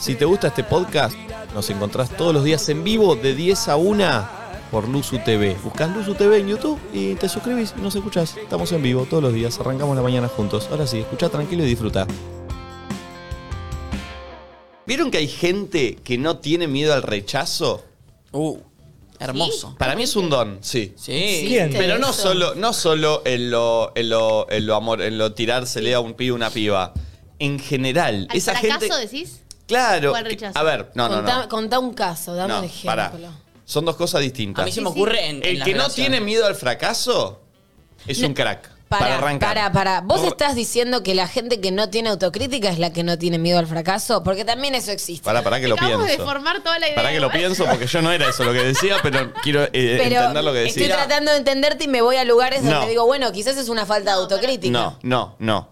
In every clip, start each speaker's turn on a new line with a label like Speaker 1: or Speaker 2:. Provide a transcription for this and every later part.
Speaker 1: Si te gusta este podcast, nos encontrás todos los días en vivo de 10 a 1 por Luzu TV. Buscás Luzu TV en YouTube y te suscribís y nos escuchás. Estamos en vivo todos los días, arrancamos la mañana juntos. Ahora sí, escucha tranquilo y disfruta. ¿Vieron que hay gente que no tiene miedo al rechazo?
Speaker 2: Uh, hermoso.
Speaker 1: Para mí es un don, sí.
Speaker 2: Sí.
Speaker 3: ¿Quién?
Speaker 1: Pero no
Speaker 3: Eso.
Speaker 1: solo, no solo en lo, en lo, en lo amor, en lo tirársele a un pibe o una piba. En general,
Speaker 4: ¿Al
Speaker 1: esa
Speaker 4: fracaso
Speaker 1: gente.
Speaker 4: decís?
Speaker 1: Claro.
Speaker 4: o al
Speaker 1: que-
Speaker 4: rechazo?
Speaker 1: A ver, no, no,
Speaker 3: contá,
Speaker 1: no.
Speaker 3: contá un caso, dame un
Speaker 1: No,
Speaker 3: ejemplo.
Speaker 1: pará. Son dos cosas
Speaker 2: A mí
Speaker 1: distintas.
Speaker 2: se me
Speaker 4: Sí, sí.
Speaker 2: ocurre en, en
Speaker 1: El
Speaker 2: las
Speaker 1: que no
Speaker 2: relaciones.
Speaker 1: tiene miedo al fracaso es un crack. Para,
Speaker 3: Pará,
Speaker 1: arrancar.
Speaker 3: Pará, pará. ¿Vos
Speaker 1: No,
Speaker 3: estás diciendo que la gente que no tiene autocrítica es la que no tiene miedo al fracaso? Porque también eso existe.
Speaker 1: Pará, pará que lo
Speaker 4: Acabamos de
Speaker 1: pienso.
Speaker 4: formar toda la idea.
Speaker 1: Pará que lo
Speaker 4: igual.
Speaker 1: pienso porque yo no era eso lo que decía, pero quiero eh,
Speaker 3: Pero
Speaker 1: entender lo que
Speaker 3: estoy
Speaker 1: decía.
Speaker 3: tratando de entenderte y me voy a lugares
Speaker 1: No.
Speaker 3: donde digo, bueno, quizás es una falta de autocrítica.
Speaker 1: No, eh. no, no.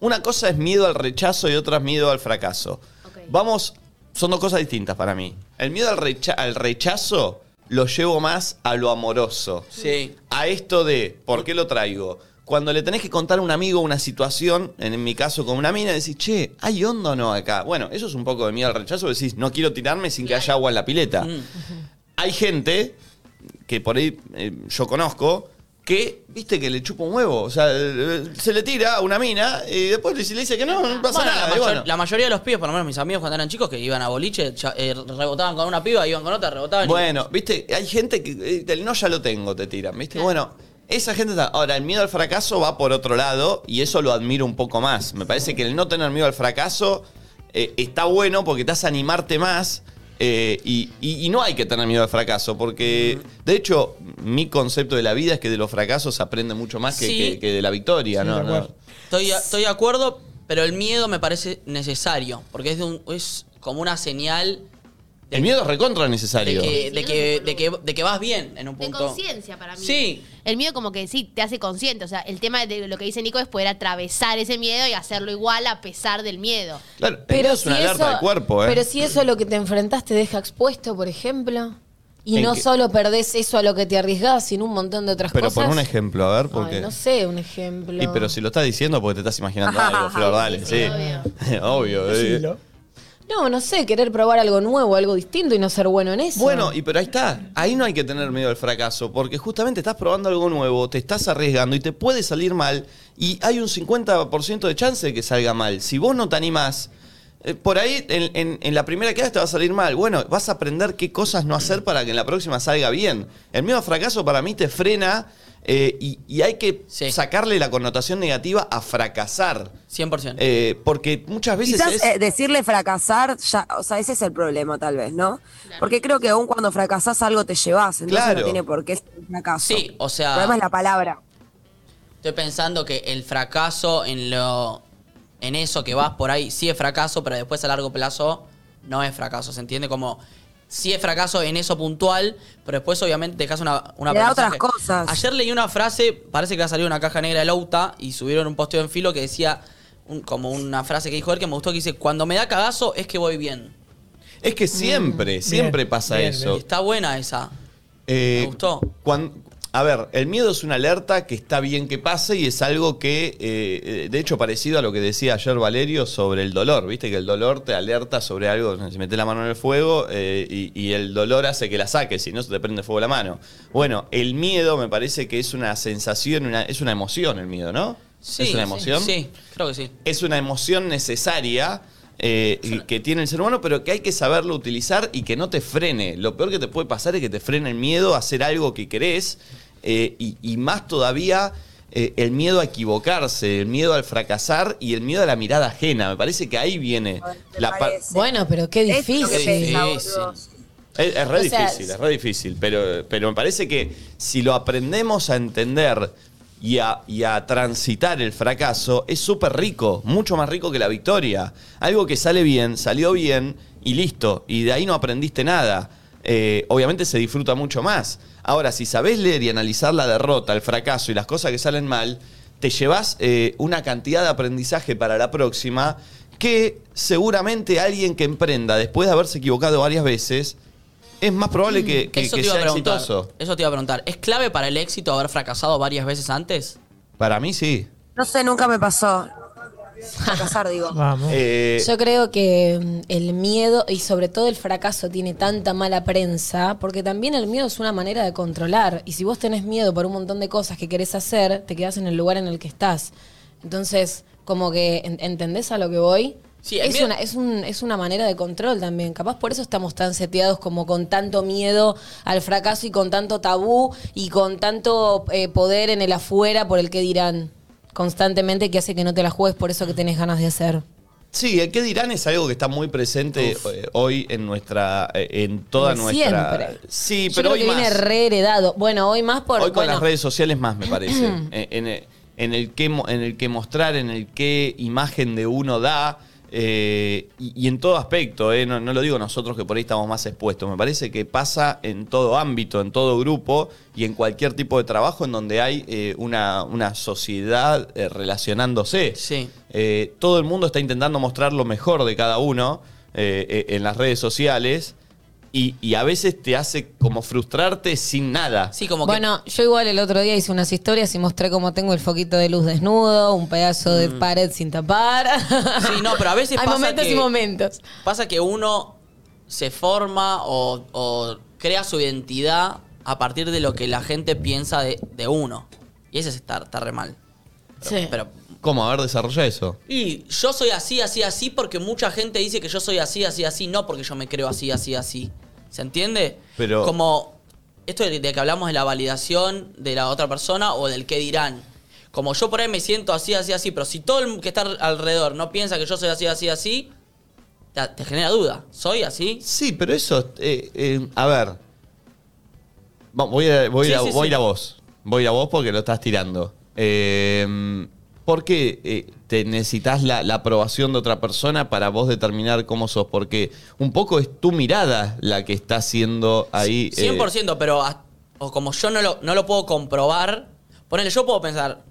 Speaker 1: Una cosa es miedo al rechazo y otra es miedo al fracaso.
Speaker 4: Ok.
Speaker 1: Vamos, son dos cosas distintas para mí. El miedo al, recha- al rechazo lo llevo más a lo amoroso.
Speaker 2: Sí.
Speaker 1: A esto de, ¿por qué lo traigo? Cuando le tenés que contar a un amigo una situación, en en mi caso con una mina, decís, che, ¿hay onda o no acá? Bueno, eso es un poco de miedo al rechazo, decís, no quiero tirarme sin que haya agua en la pileta. Hay gente que por ahí eh, yo conozco que, viste, que le chupa un huevo. O sea, eh, se le tira a una mina y después le- si le dice que no, no pasa
Speaker 2: Bueno,
Speaker 1: nada.
Speaker 2: la,
Speaker 1: y
Speaker 2: mayor-
Speaker 1: bueno.
Speaker 2: la mayoría de los pibes, por lo menos mis amigos cuando eran chicos, que iban a boliche, cha- eh, rebotaban con una piba, iban con otra, rebotaban. y-
Speaker 1: Bueno, viste, hay gente que eh, del no ya lo tengo, te tiran, viste. Bueno, esa gente está. Ahora, el miedo al fracaso va por otro lado y eso lo admiro un poco más. Me parece que el no tener miedo al fracaso eh, está bueno porque te hace animarte más. eh, y, y- y no hay que tener miedo al fracaso, porque de hecho mi concepto de la vida es que de los fracasos se aprende mucho más que,
Speaker 2: Sí.
Speaker 1: que- que de la victoria, ¿no? ¿no?
Speaker 2: Estoy, estoy de acuerdo, pero el miedo me parece necesario, porque es, de un- es como una señal
Speaker 1: El miedo es recontra
Speaker 2: de
Speaker 1: necesario.
Speaker 2: que, de, que, de, que, de que vas bien en un
Speaker 4: De
Speaker 2: punto.
Speaker 4: conciencia para mí.
Speaker 2: Sí.
Speaker 4: El miedo como que sí, te hace consciente. O sea, el tema de lo que dice Nico es poder atravesar ese miedo y hacerlo igual a pesar del miedo.
Speaker 1: Claro, el miedo es una
Speaker 3: si
Speaker 1: alerta
Speaker 3: eso-
Speaker 1: del cuerpo, ¿eh?
Speaker 3: Pero si eso a lo que te enfrentás te deja expuesto, por ejemplo, y
Speaker 1: ¿En
Speaker 3: no
Speaker 1: qué?
Speaker 3: solo perdés eso a lo que te arriesgás, sino un montón de otras
Speaker 1: Pero
Speaker 3: cosas.
Speaker 1: pon un ejemplo, a ver,
Speaker 3: Ay,
Speaker 1: porque.
Speaker 3: no sé, un ejemplo.
Speaker 1: Y pero si lo estás diciendo porque te estás imaginando algo, Flor, dale, sí. Obvio. eh.
Speaker 3: No, no sé, querer probar algo nuevo, algo distinto y no ser bueno en eso.
Speaker 1: Bueno, y pero ahí está. Ahí no hay que tener miedo al fracaso, porque justamente estás probando algo nuevo, te estás arriesgando y te puede salir mal. Y hay un 50% de chance de que salga mal. Si vos no te animás, eh, por ahí en, en- en la primera queda te va a salir mal. Bueno, vas a aprender qué cosas no hacer para que en la próxima salga bien. El miedo al fracaso para mí te frena eh, y, y hay que
Speaker 2: Sí.
Speaker 1: sacarle la connotación negativa a fracasar.
Speaker 2: 100%.
Speaker 1: Eh, porque muchas veces
Speaker 5: Quizás
Speaker 1: es-
Speaker 5: eh, decirle fracasar, ya, o sea, ese es el problema tal vez, ¿no? Porque creo que aún cuando fracasás algo te llevas, entonces
Speaker 1: Claro.
Speaker 5: no tiene por qué ser un fracaso.
Speaker 2: Sí, o sea-
Speaker 5: El problema es la palabra.
Speaker 2: Estoy pensando que el fracaso en lo en eso que vas por ahí sí es fracaso, pero después a largo plazo no es fracaso, ¿se entiende? Como sí es fracaso en eso puntual, pero después obviamente dejas una una
Speaker 5: Te da
Speaker 2: aprendizaje.
Speaker 5: otras cosas.
Speaker 2: Ayer leí una frase, parece que ha salido una caja negra de Louta y subieron un posteo en filo que decía un- como una frase que dijo él que me gustó que dice, "Cuando me da cagazo es que voy bien."
Speaker 1: es que siempre, siempre
Speaker 6: Mm. Bien,
Speaker 1: pasa
Speaker 6: bien,
Speaker 1: eso.
Speaker 2: Y está buena esa.
Speaker 1: Eh,
Speaker 2: Me gustó.
Speaker 1: cuan- a ver, el miedo es una alerta que está bien que pase y es algo que, eh, eh, de hecho, parecido a lo que decía ayer Valerio sobre el dolor. Viste que el dolor te alerta sobre algo, si metes la mano en el fuego eh, y, y el dolor hace que la saques, si no se te prende fuego la mano. Bueno, el miedo me parece que es una sensación, una- es una emoción el miedo, ¿no?
Speaker 2: Sí,
Speaker 1: es una
Speaker 2: sí,
Speaker 1: emoción.
Speaker 2: Sí, creo que sí.
Speaker 1: es una emoción necesaria eh, y que tiene el ser humano, pero que hay que saberlo utilizar y que no te frene. Lo peor que te puede pasar es que te frene el miedo a hacer algo que querés eh, y, y más todavía eh, el miedo a equivocarse, el miedo al fracasar y el miedo a la mirada ajena. Me parece que ahí viene
Speaker 5: Me
Speaker 1: la parte.
Speaker 5: parece.
Speaker 3: Bueno, pero qué
Speaker 5: Es
Speaker 3: difícil.
Speaker 5: lo que pesa,
Speaker 2: Difícil.
Speaker 5: boludo.
Speaker 1: Es, es re
Speaker 3: O sea,
Speaker 1: difícil, es re difícil, pero, pero me parece que si lo aprendemos a entender y a, y a transitar el fracaso, es súper rico, mucho más rico que la victoria. Algo que sale bien, salió bien y listo, y de ahí no aprendiste nada. Eh, obviamente se disfruta mucho más. Ahora, si sabés leer y analizar la derrota, el fracaso y las cosas que salen mal, te llevas eh, una cantidad de aprendizaje para la próxima que seguramente alguien que emprenda después de haberse equivocado varias veces es más probable que, que-
Speaker 2: eso
Speaker 1: que
Speaker 2: te iba a
Speaker 1: sea
Speaker 2: preguntar.
Speaker 1: exitoso.
Speaker 2: Eso te iba a preguntar. ¿Es clave para el éxito haber fracasado varias veces antes?
Speaker 1: Para mí sí.
Speaker 5: No sé, nunca me Este pasó. Fracasar, digo.
Speaker 6: Vamos.
Speaker 1: Eh,
Speaker 3: Yo creo que mm, el miedo y sobre todo el fracaso tiene tanta mala prensa, porque también el miedo es una manera de controlar. Y si vos tenés miedo por un montón de cosas que querés hacer, te quedás en el lugar en el que estás. Entonces, como que en- entendés a lo que voy.
Speaker 2: Sí, el
Speaker 3: es,
Speaker 2: miedo-
Speaker 3: una, es, un- es una manera de control también. Capaz por eso estamos tan seteados como con tanto miedo al fracaso y con tanto tabú y con tanto eh, poder en el afuera por el que dirán constantemente que hace que no te la juegues por eso que tenés ganas de hacer.
Speaker 1: Sí, el qué dirán es algo que está muy presente eh, hoy en nuestra, eh, en toda
Speaker 3: De
Speaker 1: nuestra.
Speaker 3: siempre.
Speaker 1: Sí,
Speaker 3: Yo
Speaker 1: pero
Speaker 3: creo
Speaker 1: hoy
Speaker 3: que
Speaker 1: más.
Speaker 3: viene re heredado. Bueno, hoy más por.
Speaker 1: hoy con
Speaker 3: bueno,
Speaker 1: las redes sociales más me parece. en, en- eh, en el que mo- en el que mostrar, en el que imagen de uno da. eh, y, y en todo aspecto, eh, no, no lo digo nosotros que por ahí estamos más expuestos, me parece que pasa en todo ámbito, en todo grupo y en cualquier tipo de trabajo en donde hay eh, una, una sociedad eh, relacionándose.
Speaker 2: Sí.
Speaker 1: Eh, todo el mundo está intentando mostrar lo mejor de cada uno eh, eh, en las redes sociales y, y a veces te hace como frustrarte sin nada.
Speaker 2: Sí, como que.
Speaker 3: Bueno, yo igual el otro día hice unas historias y mostré cómo tengo el foquito de luz desnudo, un pedazo de pared sin tapar.
Speaker 2: Sí, no, pero a veces
Speaker 3: Hay
Speaker 2: pasa
Speaker 3: momentos
Speaker 2: que-
Speaker 3: y momentos.
Speaker 2: Pasa que uno se forma o, o crea su identidad a partir de lo que la gente piensa de, de uno. Y ese es estar, está re mal. Pero-
Speaker 3: Sí.
Speaker 2: pero
Speaker 1: ¿Cómo? A ver, desarrolla eso.
Speaker 2: Y yo soy así, así, así, porque mucha gente dice que yo soy así, así, así, no porque yo me creo así, así, así. ¿Se entiende?
Speaker 1: Pero-
Speaker 2: Como esto de, de que hablamos de la validación de la otra persona o del qué dirán. Como yo por ahí me siento así, así, así, pero si todo el que está alrededor no piensa que yo soy así, así, así, te, te genera duda. ¿Soy así?
Speaker 1: Sí, pero eso. eh, eh, a ver. Va- Voy a, voy
Speaker 2: Sí,
Speaker 1: a-
Speaker 2: sí,
Speaker 1: voy a
Speaker 2: sí.
Speaker 1: ir a vos. Voy a ir a vos porque lo estás tirando. Eh, ¿Por qué eh, te necesitas la, la aprobación de otra persona para vos determinar cómo sos? Porque un poco es tu mirada la que está haciendo ahí. eh,
Speaker 2: 100%, pero a- o como yo no lo, no lo puedo comprobar, ponele, yo puedo pensar,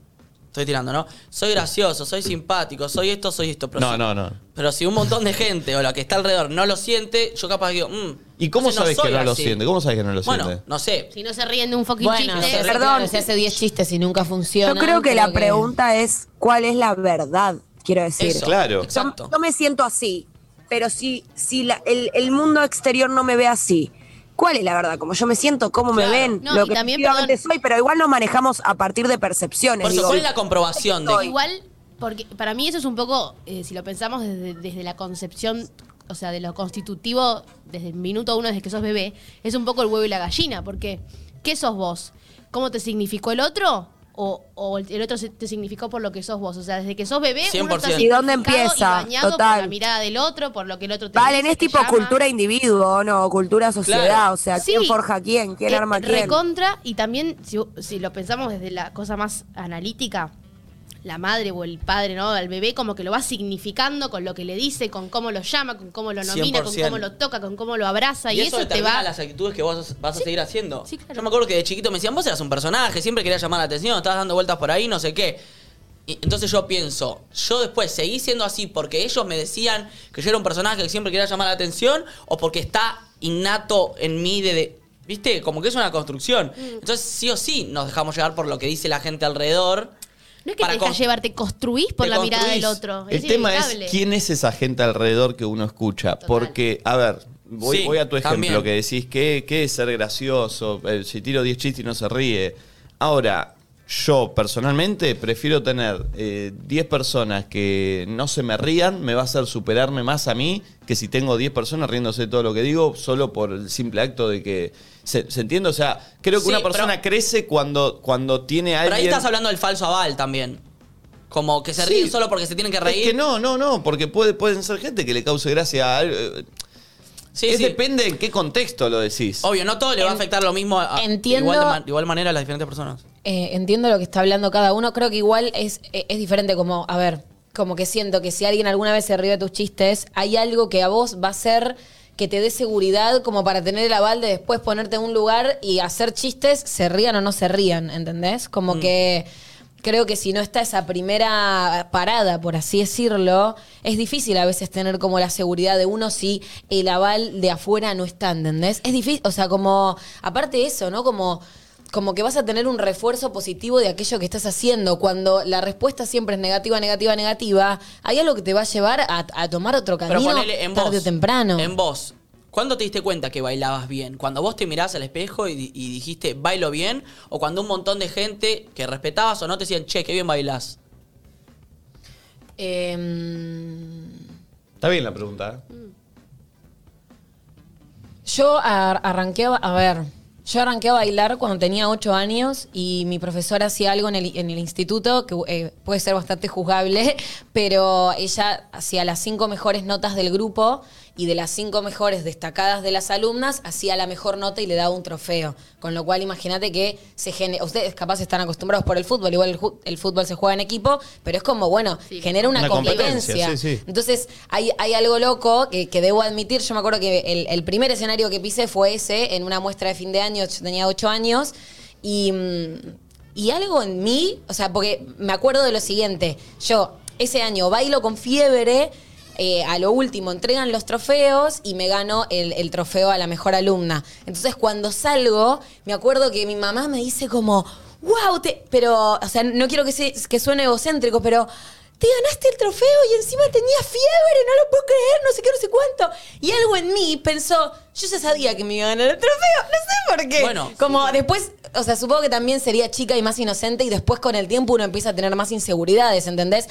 Speaker 2: estoy tirando, ¿no? Soy gracioso, soy simpático, soy esto, soy esto. Pero
Speaker 1: eh, No, no,
Speaker 2: si-
Speaker 1: no.
Speaker 2: Pero si un montón de gente o la que está alrededor no lo siente, yo capaz digo, mm,
Speaker 1: ¿Y cómo sabes
Speaker 2: entonces
Speaker 1: que
Speaker 2: soy
Speaker 1: no lo
Speaker 2: así.
Speaker 1: siente? ¿Cómo sabes que no lo
Speaker 2: Bueno,
Speaker 1: siente?
Speaker 2: no sé.
Speaker 4: Si no se ríen de un fucking
Speaker 3: Bueno,
Speaker 4: chiste.
Speaker 5: Eh, Perdón.
Speaker 3: perdón. Se hace 10 chistes y nunca funciona.
Speaker 5: Yo creo que la pregunta es, ¿cuál es la verdad? Quiero decir.
Speaker 2: Eso,
Speaker 1: Claro.
Speaker 5: Yo-
Speaker 2: Exacto.
Speaker 5: Yo, me siento así, pero si, si la- el, el mundo exterior no me ve así, ¿cuál es la verdad? Como yo me siento, cómo
Speaker 2: Claro.
Speaker 5: me ven,
Speaker 4: No,
Speaker 5: lo
Speaker 4: y
Speaker 5: que
Speaker 4: también,
Speaker 5: efectivamente
Speaker 4: perdón.
Speaker 5: soy, pero igual nos manejamos a partir de percepciones.
Speaker 2: Por eso,
Speaker 5: digo.
Speaker 2: ¿cuál es la comprobación de
Speaker 4: Igual, porque para mí eso es un poco, eh, si lo pensamos desde, desde la concepción, o sea, de lo constitutivo, desde el minuto uno, desde que sos bebé, es un poco el huevo y la gallina, porque ¿qué sos vos? ¿Cómo te significó el otro? O, o el el otro se- te significó por lo que sos vos. O sea, desde que sos bebé, uno
Speaker 2: 100%.
Speaker 4: está
Speaker 2: ¿Y
Speaker 5: dónde
Speaker 4: significado
Speaker 5: empieza?
Speaker 4: Y bañado
Speaker 5: Total.
Speaker 4: por la mirada del otro, por lo que el otro te
Speaker 5: Valen,
Speaker 4: dice,
Speaker 5: es
Speaker 4: te
Speaker 5: tipo
Speaker 4: llama.
Speaker 5: cultura individuo, ¿no? Cultura sociedad,
Speaker 2: Claro.
Speaker 5: o sea, ¿quién
Speaker 4: Sí.
Speaker 5: forja a quién? ¿Quién
Speaker 4: Eh,
Speaker 5: arma a quién?
Speaker 4: Recontra, y también, si, si lo pensamos desde la cosa más analítica, la madre o el padre, ¿no? Al bebé, como que lo va significando con lo que le dice, con cómo lo llama, con cómo lo nomina, con
Speaker 2: 100%.
Speaker 4: cómo lo toca, con cómo lo abraza, Ah, y,
Speaker 2: Y
Speaker 4: eso,
Speaker 2: eso
Speaker 4: te
Speaker 2: determina
Speaker 4: va.
Speaker 2: las actitudes que vos vas a seguir haciendo.
Speaker 4: Sí, claro.
Speaker 2: Yo me acuerdo que de chiquito me decían, vos eras un personaje, siempre querías llamar la atención, estabas dando vueltas por ahí, no sé qué. Y entonces yo pienso, yo después seguí siendo así porque ellos me decían que yo era un personaje que siempre quería llamar la atención o porque está innato en mí de... de- ¿Viste? Como que es una construcción.
Speaker 4: Mm.
Speaker 2: Entonces sí o sí nos dejamos llevar por lo que dice la gente alrededor.
Speaker 4: No es que
Speaker 2: Para
Speaker 4: te dejas
Speaker 2: con-
Speaker 4: llevar, te construís por
Speaker 2: te
Speaker 4: la mirada del
Speaker 2: construís.
Speaker 4: otro.
Speaker 1: El
Speaker 4: es
Speaker 1: tema
Speaker 4: inevitable.
Speaker 1: es quién es esa gente alrededor que uno escucha. Porque, a ver, voy,
Speaker 2: Sí,
Speaker 1: voy a tu ejemplo
Speaker 2: también.
Speaker 1: que decís, ¿qué, ¿qué es ser gracioso? Eh, Si tiro 10 chistes y no se ríe. Ahora, yo personalmente prefiero tener eh, 10 personas que no se me rían, me va a hacer superarme más a mí que si tengo 10 personas riéndose de todo lo que digo solo por el simple acto de que... ¿Se, se entiende? O sea, creo que
Speaker 2: Sí,
Speaker 1: una
Speaker 2: pero-
Speaker 1: persona crece cuando, cuando tiene a
Speaker 2: Pero
Speaker 1: alguien...
Speaker 2: ahí estás hablando del falso aval también. Como que se
Speaker 1: Sí.
Speaker 2: ríen solo porque se tienen que reír.
Speaker 1: Es que no, no, no, porque puede, pueden ser gente que le cause gracia a algo.
Speaker 2: Sí,
Speaker 1: Es
Speaker 2: sí.
Speaker 1: Depende en qué contexto lo decís.
Speaker 2: Obvio, no todo le va a afectar lo mismo a,
Speaker 3: entiendo-
Speaker 2: de igual, de ma- de igual manera a las diferentes personas.
Speaker 3: Eh, entiendo lo que está hablando cada uno. Creo que igual es, eh, es diferente como, a ver, como que siento que si alguien alguna vez se rió de tus chistes, hay algo que a vos va a ser que te dé seguridad como para tener el aval de después ponerte en un lugar y hacer chistes, se rían o no se rían, ¿entendés?
Speaker 2: Mm.
Speaker 3: Como que creo que si no está esa primera parada, por así decirlo, es difícil a veces tener como la seguridad de uno si el aval de afuera no está, ¿entendés? Es difícil, o sea, como, aparte de eso, ¿no? Como como que vas a tener un refuerzo positivo de aquello que estás haciendo. Cuando la respuesta siempre es negativa, negativa, negativa, hay algo que te va a llevar a, a tomar otro
Speaker 2: Pero
Speaker 3: camino
Speaker 2: ponele en
Speaker 3: tarde
Speaker 2: vos.
Speaker 3: o temprano.
Speaker 2: En vos. ¿Cuándo te diste cuenta que bailabas bien? ¿Cuando vos te mirás al espejo y, di- y dijiste bailo bien? ¿O cuando un montón de gente que respetabas o no te decían, che, qué bien bailás?
Speaker 3: Em,
Speaker 1: Está bien la pregunta. ¿eh?
Speaker 3: Yo ar- arranqué, a, ba- a ver, yo arranqué a bailar cuando tenía 8 años y mi profesora hacía algo en el, en el instituto que eh, puede ser bastante juzgable, pero ella hacía las cinco mejores notas del grupo y de las cinco mejores destacadas de las alumnas hacía la mejor nota y le daba un trofeo. Con lo cual imagínate que se gene- ustedes capaz están acostumbrados por el fútbol, igual el, ju- el fútbol se juega en equipo, pero es como, bueno, genera una,
Speaker 1: Una competencia,
Speaker 3: competencia.
Speaker 1: sí, sí.
Speaker 3: Entonces, hay, hay algo loco que, que debo admitir. Yo me acuerdo que el, el primer escenario que pisé fue ese, en una muestra de fin de año, yo tenía ocho años, y, mm, y algo en mí, o sea, porque me acuerdo de lo siguiente, yo ese año bailo con fiebre, eh, a lo último entregan los trofeos y me gano el, el trofeo a la mejor alumna. Entonces, cuando salgo, me acuerdo que mi mamá me dice como, wow, te-", pero, o sea, no quiero que, se- que suene egocéntrico, pero te ganaste el trofeo y encima tenía fiebre, no lo puedo creer, no sé qué, no sé cuánto. Y algo en mí pensó, yo ya sabía que me iba a ganar el trofeo, no sé por qué.
Speaker 2: Bueno,
Speaker 3: como después, o sea, supongo que también sería chica y más inocente y después con el tiempo uno empieza a tener más inseguridades, ¿entendés?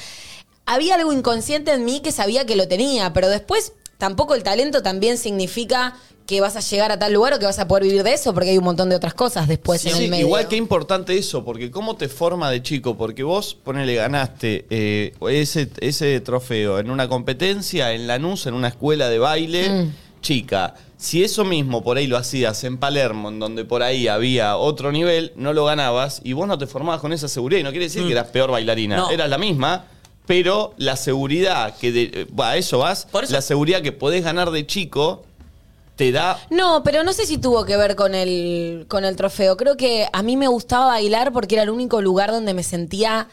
Speaker 3: Había algo inconsciente en mí que sabía que lo tenía, pero después tampoco el talento también significa que vas a llegar a tal lugar o que vas a poder vivir de eso, porque hay un montón de otras cosas después
Speaker 1: Sí,
Speaker 3: en el
Speaker 1: sí,
Speaker 3: medio.
Speaker 1: igual que importante eso, porque cómo te forma de chico, porque vos, ponele, ganaste eh, ese, ese trofeo en una competencia, en Lanús, en una escuela de baile,
Speaker 3: Mm.
Speaker 1: chica. Si eso mismo por ahí lo hacías en Palermo, en donde por ahí había otro nivel, no lo ganabas y vos no te formabas con esa seguridad. Y no quiere decir
Speaker 3: Mm.
Speaker 1: que eras peor bailarina,
Speaker 2: No.
Speaker 1: eras la misma, pero la seguridad que. de- eh, va, a eso vas.
Speaker 2: Por eso-
Speaker 1: la seguridad que podés ganar de chico te da
Speaker 3: No, pero no sé si tuvo que ver con el, con el trofeo. Creo que a mí me gustaba bailar porque era el único lugar donde me sentía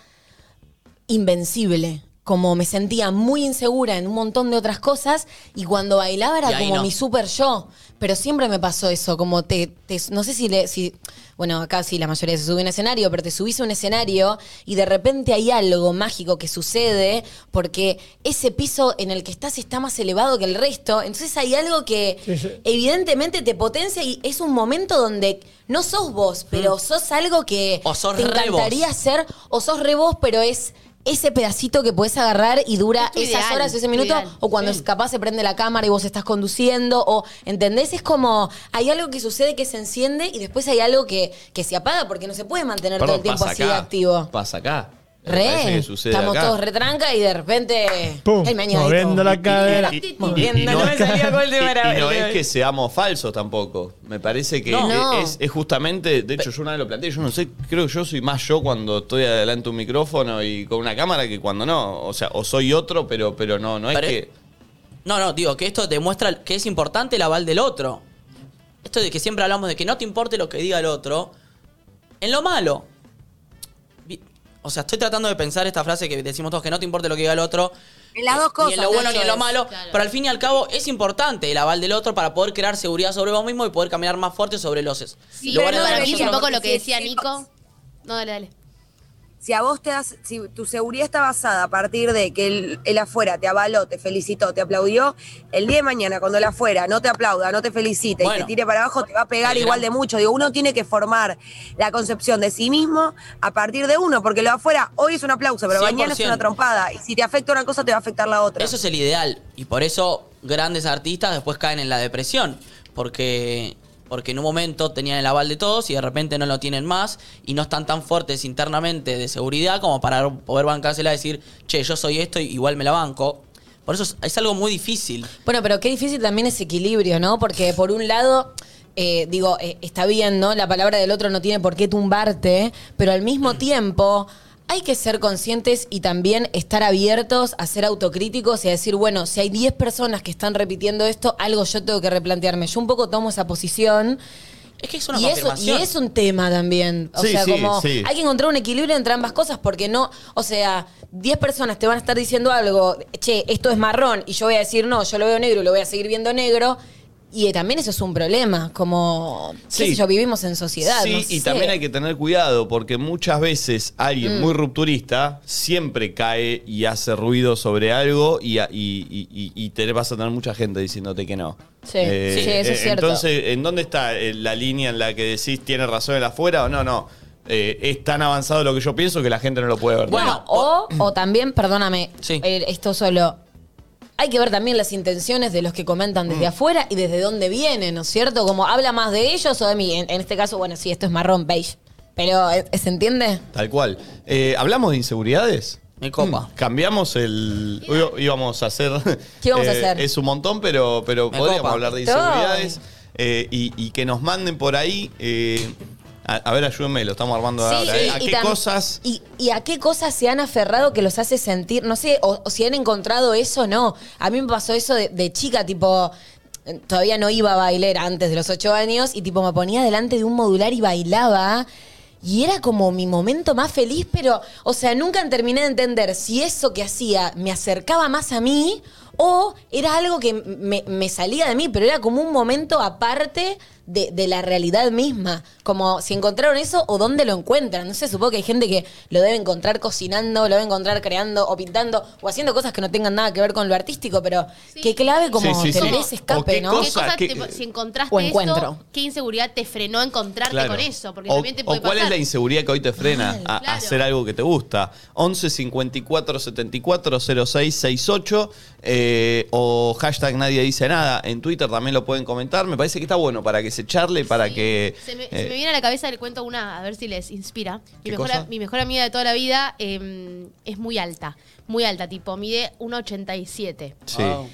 Speaker 3: invencible. Como me sentía muy insegura en un montón de otras cosas y cuando bailaba
Speaker 2: Y
Speaker 3: era
Speaker 2: ahí
Speaker 3: como
Speaker 2: no.
Speaker 3: mi super yo. Pero siempre me pasó eso, como te... te- no sé si, le, si... Bueno, acá sí la mayoría se sube a un escenario, pero te subís a un escenario y de repente hay algo mágico que sucede porque ese piso en el que estás está más elevado que el resto. Entonces hay algo que
Speaker 6: Sí, sí.
Speaker 3: evidentemente te potencia y es un momento donde no sos vos, pero sos algo que
Speaker 2: O sos
Speaker 3: te
Speaker 2: re vos.
Speaker 3: encantaría hacer, o sos re vos, pero es ese pedacito que podés agarrar y dura
Speaker 4: Es tu
Speaker 3: esas
Speaker 4: ideal,
Speaker 3: horas, ese
Speaker 4: tu
Speaker 3: minuto,
Speaker 4: ideal.
Speaker 3: o cuando es capaz se prende la cámara y vos estás conduciendo, o, ¿entendés? Es como, hay algo que sucede que se enciende y después hay algo que, que se apaga porque no se puede mantener todo el
Speaker 1: Perdón,
Speaker 3: tiempo
Speaker 1: pasa
Speaker 3: así
Speaker 1: acá,
Speaker 3: activo.
Speaker 1: Pasa acá. Me parece
Speaker 3: Re,
Speaker 1: que sucede
Speaker 3: estamos
Speaker 1: acá.
Speaker 3: todos retranca y de repente
Speaker 6: Pum,
Speaker 3: el meñadito.
Speaker 6: moviendo la cadera.
Speaker 1: Y- y-
Speaker 3: Moviendo,
Speaker 1: y no
Speaker 3: no me
Speaker 1: es-
Speaker 3: salía con el
Speaker 1: y-
Speaker 3: tema, era-
Speaker 1: y no
Speaker 3: era-
Speaker 1: es que seamos falsos tampoco. Me parece que
Speaker 2: No.
Speaker 1: es-
Speaker 3: No.
Speaker 1: Es, es justamente, de hecho yo una vez lo planteé, yo no sé, creo que yo soy más yo cuando estoy adelante de un micrófono y con una cámara que cuando no. O sea, o soy otro, pero, pero no, no es
Speaker 2: Pero-
Speaker 1: que...
Speaker 2: No, no, digo, que esto demuestra que es importante el aval del otro. Esto de que siempre hablamos de que no te importe lo que diga el otro, en lo malo. Vi- O sea, estoy tratando de pensar esta frase que decimos todos, que no te importe lo que diga el otro,
Speaker 5: En las dos cosas.
Speaker 2: ni en lo bueno
Speaker 5: Nacho,
Speaker 2: ni en lo
Speaker 5: es.
Speaker 2: malo,
Speaker 4: claro.
Speaker 2: pero al fin y al cabo es importante el aval del otro para poder crear seguridad sobre vos mismo y poder caminar más fuerte sobre los
Speaker 4: Sí,
Speaker 5: Luego
Speaker 4: pero no
Speaker 5: le-
Speaker 4: debería un poco lo que
Speaker 5: Sí,
Speaker 4: decía
Speaker 5: sí,
Speaker 4: Nico. No, dale, dale.
Speaker 5: Si a vos te das, si tu seguridad está basada a partir de que él, él afuera te avaló, te felicitó, te aplaudió, el día de mañana cuando él afuera no te aplauda, no te felicite y
Speaker 2: Bueno.
Speaker 5: te tire para abajo, te va a pegar
Speaker 2: El
Speaker 5: igual
Speaker 2: gran-
Speaker 5: de mucho. Digo, uno tiene que formar la concepción de sí mismo a partir de uno, porque lo de afuera hoy es un aplauso, pero mañana es
Speaker 2: 100%.
Speaker 5: una trompada. Y si te afecta una cosa, te va a afectar la otra.
Speaker 2: Eso es el ideal. Y por eso grandes artistas después caen en la depresión. Porque, porque en un momento tenían el aval de todos y de repente no lo tienen más. Y no están tan fuertes internamente de seguridad como para poder bancársela y decir, che, yo soy esto y igual me la banco. Por eso es, es algo muy difícil.
Speaker 3: Bueno, pero qué difícil también ese equilibrio, ¿no? Porque por un lado, eh, digo, eh, está bien, ¿no? La palabra del otro no tiene por qué tumbarte, pero al
Speaker 2: Mm.
Speaker 3: mismo tiempo hay que ser conscientes y también estar abiertos a ser autocríticos y a decir, bueno, si hay 10 personas que están repitiendo esto, algo yo tengo que replantearme. Yo un poco tomo esa posición.
Speaker 2: Es que es una
Speaker 3: y, eso, y
Speaker 2: confirmación.
Speaker 3: es un tema también. O
Speaker 1: Sí,
Speaker 3: sea,
Speaker 1: sí,
Speaker 3: como
Speaker 1: sí.
Speaker 3: hay que encontrar un equilibrio entre ambas cosas porque no, o sea, 10 personas te van a estar diciendo algo, che, esto es marrón, y yo voy a decir no, yo lo veo negro y lo voy a seguir viendo negro. Y eh, también eso es un problema, como, qué
Speaker 1: Sí.
Speaker 3: sé yo, vivimos en sociedad.
Speaker 1: Sí,
Speaker 3: no
Speaker 1: y
Speaker 3: sé. Mm.
Speaker 1: también hay que tener cuidado porque muchas veces alguien muy rupturista siempre cae y hace ruido sobre algo y, a- y- y- y- y te vas a tener mucha gente diciéndote que no. Eh,
Speaker 3: Sí, sí, eso es cierto.
Speaker 1: Entonces, ¿en dónde está eh, la línea en la que decís tiene razón el afuera o no? No. Eh, es tan avanzado lo que yo pienso que la gente no lo puede ver.
Speaker 3: No,
Speaker 2: Bueno,
Speaker 3: o, o también, perdóname,
Speaker 2: Sí.
Speaker 3: eh, esto solo. Hay que ver también las intenciones de los que comentan
Speaker 1: Mm.
Speaker 3: desde afuera y desde dónde vienen, ¿no es cierto? Como habla más de ellos o de mí. En, en este caso, bueno, sí, esto es marrón, beige. Pero, eh, ¿se entiende?
Speaker 1: Tal cual. Eh, ¿Hablamos de inseguridades? Mm.
Speaker 2: Me copa.
Speaker 1: Cambiamos el. hoy íbamos a hacer.
Speaker 3: ¿Qué íbamos a
Speaker 1: eh,
Speaker 3: hacer?
Speaker 1: Es un montón, pero, pero
Speaker 2: Me
Speaker 1: podríamos
Speaker 2: copa.
Speaker 1: hablar de
Speaker 3: Estoy.
Speaker 1: inseguridades. eh, y, y que nos manden por ahí. eh, a, a ver, ayúdenme, lo estamos armando ahora. eh. ¿A
Speaker 3: y
Speaker 1: qué
Speaker 3: tam-
Speaker 1: cosas?
Speaker 3: Y, y a qué cosas se han aferrado que los hace sentir? No sé, o, o si han encontrado eso o no. A mí me pasó eso de, de chica, tipo. eh, Todavía no iba a bailar antes de los ocho años y, tipo, me ponía delante de un modular y bailaba. Y era como mi momento más feliz, pero, o sea, nunca terminé de entender si eso que hacía me acercaba más a mí o era algo que me, me salía de mí, pero era como un momento aparte de, de la realidad misma. Como si encontraron eso o dónde lo encuentran. No sé, supongo que hay gente que lo debe encontrar cocinando, lo debe encontrar creando o pintando o haciendo cosas que no tengan nada que ver con lo artístico, pero
Speaker 4: Sí.
Speaker 3: qué clave como
Speaker 1: Sí, sí, sí.
Speaker 3: tener
Speaker 4: Como-
Speaker 3: ese
Speaker 1: o qué
Speaker 3: escape, ¿no?
Speaker 4: ¿Qué
Speaker 1: cosa
Speaker 4: cosa
Speaker 1: que-
Speaker 4: te- si encontraste
Speaker 3: O encuentro.
Speaker 4: eso, qué inseguridad te frenó a encontrarte
Speaker 1: Claro.
Speaker 4: con eso? Porque
Speaker 1: o,
Speaker 4: también te
Speaker 1: o
Speaker 4: puede
Speaker 1: cuál es
Speaker 4: pasar.
Speaker 1: la inseguridad que hoy te frena
Speaker 3: Mal,
Speaker 1: a, a
Speaker 4: claro.
Speaker 1: hacer algo que te gusta. 11 54 74 06 68 eh, o hashtag nadie dice nada. En Twitter también lo pueden comentar. Me parece que está bueno para que se charle, para
Speaker 4: Sí.
Speaker 1: que.
Speaker 4: Se me,
Speaker 1: eh,
Speaker 4: se me viene a la cabeza, le cuento una, a ver si les inspira.
Speaker 1: ¿Qué
Speaker 4: Mi, mejor,
Speaker 1: cosa?
Speaker 4: mi mejor amiga de toda la vida eh, es muy alta, muy alta, tipo, mide 1,87.
Speaker 1: sí.
Speaker 2: Wow.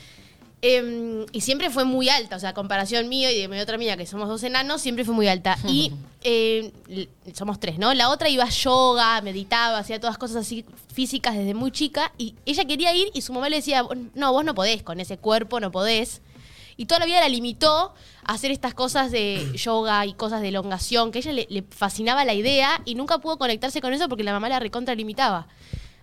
Speaker 4: Eh, y siempre fue muy alta, o sea, a comparación mío y de mi otra amiga, que somos dos enanos, siempre fue muy alta. Y eh, l- somos tres, ¿no? La otra iba a yoga, meditaba, hacía todas cosas así físicas desde muy chica. Y ella quería ir y su mamá le decía, no, vos no podés, con ese cuerpo no podés. Y toda la vida la limitó a hacer estas cosas de yoga y cosas de elongación, que a ella le, le fascinaba la idea y nunca pudo conectarse con eso porque la mamá la recontra limitaba.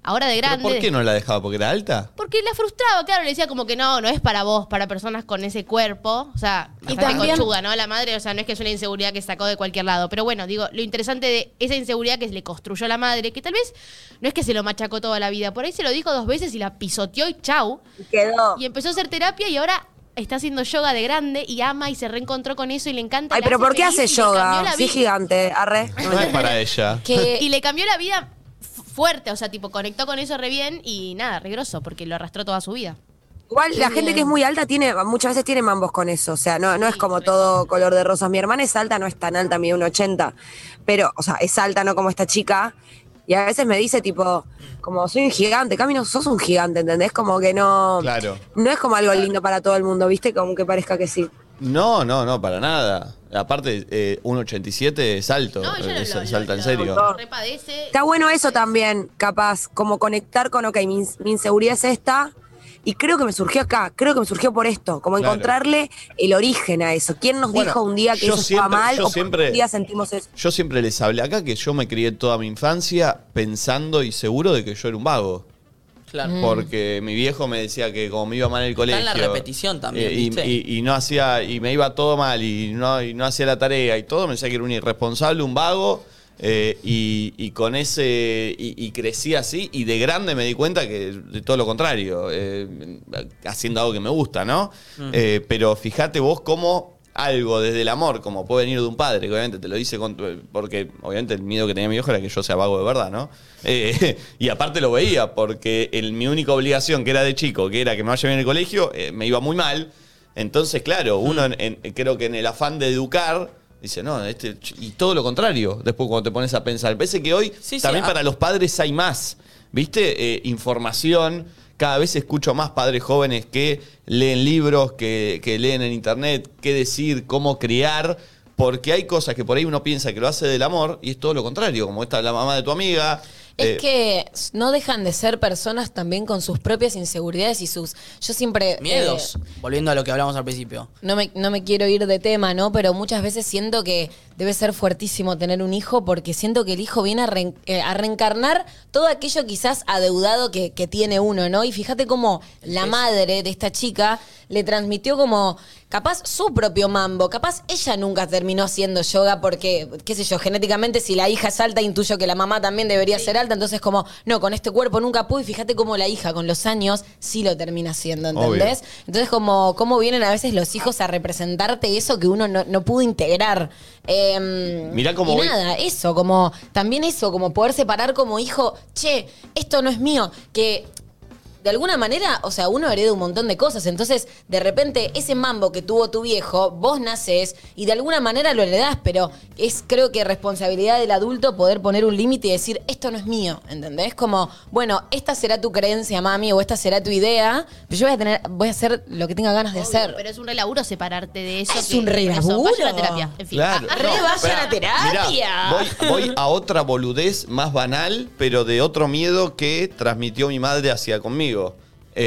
Speaker 4: Ahora de
Speaker 1: ¿Pero
Speaker 4: grande...
Speaker 1: ¿Por qué no la dejaba? ¿Porque era alta?
Speaker 4: Porque la frustraba, claro, le decía como que no, no es para vos, para personas con ese cuerpo. O sea,
Speaker 3: Y
Speaker 4: bastante
Speaker 3: también-
Speaker 4: conchuda, ¿no? La madre, o sea, no es que es una inseguridad que sacó de cualquier lado. Pero bueno, digo, lo interesante de esa inseguridad que le construyó la madre, que tal vez no es que se lo machacó toda la vida, por ahí se lo dijo dos veces y la pisoteó y chau.
Speaker 5: Y quedó.
Speaker 4: Y empezó a hacer terapia y ahora está haciendo yoga de grande y ama y se reencontró con eso y le encanta.
Speaker 5: Ay,
Speaker 4: la
Speaker 5: pero ¿por qué
Speaker 4: feliz
Speaker 5: hace
Speaker 4: y le cambió
Speaker 5: yoga?
Speaker 4: la
Speaker 5: Sí,
Speaker 4: vida.
Speaker 5: gigante, arre.
Speaker 1: No es para ella.
Speaker 3: Que-
Speaker 4: Y le cambió la vida fu- fuerte, o sea, tipo, conectó con eso re bien y nada, re grosso, porque lo arrastró toda su vida.
Speaker 5: Igual la gente que es muy alta tiene, muchas veces tiene mambos con eso, o sea, no, no es como todo color de rosas. Mi hermana es alta, no es tan alta, mide un 80, pero, o sea, es alta, no como esta chica. Y a veces me dice tipo, como soy un gigante, Camino, sos un gigante, ¿entendés? Como que no,
Speaker 1: Claro.
Speaker 5: no es como algo lindo para todo el mundo, ¿viste? Como que parezca que sí.
Speaker 1: No, no, no, para nada. Aparte, eh, un 87 es alto.
Speaker 4: No, ella lo-
Speaker 1: es,
Speaker 4: lo-
Speaker 1: es
Speaker 4: lo-
Speaker 1: alta en
Speaker 4: lo-
Speaker 1: serio.
Speaker 4: lo repadece.
Speaker 5: Está bueno eso también, capaz, como conectar con, ok, mi, ins- mi inseguridad es esta, y creo que me surgió acá, creo que me surgió por esto, como
Speaker 1: Claro.
Speaker 5: encontrarle el origen a eso. ¿Quién nos
Speaker 1: Bueno,
Speaker 5: dijo un día que
Speaker 1: yo
Speaker 5: eso
Speaker 1: siempre-
Speaker 5: estaba mal
Speaker 1: yo
Speaker 5: o por qué
Speaker 1: siempre-
Speaker 5: un día sentimos eso?
Speaker 1: Yo siempre les hablé acá que yo me crié toda mi infancia pensando y seguro de que yo era un vago.
Speaker 2: Claro.
Speaker 1: Mm. Porque mi viejo me decía que como me iba mal el colegio.
Speaker 2: Mm. en la repetición también,
Speaker 1: eh, y-
Speaker 2: ¿viste?
Speaker 1: Y, y no hacía, y me iba todo mal, y no, y no hacía la tarea y todo, me decía que era un irresponsable, un vago. eh, y, y con ese. Y, y crecí así, y de grande me di cuenta que de todo lo contrario, eh, haciendo algo que me gusta, ¿no?
Speaker 2: Mm.
Speaker 1: Eh, pero fíjate vos cómo algo desde el amor, como puede venir de un padre, que obviamente te lo dice con tu- porque obviamente el miedo que tenía mi viejo era que yo sea vago de verdad, ¿no? Eh, y aparte lo veía, porque el- mi única obligación que era de chico, que era que me vaya bien en el colegio, eh, me iba muy mal. Entonces, claro,
Speaker 2: Mm.
Speaker 1: uno en- en- creo que en el afán de educar, dice, no, este, ch- y todo lo contrario, después cuando te pones a pensar. Me Parece que hoy
Speaker 2: Sí, sí,
Speaker 1: también
Speaker 2: a-
Speaker 1: para los padres hay más, ¿viste? Eh, información. Cada vez escucho más padres jóvenes que leen libros, que, que leen en internet, qué decir, cómo criar, porque hay cosas que por ahí uno piensa que lo hace del amor y es todo lo contrario, como esta la mamá de tu amiga.
Speaker 3: Es
Speaker 1: Eh,
Speaker 3: que no dejan de ser personas también con sus propias inseguridades y sus. Yo siempre.
Speaker 2: Miedos.
Speaker 3: eh,
Speaker 2: Volviendo a lo que hablamos al principio.
Speaker 3: no, me, no me quiero ir de tema, ¿no? Pero muchas veces siento que debe ser fuertísimo tener un hijo porque siento que el hijo viene a, reen- eh, a reencarnar todo aquello quizás adeudado que, que tiene uno, ¿no? Y fíjate cómo la madre de esta chica le transmitió como capaz su propio mambo, capaz ella nunca terminó haciendo yoga porque, qué sé yo, genéticamente si la hija es alta intuyo que la mamá también debería ser alta, entonces como, no, con este cuerpo nunca pude y fíjate cómo la hija con los años sí lo termina haciendo, ¿entendés? Entonces, como cómo vienen a veces los hijos a representarte eso que uno no, no pudo integrar. Eh,
Speaker 1: Mirá cómo
Speaker 3: y
Speaker 1: voy-
Speaker 3: nada, eso, como también eso, como poder separar como hijo, che, esto no es mío, que de alguna manera, o sea, uno hereda un montón de cosas. Entonces, de repente, ese mambo que tuvo tu viejo, vos naces y de alguna manera lo heredás, pero es creo que responsabilidad del adulto poder poner un límite y decir, esto no es mío, ¿entendés? Como, bueno, esta será tu creencia, mami, o esta será tu idea, pero yo voy a tener, voy a hacer lo que tenga ganas de
Speaker 4: Obvio,
Speaker 3: hacer.
Speaker 4: Pero es un re laburo separarte de eso.
Speaker 3: Es
Speaker 4: que-
Speaker 3: un re
Speaker 4: por eso,
Speaker 3: laburo.
Speaker 4: Vaya a la terapia. En fin.
Speaker 1: Claro.
Speaker 4: Ah,
Speaker 3: re vayan
Speaker 1: pará,
Speaker 3: a terapia.
Speaker 1: mirá, voy, voy a otra boludez más banal, pero de otro miedo que transmitió mi madre hacia conmigo.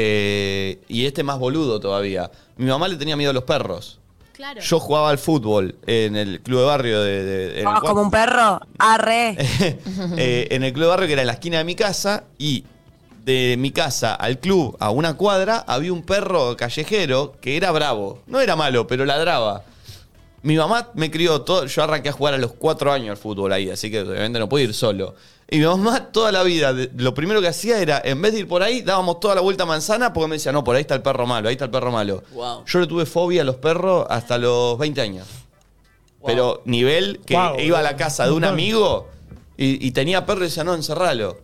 Speaker 1: Eh, y este más boludo todavía. Mi mamá le tenía miedo a los perros.
Speaker 4: claro.
Speaker 1: Yo jugaba al fútbol en el club de barrio de... de- en el
Speaker 5: Vamos
Speaker 1: cual-
Speaker 5: como un perro. Arre.
Speaker 1: eh, en el club de barrio que era en la esquina de mi casa y de mi casa al club a una cuadra había un perro callejero que era bravo. No era malo, pero ladraba. Mi mamá me crió todo. Yo arranqué a jugar a los cuatro años al fútbol ahí, así que obviamente no pude ir solo. Y mi mamá toda la vida, de- lo primero que hacía era, en vez de ir por ahí, dábamos toda la vuelta a manzana porque me decía, no, por ahí está el perro malo, ahí está el perro malo.
Speaker 2: Wow.
Speaker 1: Yo le tuve fobia a los perros hasta los 20 años. Pero nivel que
Speaker 6: Wow.
Speaker 1: iba a la casa de un
Speaker 6: Montón.
Speaker 1: amigo y, y tenía perro y decía, no, encerralo.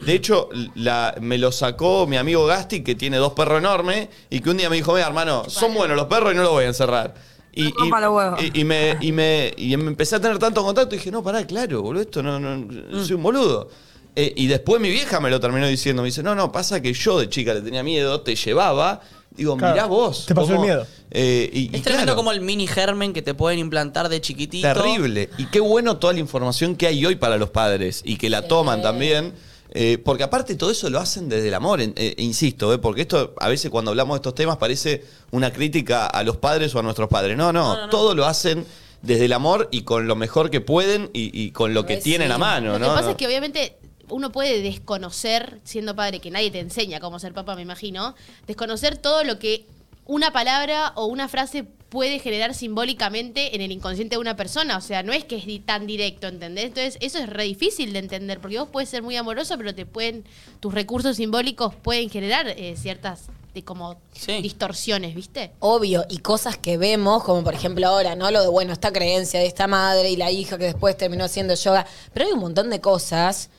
Speaker 1: De hecho, la- me lo sacó mi amigo Gasti, que tiene dos perros enormes, y que un día me dijo, mira, hermano, son buenos los perros y no los voy a encerrar. Y,
Speaker 5: No rompa los huevos.
Speaker 1: y- y me, y, me, y me empecé a tener tanto contacto y dije, no, pará, claro, boludo, esto no, no
Speaker 5: Mm.
Speaker 1: soy un boludo. Eh, y después mi vieja me lo terminó diciendo, me dice, no, no, pasa que yo de chica le tenía miedo, te llevaba. Digo,
Speaker 6: Claro,
Speaker 1: mirá vos.
Speaker 6: te pasó el
Speaker 1: cómo-
Speaker 6: miedo.
Speaker 1: Eh, y,
Speaker 2: Es
Speaker 1: y
Speaker 2: tremendo
Speaker 1: claro.
Speaker 2: como el mini germen que te pueden implantar de chiquitito.
Speaker 1: Terrible. Y qué bueno toda la información que hay hoy para los padres y que la toman también. eh, porque aparte todo eso lo hacen desde el amor, en- eh, insisto, eh, porque esto a veces cuando hablamos de estos temas parece una crítica a los padres o a nuestros padres. No, no, todo lo hacen desde el amor y con lo mejor que pueden y, y con lo que
Speaker 3: Ay,
Speaker 1: tienen
Speaker 3: sí.
Speaker 1: a mano.
Speaker 4: Pues Lo que
Speaker 1: ¿no?
Speaker 4: pasa
Speaker 1: No.
Speaker 4: es que obviamente uno puede desconocer, siendo padre, que nadie te enseña cómo ser papá, me imagino, desconocer todo lo que una palabra o una frase puede generar simbólicamente en el inconsciente de una persona. O sea, no es que es di- tan directo, ¿entendés? Entonces, eso es re difícil de entender, porque vos puedes ser muy amoroso, pero te pueden, tus recursos simbólicos pueden generar eh, ciertas de como
Speaker 2: Sí.
Speaker 4: distorsiones, ¿viste?
Speaker 3: Obvio, y cosas que vemos, como por ejemplo ahora, ¿no? Lo de, bueno, esta creencia de esta madre y la hija que después terminó haciendo yoga. Pero hay un montón de cosas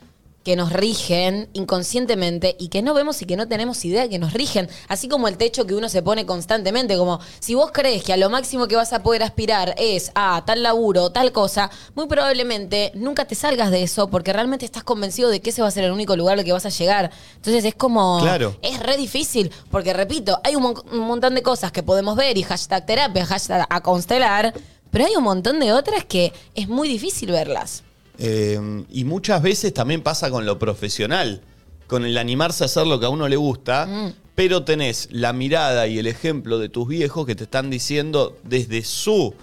Speaker 3: que nos rigen inconscientemente y que no vemos y que no tenemos idea que nos rigen. Así como el techo que uno se pone constantemente, como si vos crees que a lo máximo que vas a poder aspirar es a tal laburo, tal cosa, muy probablemente nunca te salgas de eso porque realmente estás convencido de que ese va a ser el único lugar al que vas a llegar. Entonces es como...
Speaker 1: Claro.
Speaker 3: Es re difícil, porque repito, hay un, mon- un montón de cosas que podemos ver y hashtag terapia, hashtag a constelar, pero hay un montón de otras que es muy difícil verlas.
Speaker 1: Eh, y muchas veces también pasa con lo profesional, con el animarse a hacer lo que a uno le gusta, pero tenés la mirada y el ejemplo de tus viejos que te están diciendo desde su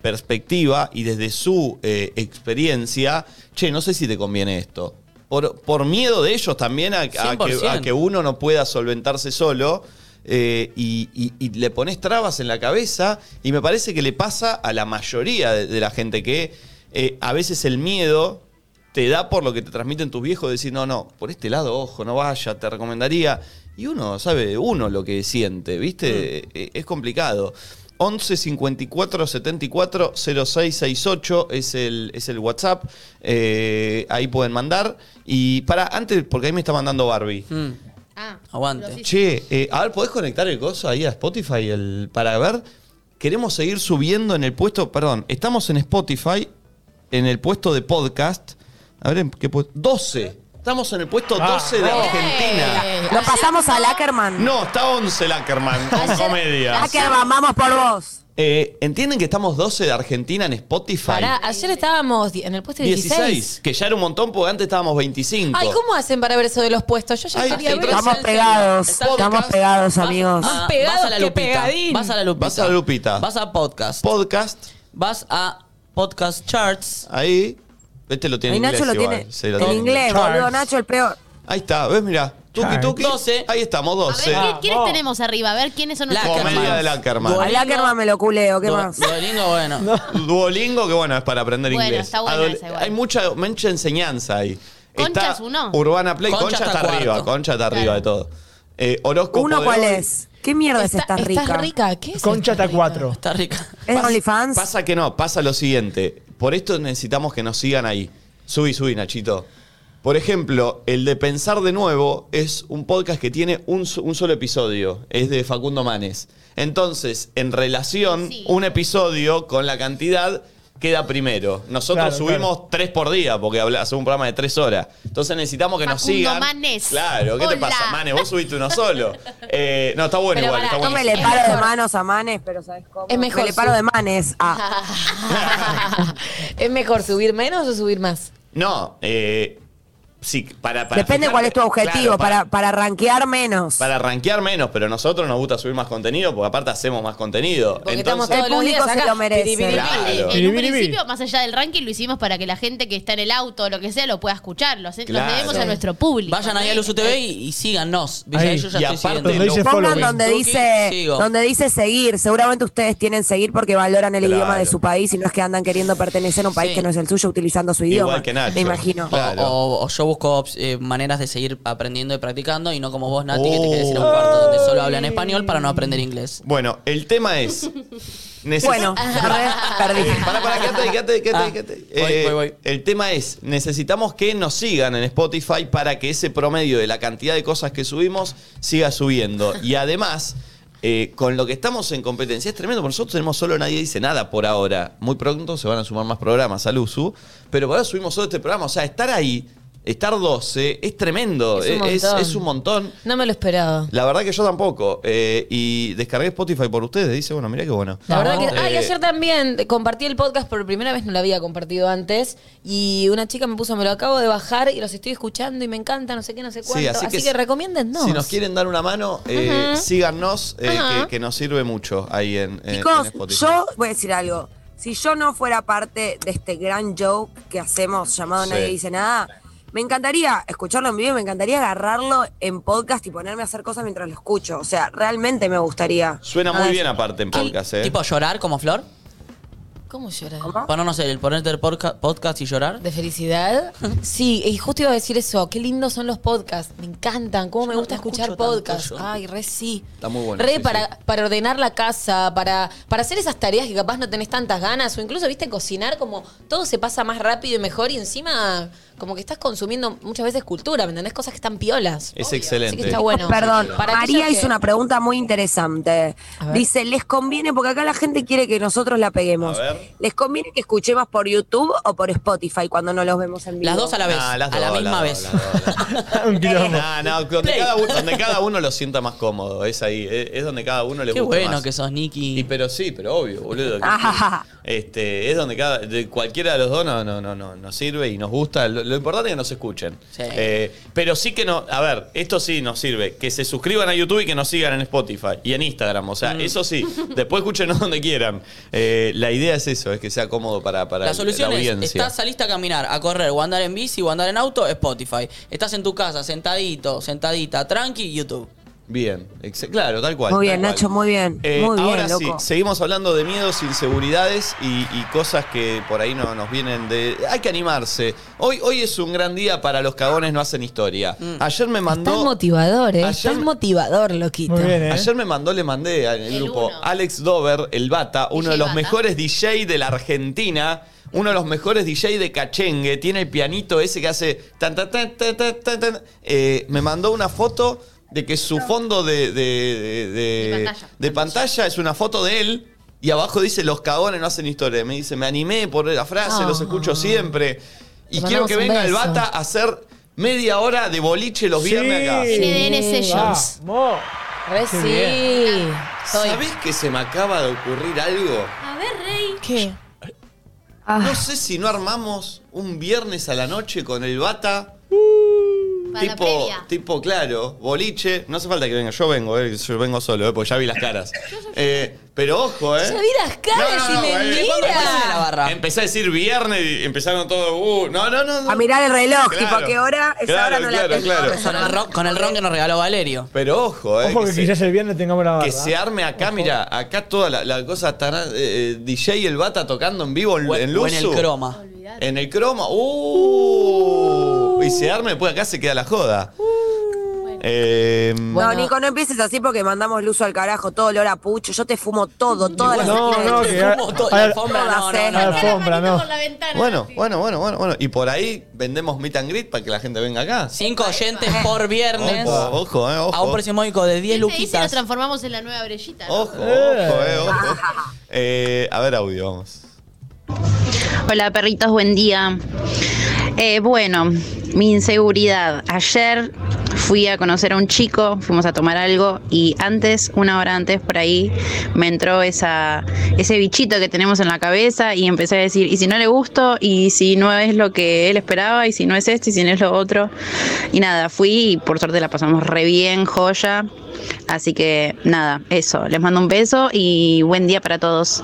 Speaker 1: perspectiva y desde su eh, experiencia, che, no sé si te conviene esto. Por, por miedo de ellos también a, a que, a
Speaker 2: 100%.
Speaker 1: que uno no pueda solventarse solo. eh, y, y- y le pones trabas en la cabeza y me parece que le pasa a la mayoría de, de la gente que eh, a veces el miedo te da por lo que te transmiten tus viejos, decir, no, no, por este lado, ojo, no vaya, te recomendaría. Y uno sabe, uno lo que siente, ¿viste? Eh, Es complicado. 11 54 74 0668 es el, es el WhatsApp. Eh, ahí pueden mandar. Y para, antes, porque ahí me está mandando Barbie.
Speaker 2: Mm.
Speaker 4: Ah,
Speaker 2: Aguante.
Speaker 4: pero sí, sí.
Speaker 1: Che, eh, a ver, ¿podés conectar el coso ahí a Spotify el, para ver? Queremos seguir subiendo en el puesto, perdón, estamos en Spotify, en el puesto de podcast. A ver, ¿en qué puesto? 12. Estamos en el puesto
Speaker 6: Ah.
Speaker 1: 12 de Argentina.
Speaker 5: Lo pasamos a Ackerman.
Speaker 1: No, está 11 Lackerman, con comedia.
Speaker 5: Ackerman, vamos por vos.
Speaker 1: Eh, ¿Entienden que estamos 12 de Argentina en Spotify?
Speaker 3: Pará, ayer estábamos di- en el puesto 16.
Speaker 1: 16, que ya era un montón porque antes estábamos 25.
Speaker 3: Ay, ¿cómo hacen para ver eso de los puestos? Yo ya
Speaker 1: Ay,
Speaker 3: quería
Speaker 1: sí,
Speaker 3: ver
Speaker 1: pero
Speaker 5: Estamos
Speaker 3: eso.
Speaker 5: pegados,
Speaker 2: Exacto.
Speaker 5: estamos pegados,
Speaker 2: Vas-
Speaker 5: amigos.
Speaker 2: ah,
Speaker 3: pegados
Speaker 2: vas a la
Speaker 3: que
Speaker 2: Lupita,
Speaker 3: pegadín.
Speaker 2: Vas a la Lupita.
Speaker 1: Vas a la Lupita.
Speaker 2: Vas a podcast.
Speaker 1: Podcast,
Speaker 2: vas a podcast charts.
Speaker 1: ahí. Este lo tiene
Speaker 5: Ay,
Speaker 1: en
Speaker 5: Nacho
Speaker 1: inglés
Speaker 5: lo
Speaker 1: igual.
Speaker 5: tiene
Speaker 1: Sí, lo
Speaker 5: en
Speaker 1: tiene
Speaker 5: inglés,
Speaker 6: Charles.
Speaker 5: boludo, Nacho el peor.
Speaker 1: Ahí está, ¿ves? Mirá. Tuki,
Speaker 6: Claro.
Speaker 1: tuki.
Speaker 2: 12.
Speaker 1: Ahí estamos,
Speaker 4: A
Speaker 1: 12.
Speaker 4: ver, ¿qué- ¿quiénes
Speaker 6: Vamos.
Speaker 4: tenemos arriba? A ver quiénes son nuestros
Speaker 1: Comedia
Speaker 4: amigos.
Speaker 1: de Lackerman.
Speaker 5: A
Speaker 2: Duolingo.
Speaker 5: Lackerman me lo culeo, ¿qué
Speaker 2: Du-
Speaker 5: más?
Speaker 2: Duolingo, bueno.
Speaker 1: Duolingo, que bueno, es para aprender
Speaker 4: Bueno,
Speaker 1: inglés.
Speaker 4: está buena
Speaker 1: Adol-
Speaker 4: esa igual.
Speaker 1: Hay mucha, mucha enseñanza ahí.
Speaker 4: Concha
Speaker 1: Está
Speaker 4: es uno.
Speaker 1: Urbana Play,
Speaker 2: Concha
Speaker 1: Concha,
Speaker 2: está
Speaker 1: está,
Speaker 2: cuarto.
Speaker 1: arriba, Concha está arriba de todo. Eh, horóscopo
Speaker 5: ¿Uno
Speaker 1: de
Speaker 5: cuál
Speaker 1: hoy.
Speaker 5: es? ¿Qué mierda es
Speaker 3: Está-
Speaker 5: esta rica?
Speaker 3: ¿Estás rica? ¿Qué es
Speaker 6: Concha
Speaker 3: estás
Speaker 6: está
Speaker 3: rica?
Speaker 6: 4.
Speaker 2: Está rica.
Speaker 5: ¿Es
Speaker 1: Pasa-
Speaker 5: OnlyFans?
Speaker 1: Pasa que no, pasa lo siguiente. Por esto necesitamos que nos sigan ahí. Subí, subí, Nachito. Por ejemplo, el de Pensar de Nuevo es un podcast que tiene un, so- un solo episodio. Es de Facundo Manes. Entonces, en relación,
Speaker 4: Sí.
Speaker 1: un episodio con la cantidad queda primero. Nosotros
Speaker 6: Claro,
Speaker 1: subimos tres por día porque habla- hacemos un programa de tres horas. Entonces necesitamos que nos
Speaker 4: Facundo
Speaker 1: sigan.
Speaker 4: Manes.
Speaker 1: Claro, ¿qué te
Speaker 4: Hola.
Speaker 1: pasa, Manes? Vos subiste uno solo. Eh, no, está bueno
Speaker 3: Pero
Speaker 1: igual.
Speaker 3: pará,
Speaker 1: está bueno.
Speaker 5: Yo me le
Speaker 3: Es
Speaker 5: paro de
Speaker 3: mejor.
Speaker 5: manos a manes, pero ¿sabes cómo?
Speaker 3: Es mejor
Speaker 5: Me le paro
Speaker 3: su-
Speaker 5: de manes Ah. a...
Speaker 3: ¿Es mejor subir menos o subir más?
Speaker 1: No, eh, sí, para, para
Speaker 5: Depende
Speaker 1: fijarte-
Speaker 5: cuál es tu objetivo,
Speaker 1: claro,
Speaker 5: para, para rankear menos.
Speaker 1: para rankear menos, pero a nosotros nos gusta subir más contenido porque aparte hacemos más contenido.
Speaker 3: Porque estamos
Speaker 1: Entonces,
Speaker 3: todos los
Speaker 5: público
Speaker 3: días
Speaker 5: se
Speaker 3: acá.
Speaker 5: lo merece.
Speaker 3: Piri, piri,
Speaker 1: Claro.
Speaker 3: piri.
Speaker 4: En un
Speaker 6: Biri, biri, biri.
Speaker 4: principio, más allá del ranking, lo hicimos para que la gente que está en el auto o lo que sea lo pueda escuchar. Lo hace- lo
Speaker 1: Claro.
Speaker 4: debemos a nuestro público. Eh.
Speaker 2: Vayan ahí a Luz UTV y, y síganos. Villa,
Speaker 6: Ahí.
Speaker 2: Yo ya
Speaker 1: Y
Speaker 2: estoy
Speaker 1: aparte
Speaker 2: siguiendo.
Speaker 6: Donde dice
Speaker 5: Pongan
Speaker 6: following.
Speaker 5: donde
Speaker 2: Tuki,
Speaker 5: dice,
Speaker 2: sigo.
Speaker 5: donde dice seguir. Seguramente ustedes tienen seguir porque valoran el
Speaker 1: Claro.
Speaker 5: idioma de su país y no es que andan queriendo pertenecer a un país
Speaker 2: Sí.
Speaker 5: que no es el suyo utilizando su idioma.
Speaker 1: Igual que Nacho.
Speaker 5: Me imagino.
Speaker 1: Claro.
Speaker 3: Oh,
Speaker 2: O, o yo busco eh, maneras de seguir aprendiendo y practicando y no como vos, Nati, que te
Speaker 1: Oh.
Speaker 2: querés ir a un cuarto donde solo hablan español para no aprender inglés.
Speaker 1: bueno, el tema es. neces-
Speaker 5: Bueno, perdí.
Speaker 1: Eh, Pará, pará, quédate, quédate, quédate,
Speaker 2: Ah,
Speaker 1: quédate.
Speaker 2: voy, voy, voy.
Speaker 1: eh, El tema es, necesitamos que nos sigan en Spotify para que ese promedio de la cantidad de cosas que subimos siga subiendo. Y además, eh, con lo que estamos en competencia es tremendo, porque nosotros tenemos solo Nadie Dice Nada por ahora. Muy pronto se van a sumar más programas al USU, pero por ahora subimos solo este programa. O sea, estar ahí, estar 12, es tremendo,
Speaker 3: Es un
Speaker 1: es-
Speaker 3: montón.
Speaker 1: es un montón.
Speaker 3: No me lo esperaba.
Speaker 1: La verdad que yo tampoco. Eh, y descargué Spotify por ustedes. Dice, bueno, mirá qué bueno.
Speaker 3: La verdad que.
Speaker 1: Eh,
Speaker 3: Ay, ayer también compartí el podcast por primera vez, no lo había compartido antes. Y una chica me puso, me lo acabo de bajar y los estoy escuchando y me encanta, no sé qué, no sé cuánto.
Speaker 1: Sí,
Speaker 3: así, que, recomienden, no.
Speaker 1: Si nos quieren dar una mano, eh, síganos, eh, que, que nos sirve mucho ahí en, en- en
Speaker 5: Chicos,
Speaker 1: Spotify.
Speaker 5: yo voy a decir algo. Si yo no fuera parte de este gran show que hacemos llamado
Speaker 1: Sí.
Speaker 5: Nadie Dice Nada, me encantaría escucharlo en vivo, y me encantaría agarrarlo en podcast y ponerme a hacer cosas mientras lo escucho. O sea, realmente me gustaría.
Speaker 1: Suena
Speaker 5: Ah,
Speaker 1: muy
Speaker 5: es-
Speaker 1: bien aparte en podcast, ¿eh?
Speaker 2: Tipo llorar como Flor.
Speaker 3: ¿Cómo llorar?
Speaker 5: ¿Cómo?
Speaker 2: Bueno, no sé, el ponerte el porca- podcast y llorar.
Speaker 3: ¿De felicidad? Sí, y justo iba a decir eso. Qué lindos son los podcasts. Me encantan. Cómo me
Speaker 2: no-
Speaker 3: gusta
Speaker 2: no
Speaker 3: escuchar
Speaker 2: escucho tanto
Speaker 3: podcasts.
Speaker 2: yo.
Speaker 3: Ay, re sí.
Speaker 1: Está muy bueno,
Speaker 3: Re
Speaker 1: sí,
Speaker 3: para,
Speaker 1: sí.
Speaker 3: para ordenar la casa, para, para hacer esas tareas que capaz no tenés tantas ganas. O incluso, viste, cocinar, como todo se pasa más rápido y mejor. Y encima, como que estás consumiendo muchas veces cultura, ¿me entendés? Cosas que están piolas.
Speaker 1: es
Speaker 3: Así que
Speaker 1: excelente.
Speaker 3: está bueno.
Speaker 5: Perdón,
Speaker 3: Para
Speaker 5: María
Speaker 3: aquellos
Speaker 5: hizo
Speaker 3: que-
Speaker 5: una pregunta muy interesante.
Speaker 3: A ver.
Speaker 5: Dice, ¿les conviene, porque acá la gente quiere que nosotros la peguemos,
Speaker 1: A ver.
Speaker 5: ¿les conviene que escuchemos por YouTube o por Spotify cuando no los vemos en vivo?
Speaker 2: Las dos a la vez.
Speaker 1: Nah, Ah, las
Speaker 2: a la
Speaker 1: dos, las
Speaker 2: misma vez.
Speaker 1: dos, las dos, las dos.
Speaker 6: Un quilombo.
Speaker 1: Nah, nah, donde,
Speaker 2: Play.
Speaker 1: cada uno, donde cada uno lo sienta más cómodo. Es ahí. Es, es donde cada uno le
Speaker 2: Qué
Speaker 1: gusta
Speaker 2: bueno
Speaker 1: más.
Speaker 2: que sos,
Speaker 1: Y
Speaker 2: Nicky.
Speaker 1: pero sí, pero obvio, boludo. que-
Speaker 5: Ah.
Speaker 1: este, es donde cada de cualquiera de los dos no, no, no, no, nos sirve y nos gusta. Lo, lo importante es que nos escuchen.
Speaker 2: Sí.
Speaker 1: Eh, pero sí que no, a ver, esto sí nos sirve, que se suscriban a YouTube y que nos sigan en Spotify y en Instagram, o
Speaker 2: Mm.
Speaker 1: sea, eso sí. Después escúchenos donde quieran. Eh, la idea es eso, es que sea cómodo para, para
Speaker 2: La
Speaker 1: el-
Speaker 2: solución
Speaker 1: la
Speaker 2: es,
Speaker 1: audiencia.
Speaker 2: estás, saliste a caminar, a correr, o a andar en bici, o a andar en auto, Spotify. Estás en tu casa, sentadito, sentadita, tranqui, YouTube.
Speaker 1: Bien, ex- claro, tal cual.
Speaker 5: Muy bien,
Speaker 1: tal cual.
Speaker 5: Nacho, muy bien.
Speaker 1: Eh,
Speaker 5: muy bien,
Speaker 1: ahora
Speaker 5: loco.
Speaker 1: sí, seguimos hablando de miedos, inseguridades y, y cosas que por ahí no nos vienen de. Hay que animarse. Hoy, hoy es un gran día para los cagones no hacen historia.
Speaker 2: Mm.
Speaker 1: Mm. Ayer me mandó.
Speaker 3: Estás motivador, ¿eh?
Speaker 1: Ayer
Speaker 3: Estás
Speaker 1: me-
Speaker 3: motivador, loquito.
Speaker 6: Muy bien, ¿eh?
Speaker 1: Ayer me mandó, le mandé al el
Speaker 4: El
Speaker 1: grupo
Speaker 4: uno.
Speaker 1: Alex Dover, el Bata, uno
Speaker 4: DJ
Speaker 1: de los
Speaker 4: Bata.
Speaker 1: mejores DJ de la Argentina, uno de los mejores DJ de Cachengue, tiene el pianito ese que hace tan tan tan tan tan tan, tan. Eh, me mandó una foto de que su fondo de, de, de, de-
Speaker 4: De pantalla.
Speaker 1: de pantalla es una foto de él. Y abajo dice, los cagones no hacen historia. Me dice, me animé por la frase, los
Speaker 3: Ah.
Speaker 1: escucho siempre. Y
Speaker 3: Te
Speaker 1: quiero
Speaker 3: mandamos
Speaker 1: que
Speaker 3: un
Speaker 1: venga el
Speaker 3: beso.
Speaker 1: Bata a hacer media hora de boliche los viernes acá.
Speaker 6: Sí.
Speaker 4: NDN Sessions.
Speaker 6: Vamos.
Speaker 3: Re
Speaker 6: Qué
Speaker 3: sí. Soy.
Speaker 1: ¿Sabés que se me acaba de ocurrir algo?
Speaker 4: A ver, Rey.
Speaker 6: ¿Qué?
Speaker 5: Ah.
Speaker 1: No sé si no armamos un viernes a la noche con el bata.
Speaker 5: Uh.
Speaker 4: Para la
Speaker 1: Tipo,
Speaker 4: previa.
Speaker 1: tipo, claro, boliche. No hace falta que venga, yo vengo, eh, yo vengo solo, eh, porque ya vi las caras. Eh, pero ojo, ¿eh?
Speaker 3: Ya vi las caras y me
Speaker 1: eh,
Speaker 3: mira.
Speaker 2: Empecé de la barra.
Speaker 1: Empecé a decir viernes y empezaron todos, uh, no, no, no. no.
Speaker 5: A mirar el reloj,
Speaker 1: Claro.
Speaker 5: tipo, ¿a qué hora? Esa
Speaker 1: Claro,
Speaker 5: hora no
Speaker 1: claro,
Speaker 5: la tengo.
Speaker 1: claro.
Speaker 2: Con el, ron, con el ron que nos regaló Valerio.
Speaker 1: Pero ojo, ¿eh?
Speaker 6: Ojo
Speaker 1: que
Speaker 6: que
Speaker 1: se-
Speaker 6: quizás el viernes tengamos la barra.
Speaker 1: Que se arme acá, mira, acá toda la, la cosa estará eh, eh, DJ y el bata tocando en vivo en,
Speaker 2: O,
Speaker 1: en
Speaker 2: o en el
Speaker 1: Luzu.
Speaker 2: croma.
Speaker 1: En el croma. ¡Uh! Y se arme, pues acá se queda la joda.
Speaker 4: Uh.
Speaker 1: Eh,
Speaker 5: No,
Speaker 3: Bueno.
Speaker 5: Nico, no empieces así porque mandamos el uso al carajo, todo olor a pucho, yo te fumo todo, todas las
Speaker 6: No,
Speaker 5: esquinas
Speaker 6: no,
Speaker 5: del-
Speaker 6: que-
Speaker 2: Fumo todo,
Speaker 6: a
Speaker 2: la
Speaker 6: ver,
Speaker 2: alfombra, no, no, no, no.
Speaker 6: a ver, Alfombra,
Speaker 4: manito
Speaker 6: no.
Speaker 4: por la ventana,
Speaker 1: bueno,
Speaker 4: así.
Speaker 1: bueno, bueno, bueno, bueno. Y por ahí vendemos meet and greet para que la gente venga acá.
Speaker 2: Cinco oyentes por viernes.
Speaker 1: Ojo, ojo, eh, ojo.
Speaker 2: A un precio módico de 10
Speaker 4: ¿Quién te dice
Speaker 2: luquitas.
Speaker 4: nos transformamos en la nueva brellita? ¿no?
Speaker 1: Ojo, ojo, eh, ojo. Eh, a ver, audio, vamos.
Speaker 7: Hola perritos, buen día. Eh, bueno, mi inseguridad. Ayer fui a conocer a un chico, fuimos a tomar algo y antes, una hora antes por ahí, me entró esa, ese bichito que tenemos en la cabeza y empecé a decir, ¿y si no le gusto? ¿Y si no es lo que él esperaba? ¿Y si no es esto? ¿Y si no es lo otro? Y nada, fui y por suerte la pasamos re bien, joya. Así que nada, eso. Les mando un beso y buen día para todos.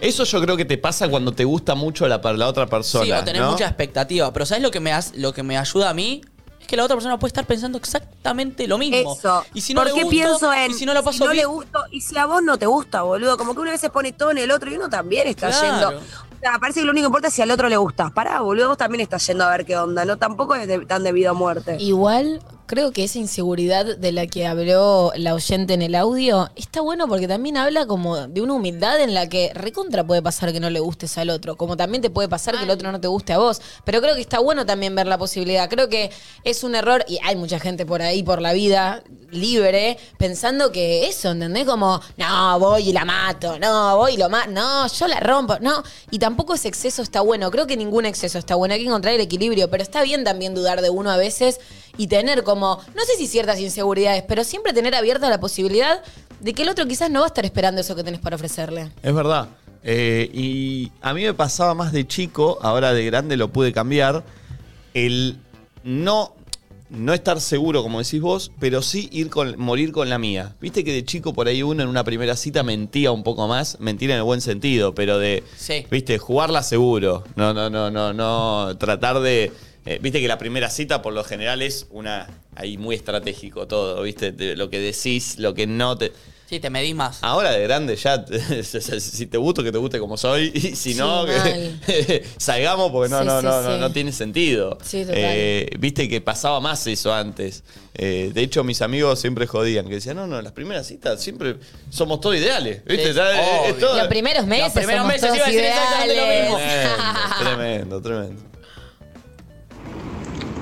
Speaker 1: Eso yo creo que te pasa cuando te gusta mucho la, la otra persona.
Speaker 2: Sí, o tenés
Speaker 1: ¿no?
Speaker 2: mucha expectativa. Pero ¿sabes lo que me hace- lo que me ayuda a mí? Es que la otra persona puede estar pensando exactamente lo mismo.
Speaker 5: Eso.
Speaker 2: Y si no
Speaker 5: ¿Por
Speaker 2: le
Speaker 5: qué
Speaker 2: gusto,
Speaker 5: pienso en
Speaker 2: y si no la paso
Speaker 5: le
Speaker 2: bien,
Speaker 5: gusto y si a vos no te gusta, boludo? Como que una vez se pone todo en el otro y uno también está
Speaker 2: Claro.
Speaker 5: yendo. O sea, parece que lo único que importa es si al otro le gustas. Pará, boludo, vos también estás yendo a ver qué onda, ¿no? Tampoco es de- tan debido a muerte.
Speaker 3: Igual creo que esa inseguridad de la que habló la oyente en el audio está bueno porque también habla como de una humildad en la que recontra puede pasar que no le gustes al otro, como también te puede pasar que el otro no te guste a vos, pero creo que está bueno también ver la posibilidad. Creo que es un error y hay mucha gente por ahí por la vida libre pensando que eso, ¿entendés? Como, no, voy y la mato, no, voy y lo mato, no, yo la rompo, no. Y tampoco ese exceso está bueno, creo que ningún exceso está bueno, hay que encontrar el equilibrio, pero está bien también dudar de uno a veces y tener como, no sé si ciertas inseguridades, pero siempre tener abierta la posibilidad de que el otro quizás no va a estar esperando eso que tenés para ofrecerle.
Speaker 1: Es verdad. Eh, y a mí me pasaba más de chico, ahora de grande lo pude cambiar, el no, no estar seguro, como decís vos, pero sí ir con, morir con la mía. Viste que de chico por ahí uno en una primera cita mentía un poco más, mentira en el buen sentido, pero de,
Speaker 2: Sí.
Speaker 1: viste, jugarla seguro. No, no, no, no, no, tratar de... eh, viste que la primera cita por lo general es una... Ahí muy estratégico todo, viste, Te- lo que decís, lo que no te...
Speaker 2: Sí, te medís más.
Speaker 1: Ahora de grande ya, si te gusto, que te guste como soy, y si
Speaker 3: Sí,
Speaker 1: no, que, salgamos porque no,
Speaker 3: Sí,
Speaker 1: no,
Speaker 3: sí,
Speaker 1: no,
Speaker 3: sí.
Speaker 1: no, no tiene sentido.
Speaker 3: Sí, total.
Speaker 1: Eh, Viste que pasaba más eso antes. Eh, de hecho, mis amigos siempre jodían, que decían, no, no, las primeras citas siempre somos todos ideales. ¿Viste?
Speaker 2: Sí,
Speaker 1: Ya, eh,
Speaker 2: obvio.
Speaker 1: es todo-
Speaker 3: Los primeros meses,
Speaker 2: Los primeros
Speaker 3: somos
Speaker 2: meses,
Speaker 3: todos
Speaker 2: iba a decir exactamente lo
Speaker 3: ideales.
Speaker 1: Tremendo,
Speaker 2: mismo.
Speaker 1: tremendo, tremendo.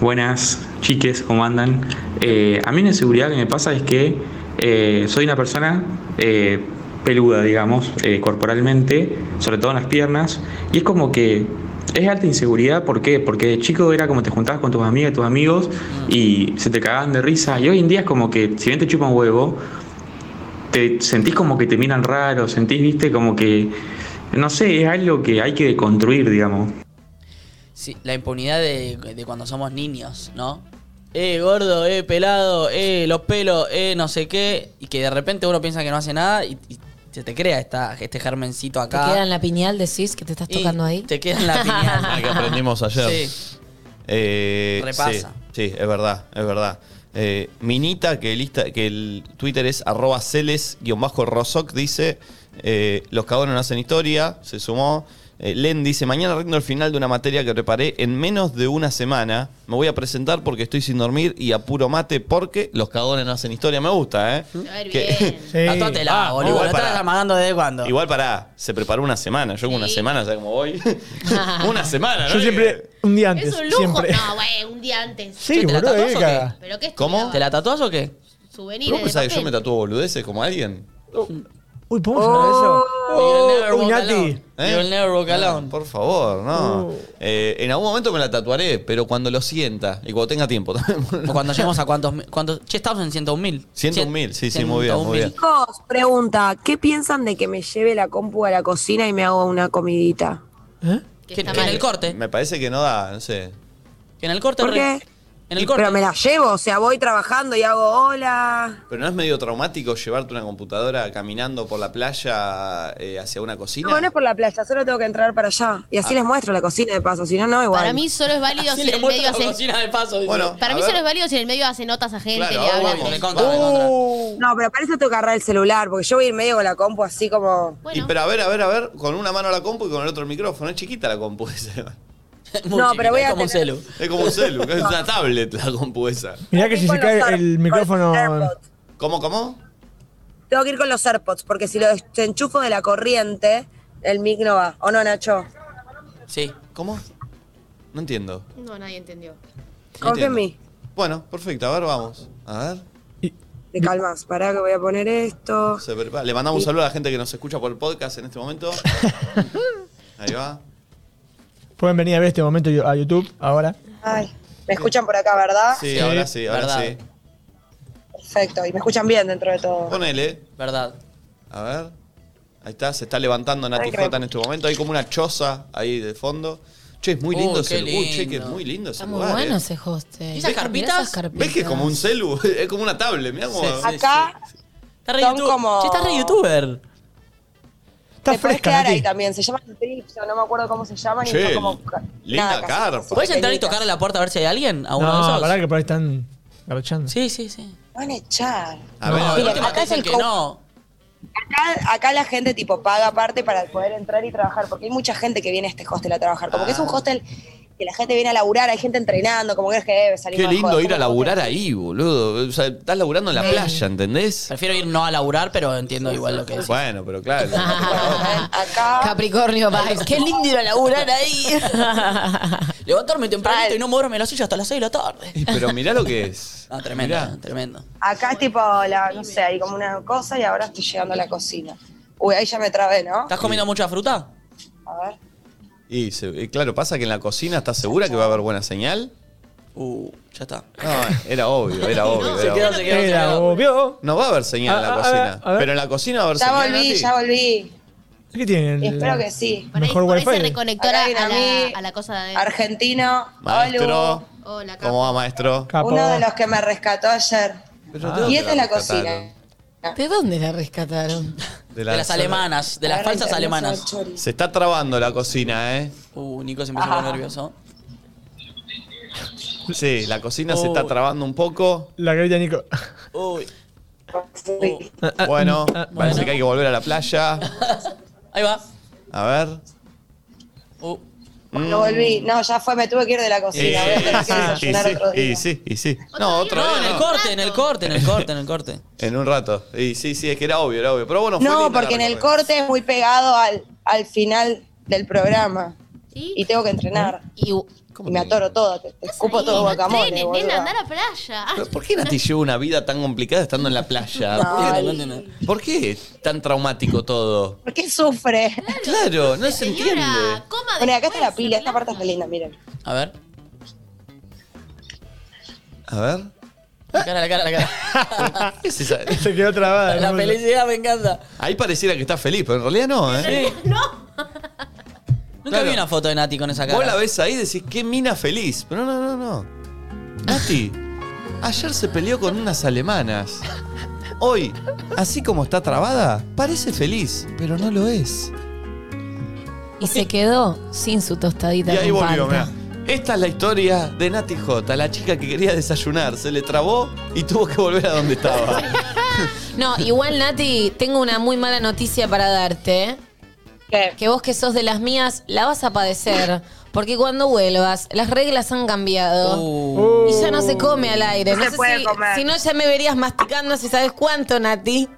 Speaker 8: Buenas, chiques, ¿cómo andan? Eh, a mí una inseguridad que me pasa es que eh, soy una persona eh, peluda, digamos, eh, corporalmente, sobre todo en las piernas, y es como que es alta inseguridad, ¿por qué? Porque de chico era como te juntabas con tus amigas y tus amigos y se te cagaban de risa, y hoy en día es como que si bien te chupa un huevo, te sentís como que te miran raro, sentís, viste, como que, no sé, es algo que hay que deconstruir, digamos.
Speaker 2: Sí, la impunidad de, de cuando somos niños, ¿no? Eh, gordo, eh, pelado, eh, los pelos, eh, no sé qué. Y que de repente uno piensa que no hace nada y, y se te crea esta, este germencito
Speaker 3: ¿Te
Speaker 2: acá.
Speaker 3: queda en la piñal decís que te estás
Speaker 2: Y
Speaker 3: tocando ahí?
Speaker 2: Te queda en la
Speaker 1: Ah,
Speaker 2: piñal.
Speaker 1: que aprendimos ayer.
Speaker 2: Sí.
Speaker 1: Eh,
Speaker 2: Repasa.
Speaker 1: Sí, sí, es verdad, es verdad. Eh, Minita, que el, Insta- que el Twitter es arroba celes-rosoc, dice, eh, los cagones no hacen historia, se sumó. Eh, Len dice, mañana rindo el final de una materia que preparé en menos de una semana. Me voy a presentar porque estoy sin dormir y a puro mate porque los cagones no hacen historia. Me gusta, ¿eh?
Speaker 2: ¿Mm?
Speaker 4: A ver,
Speaker 1: Que-
Speaker 4: bien.
Speaker 6: Sí.
Speaker 2: Tatuátela,
Speaker 1: Ah,
Speaker 2: boludo.
Speaker 1: igual
Speaker 2: la estás
Speaker 1: para-
Speaker 2: amagando desde cuándo.
Speaker 1: Igual pará, se preparó una semana. Yo con una
Speaker 4: Sí.
Speaker 1: semana, ¿sabes cómo voy? una semana, ¿no?
Speaker 6: Yo siempre, un día antes.
Speaker 4: Es un lujo.
Speaker 6: Siempre.
Speaker 4: No, güey, un día antes.
Speaker 6: Sí,
Speaker 2: ¿Yo te la
Speaker 6: boludo,
Speaker 2: tatuás
Speaker 6: eh,
Speaker 2: o
Speaker 6: caga.
Speaker 4: ¿Pero qué ¿eh?
Speaker 1: ¿Cómo?
Speaker 2: ¿Te la tatuás o qué?
Speaker 4: Souvenirs
Speaker 1: ¿Vos
Speaker 4: de
Speaker 1: pensás que yo
Speaker 4: papel.
Speaker 1: me tatúo boludeces como alguien?
Speaker 6: Uy, ¿podemos hablar de eso?
Speaker 2: You'll never
Speaker 6: Oh,
Speaker 2: walk
Speaker 6: uy, Nati.
Speaker 2: alone.
Speaker 1: ¿Eh?
Speaker 2: You'll never walk
Speaker 1: No,
Speaker 2: alone.
Speaker 1: Por favor, no.
Speaker 6: Uh.
Speaker 1: Eh, en algún momento me la tatuaré, pero cuando lo sienta y cuando tenga tiempo también.
Speaker 2: O cuando lleguemos a cuántos. mi- cuántos che, estamos en 101 mil.
Speaker 1: 101.000, sí, sí, muy bien, muy bien.
Speaker 5: Chicos, pregunta, ¿qué piensan de que me lleve la compu a la cocina y me hago una comidita?
Speaker 6: ¿Eh?
Speaker 2: Que,
Speaker 4: está
Speaker 2: que en
Speaker 4: mal.
Speaker 2: el corte.
Speaker 1: Me parece que no da, no sé.
Speaker 2: Que en el corte.
Speaker 5: ¿Por
Speaker 2: re-
Speaker 5: qué?
Speaker 2: En el
Speaker 5: Y-
Speaker 2: corte.
Speaker 5: Pero me la llevo, o sea, voy trabajando y hago hola.
Speaker 1: ¿Pero no es medio traumático llevarte una computadora caminando por la playa eh, hacia una cocina?
Speaker 5: No, no es por la playa, solo tengo que entrar para allá. Y
Speaker 2: Ah.
Speaker 5: así les muestro la cocina de paso, si no, no, igual.
Speaker 4: Para mí solo es válido
Speaker 2: Así
Speaker 4: si
Speaker 2: le
Speaker 4: en el
Speaker 2: muestro
Speaker 4: medio
Speaker 2: la
Speaker 4: hace.
Speaker 2: cocina de paso. dice.
Speaker 1: Bueno.
Speaker 4: Para
Speaker 1: A
Speaker 4: mí
Speaker 1: ver.
Speaker 4: solo es válido si en el medio hace notas a gente,
Speaker 1: Claro,
Speaker 4: le
Speaker 1: ahora
Speaker 4: habla.
Speaker 1: vamos.
Speaker 2: Me contra, me contra.
Speaker 6: Uh.
Speaker 5: No, pero para eso tengo que agarrar el celular, porque yo voy a ir medio con la compu así como...
Speaker 1: Y, pero a ver, a ver, a ver, con una mano a la compu y con el otro el micrófono. Es chiquita la compu esa.
Speaker 2: Muy
Speaker 5: No,
Speaker 2: chiquita,
Speaker 5: pero voy
Speaker 2: es
Speaker 5: a
Speaker 2: como un
Speaker 5: tener-
Speaker 2: celu.
Speaker 1: Es como un celu, es una tablet la compu esa.
Speaker 6: Mirá que si
Speaker 5: Tengo
Speaker 6: se
Speaker 5: que ir con los
Speaker 6: cae
Speaker 5: Air-
Speaker 6: el
Speaker 5: con
Speaker 6: micrófono.
Speaker 5: los AirPods.
Speaker 1: ¿Cómo, cómo?
Speaker 5: Tengo que ir con los AirPods, porque si lo desenchufo de la corriente, el mic no va. ¿O no, Nacho?
Speaker 2: Sí.
Speaker 1: ¿Cómo? No entiendo.
Speaker 4: No, nadie entendió.
Speaker 1: No
Speaker 5: Confía en
Speaker 1: entiendo.
Speaker 5: mí.
Speaker 1: Bueno, perfecto, a ver, vamos. A ver.
Speaker 5: Te calmas, pará que voy a poner esto.
Speaker 1: se prepara. Le mandamos un saludo a la gente que nos escucha por el podcast en este momento. Ahí va.
Speaker 6: Pueden venir a ver este momento yo- a YouTube ahora.
Speaker 5: Ay, me escuchan por acá, ¿verdad?
Speaker 1: Sí, ahora sí, ahora
Speaker 2: Ah, verdad.
Speaker 1: sí.
Speaker 5: Perfecto, y me escuchan bien dentro de todo.
Speaker 1: Ponele.
Speaker 2: Verdad.
Speaker 1: A ver. Ahí está, se está levantando Nati
Speaker 5: Ay, qué
Speaker 1: Jota en este momento. Hay como una choza ahí de fondo. Che, es muy
Speaker 2: Uh,
Speaker 1: lindo
Speaker 2: qué
Speaker 1: ese lugar. Uy, che, que es
Speaker 2: lindo.
Speaker 1: muy lindo ese
Speaker 3: Está muy
Speaker 1: lugar.
Speaker 3: bueno
Speaker 1: eh.
Speaker 3: ese hostel.
Speaker 2: ¿Y esas
Speaker 3: Mirá
Speaker 2: carpitas?
Speaker 1: ¿Ves que es como un celu? Es como una tablet, mirá cómo.
Speaker 2: Sí, sí.
Speaker 5: Acá
Speaker 2: Está re
Speaker 5: Son
Speaker 2: youtu-
Speaker 5: como-
Speaker 2: Che, está re youtuber.
Speaker 6: Está
Speaker 5: te podés
Speaker 6: fresca,
Speaker 5: quedar
Speaker 6: Nati.
Speaker 5: ahí también. Se llaman trips, o no me acuerdo cómo se llaman.
Speaker 1: Che,
Speaker 5: y son como... ca-
Speaker 1: linda
Speaker 5: casi-
Speaker 1: carpa.
Speaker 5: casi
Speaker 2: ¿Puedes entrar y
Speaker 5: pequeñitas.
Speaker 2: tocarle la puerta a ver si hay alguien? ¿A uno de
Speaker 6: No,
Speaker 2: esos?
Speaker 6: pará que por ahí están garchando.
Speaker 2: Sí, sí, sí.
Speaker 5: Van a echar.
Speaker 1: A ver, a
Speaker 2: de
Speaker 1: ver.
Speaker 5: Mira,
Speaker 2: última
Speaker 5: acá
Speaker 2: te
Speaker 5: es el
Speaker 2: dicen
Speaker 5: co-
Speaker 2: que no.
Speaker 5: Acá, acá la gente tipo paga aparte para poder entrar y trabajar, porque hay mucha gente que viene a este hostel a trabajar. Como que es un
Speaker 1: Ah.
Speaker 5: hostel que la gente viene a laburar, hay gente entrenando, como que es que debe salir
Speaker 1: Qué
Speaker 5: más
Speaker 1: lindo
Speaker 5: joven.
Speaker 1: ir a laburar ahí, boludo. O sea, estás laburando en la playa, ¿entendés?
Speaker 2: Prefiero ir no a laburar, pero entiendo igual lo que es.
Speaker 1: Bueno, pero claro.
Speaker 5: Acá-
Speaker 3: Capricornio vibes. Qué lindo ir a laburar ahí.
Speaker 2: Levantarme tempranito
Speaker 5: Mal.
Speaker 2: y no moverme de la silla hasta las 6 de la tarde.
Speaker 1: Eh, Pero mirá lo que es.
Speaker 2: No, tremendo,
Speaker 1: Mirá.
Speaker 2: tremendo.
Speaker 5: Acá es tipo, la, no sé, hay como una cosa y ahora estoy llegando a la cocina. Uy, ahí ya me trabé, ¿no?
Speaker 2: ¿Estás comiendo mucha fruta?
Speaker 5: A ver.
Speaker 1: Y se- eh, claro, pasa que en la cocina estás segura que va a haber buena señal.
Speaker 2: Uh, ya está.
Speaker 1: No, era obvio, era obvio.
Speaker 2: Se
Speaker 1: era
Speaker 2: quedó,
Speaker 1: obvio.
Speaker 2: se quedó, se
Speaker 6: Era
Speaker 2: quedó.
Speaker 6: obvio.
Speaker 1: No va a haber señal en
Speaker 6: A-
Speaker 1: la
Speaker 6: a-
Speaker 1: cocina.
Speaker 6: a ver.
Speaker 1: pero en la cocina va a haber
Speaker 5: Ya
Speaker 1: señal.
Speaker 5: volví,
Speaker 1: Nati.
Speaker 5: ya volví.
Speaker 6: ¿Qué tienen?
Speaker 5: Y espero que sí.
Speaker 4: Por ahí,
Speaker 6: Mejor
Speaker 4: por ahí se
Speaker 6: wifi.
Speaker 4: reconectó
Speaker 5: Acá
Speaker 4: a
Speaker 5: viene
Speaker 4: la,
Speaker 5: a
Speaker 4: a
Speaker 5: mí,
Speaker 4: la- a la cosa de adentro.
Speaker 5: argentino,
Speaker 1: Maestro.
Speaker 5: Olu,
Speaker 4: Hola,
Speaker 1: ¿Cómo va, maestro? Ah,
Speaker 6: Capo.
Speaker 5: uno de los que me rescató ayer.
Speaker 1: Pero ¿de
Speaker 5: y
Speaker 1: dónde
Speaker 5: esta es la
Speaker 1: rescataron?
Speaker 5: cocina.
Speaker 3: ¿De dónde la rescataron?
Speaker 1: De
Speaker 2: De las alemanas, de las
Speaker 5: Ahora
Speaker 2: falsas
Speaker 5: internos
Speaker 2: alemanas.
Speaker 5: al chori.
Speaker 1: Se está trabando la cocina, ¿eh?
Speaker 2: Uh, Nico se empezó a poner
Speaker 1: Ah.
Speaker 5: Ajá.
Speaker 2: nervioso.
Speaker 1: Sí, la cocina se
Speaker 2: Oh.
Speaker 1: está trabando un poco.
Speaker 6: La carita de Nico.
Speaker 2: Uy.
Speaker 5: Sí.
Speaker 1: Bueno,
Speaker 6: ah,
Speaker 1: parece que hay que volver a la playa.
Speaker 2: Ahí va.
Speaker 1: A ver.
Speaker 2: Uh.
Speaker 5: No volví. No, ya fue, me tuve que ir de la cocina. Voy a tener que
Speaker 1: Eh, y
Speaker 5: desayunar
Speaker 1: sí,
Speaker 5: otro
Speaker 1: y
Speaker 5: día.
Speaker 1: sí, y sí. No, otro
Speaker 2: No, en
Speaker 1: día
Speaker 2: el
Speaker 1: no.
Speaker 2: corte, en el corte, en el corte, en el corte.
Speaker 1: En un rato. Y sí, sí, es que era obvio, era obvio. Pero bueno, fue
Speaker 5: No,
Speaker 1: linda la
Speaker 5: porque en el
Speaker 1: recorrida.
Speaker 5: corte es muy pegado al, al final del programa.
Speaker 4: Sí.
Speaker 5: Y tengo que entrenar.
Speaker 3: Y
Speaker 5: Y me atoro todo, te, te escupo todo guacamole.
Speaker 4: Trenes, nena, andá a
Speaker 5: boluda.
Speaker 4: la playa.
Speaker 1: Pero ¿Por qué Nati lleva una vida tan complicada estando en la playa?
Speaker 5: No.
Speaker 1: ¿Por, qué,
Speaker 5: Ay.
Speaker 2: No entiendo.
Speaker 1: por qué es tan traumático todo?
Speaker 5: ¿Por qué sufre?
Speaker 1: Claro, no se entiende.
Speaker 4: Señora, coma
Speaker 5: Bueno, y acá está
Speaker 4: después,
Speaker 5: la pila, esta parte
Speaker 4: relaja.
Speaker 5: está linda, miren.
Speaker 2: A ver.
Speaker 1: A ver.
Speaker 2: La cara, la cara, la cara.
Speaker 1: ¿Qué es esa?
Speaker 6: Se quedó trabada.
Speaker 2: La
Speaker 6: ¿no?
Speaker 2: felicidad me encanta.
Speaker 1: Ahí pareciera que está feliz, pero en realidad no, ¿eh?
Speaker 2: Nunca
Speaker 1: Claro.
Speaker 2: vi una foto de Nati con esa cara.
Speaker 1: Vos la ves ahí y decís, qué mina feliz. Pero no, no, no. Nati, ayer se peleó con unas alemanas. Hoy, así como está trabada, parece feliz, pero no lo es.
Speaker 3: Y se quedó sin su tostadita.
Speaker 1: Y ahí
Speaker 3: con
Speaker 1: volvió, mirá.
Speaker 3: palta.
Speaker 1: Esta es la historia de Nati J, la chica que quería desayunar, se le trabó y tuvo que volver a donde estaba.
Speaker 3: No, igual Nati, tengo una muy mala noticia para darte.
Speaker 5: ¿Qué?
Speaker 3: Que vos que sos de las mías, la vas a padecer. Porque cuando vuelvas, las reglas han cambiado.
Speaker 2: Uh.
Speaker 3: Y ya no se come al aire.
Speaker 5: No
Speaker 3: No
Speaker 5: se
Speaker 3: sé
Speaker 5: puede
Speaker 3: si,
Speaker 5: comer.
Speaker 3: si no, ya me verías masticando si sabes cuánto, Nati.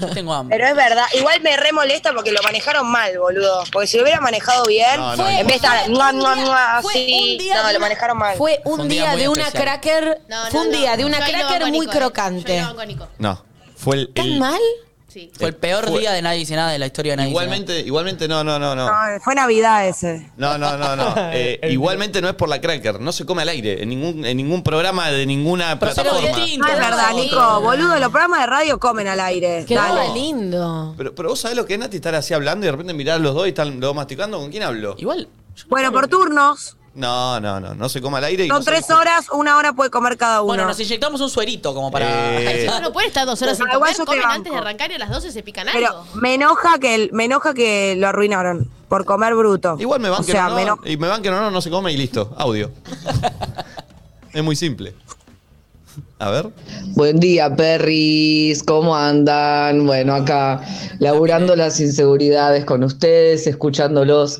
Speaker 2: Yo tengo hambre.
Speaker 5: Pero es verdad, igual me re molesta porque lo manejaron mal, boludo. Porque si lo hubiera manejado bien,
Speaker 1: No, no,
Speaker 5: en vez de estar mua, mua, mua, así, no, lo manejaron mal.
Speaker 3: Fue
Speaker 2: Fue
Speaker 3: un
Speaker 2: un día
Speaker 3: día
Speaker 2: muy
Speaker 3: de una
Speaker 2: especial.
Speaker 3: cracker.
Speaker 4: No, no,
Speaker 3: Fue un
Speaker 4: no.
Speaker 3: día de una
Speaker 4: Yo ahí no
Speaker 3: cracker
Speaker 4: banco a
Speaker 3: muy
Speaker 4: Nico, eh.
Speaker 3: crocante.
Speaker 4: Yo ahí no banco a Nico.
Speaker 1: No, fue el...
Speaker 3: ¿Tan
Speaker 1: el-
Speaker 3: mal?
Speaker 4: Sí.
Speaker 2: Fue el peor
Speaker 1: Fue-
Speaker 2: día de Nadie Dice Nada de la historia de Nadie Dice
Speaker 1: Igualmente, igualmente no, no, no, no.
Speaker 5: No, fue Navidad ese.
Speaker 1: No, no, no, no. Eh,
Speaker 6: El-
Speaker 1: igualmente no es por la cracker. No se come al aire en ningún, en ningún programa de ninguna
Speaker 2: Pero será
Speaker 1: plataforma.
Speaker 2: distinto.
Speaker 5: No es verdad, Nico, boludo, los programas de radio comen al aire.
Speaker 3: Qué
Speaker 5: Dale.
Speaker 3: lindo.
Speaker 1: Pero, pero vos sabés lo que es Nati estar así hablando y de repente mirar a los dos y están los dos masticando. ¿Con quién hablo?
Speaker 2: Nada. Igual. yo-
Speaker 5: Bueno, por turnos,
Speaker 1: No, no, no. No se come al aire. Y
Speaker 5: son
Speaker 1: no se-
Speaker 5: tres horas, una hora puede comer cada uno.
Speaker 2: Bueno, nos inyectamos un suerito como para.
Speaker 1: Eh,
Speaker 4: No, no pueden estar dos horas sin
Speaker 5: Paraguayo
Speaker 4: comer,
Speaker 5: te
Speaker 4: comen
Speaker 5: banco.
Speaker 4: antes de arrancar y a las 12 se pican
Speaker 5: Pero
Speaker 4: algo.
Speaker 5: me enoja que el- me enoja que lo arruinaron por comer bruto.
Speaker 1: Igual me van
Speaker 5: O sea, me
Speaker 1: no,
Speaker 5: eno-
Speaker 1: y me van que no, no, no se come y listo. Audio. es muy simple. A ver.
Speaker 9: Buen día, Perris. ¿Cómo andan? Bueno, acá laburando las inseguridades con ustedes, escuchándolos.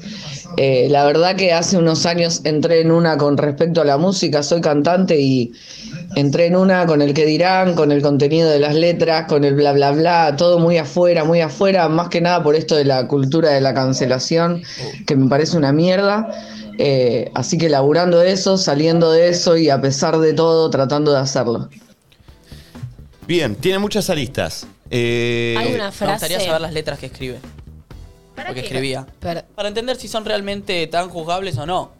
Speaker 9: Eh, la verdad que hace unos años entré en una con respecto a la música. Soy cantante y entré en una con el que dirán, con el contenido de las letras, con el bla, bla, bla. Todo muy afuera, muy afuera. Más que nada por esto de la cultura de la cancelación, que me parece una mierda. Eh, así que laburando de eso, saliendo de eso y a pesar de todo, tratando de hacerlo.
Speaker 1: Bien, tiene muchas aristas. Eh,
Speaker 3: Hay una
Speaker 2: Me
Speaker 3: frase.
Speaker 2: gustaría saber las letras que escribe.
Speaker 4: ¿Para
Speaker 2: o que
Speaker 4: qué?
Speaker 2: escribía.
Speaker 3: Per-
Speaker 2: Para entender si son realmente tan juzgables o no.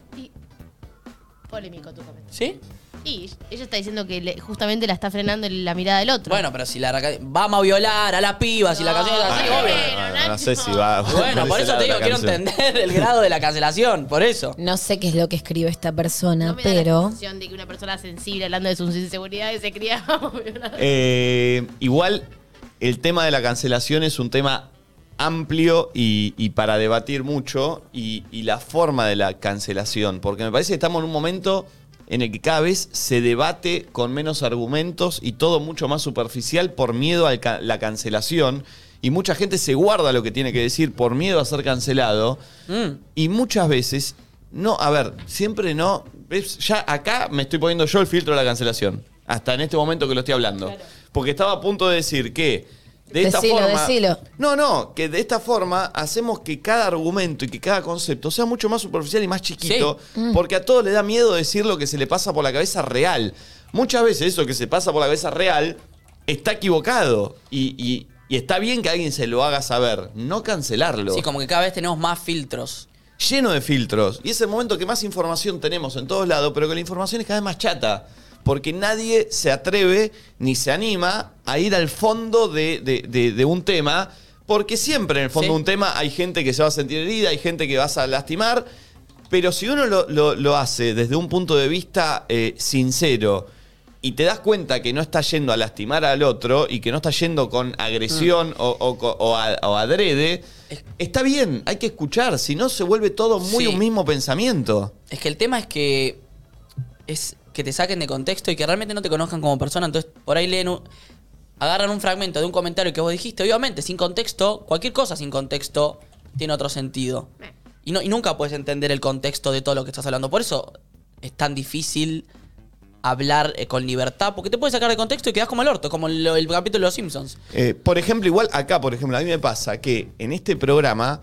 Speaker 4: Polémico tu comentario.
Speaker 2: ¿Sí?
Speaker 4: Y ella está diciendo que le- justamente la está frenando la mirada del otro.
Speaker 2: Bueno, pero si la raca- vamos a violar a las pibas y la canción es
Speaker 4: No.
Speaker 2: así,
Speaker 1: bueno,
Speaker 2: obvio.
Speaker 1: Ah, bueno, no sé si va.
Speaker 2: Ah, Bueno, por
Speaker 1: ese
Speaker 2: eso
Speaker 1: lado
Speaker 2: te
Speaker 1: de
Speaker 2: digo,
Speaker 1: la
Speaker 2: quiero
Speaker 1: canción.
Speaker 2: entender el grado de la cancelación, por eso.
Speaker 3: No sé qué es lo que escribe esta persona,
Speaker 4: No me da la
Speaker 3: pero.
Speaker 4: sensación de que una persona sensible hablando de sus inseguridades se cría.
Speaker 1: Eh, igual, el tema de la cancelación es un tema amplio y, y para debatir mucho y, y la forma de la cancelación, porque me parece que estamos en un momento en el que cada vez se debate con menos argumentos y todo mucho más superficial por miedo a la cancelación y mucha gente se guarda lo que tiene que decir por miedo a ser cancelado y muchas veces no, a ver, siempre no, ¿ves? ya acá me estoy poniendo yo el filtro de la cancelación, hasta en este momento que lo estoy hablando, porque estaba a punto de decir que de esta
Speaker 3: Decilo,
Speaker 1: forma
Speaker 3: decilo.
Speaker 1: no, no, que de esta forma hacemos que cada argumento y que cada concepto sea mucho más superficial y más chiquito,
Speaker 2: Mm.
Speaker 1: porque a todos le da miedo decir lo que se le pasa por la cabeza real. Muchas veces eso que se pasa por la cabeza real está equivocado y, y- y está bien que alguien se lo haga saber, no cancelarlo.
Speaker 2: Sí, como que cada vez tenemos más filtros.
Speaker 1: Lleno de filtros. Y es el momento que más información tenemos en todos lados, pero que la información es cada vez más chata. Porque nadie se atreve ni se anima a ir al fondo de, de- de- de un tema. Porque siempre en el fondo
Speaker 2: Sí.
Speaker 1: de un tema hay gente que se va a sentir herida, hay gente que vas a lastimar. Pero si uno lo, lo- lo hace desde un punto de vista eh, sincero y te das cuenta que no está yendo a lastimar al otro y que no está yendo con agresión o, o co- o a- o adrede, está bien, hay que escuchar. Si no, se vuelve todo muy
Speaker 2: Sí.
Speaker 1: un mismo pensamiento.
Speaker 2: Es que el tema es que es que te saquen de contexto y que realmente no te conozcan como persona. Entonces, por ahí leen un- agarran un fragmento de un comentario que vos dijiste. Obviamente, sin contexto, cualquier cosa sin contexto tiene otro sentido. Y, no, y nunca puedes entender el contexto de todo lo que estás hablando. Por eso es tan difícil hablar eh, con libertad, porque te puedes sacar de contexto y quedás como el orto, como lo- el capítulo de Los Simpsons.
Speaker 1: Eh, por ejemplo, igual acá, por ejemplo, a mí me pasa que en este programa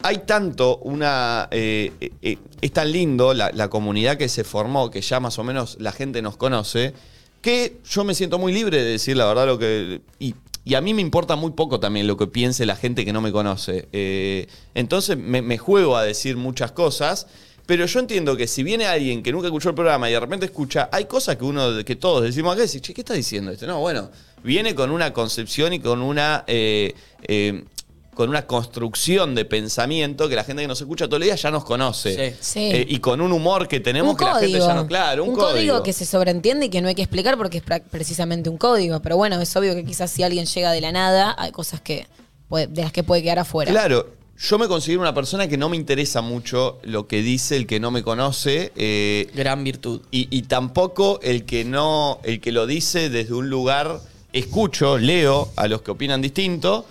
Speaker 1: hay tanto una... eh, eh, eh, es tan lindo la, la comunidad que se formó, que ya más o menos la gente nos conoce, que yo me siento muy libre de decir la verdad lo que... Y, y a mí me importa muy poco también lo que piense la gente que no me conoce. Eh, entonces me, me juego a decir muchas cosas. Pero yo entiendo que si viene alguien que nunca escuchó el programa y de repente escucha, hay cosas que uno, que todos decimos acá, y dice, che, ¿qué está diciendo este? No, bueno, viene con una concepción y con una eh, eh, con una construcción de pensamiento que la gente que nos escucha todo el día ya nos conoce.
Speaker 2: Sí.
Speaker 3: Sí.
Speaker 1: Eh, y con un humor que tenemos
Speaker 3: un
Speaker 1: que la
Speaker 3: código.
Speaker 1: gente ya no. Claro, un,
Speaker 3: código. que se sobreentiende y que no hay que explicar porque es pra- precisamente un código. Pero bueno, es obvio que quizás si alguien llega de la nada, hay cosas que puede- de las que puede quedar afuera.
Speaker 1: Claro, yo me considero una persona que no me interesa mucho lo que dice el que no me conoce. eh,
Speaker 2: Gran virtud.
Speaker 1: y, y tampoco el que no, el que lo dice desde un lugar, escucho, leo a los que opinan distinto,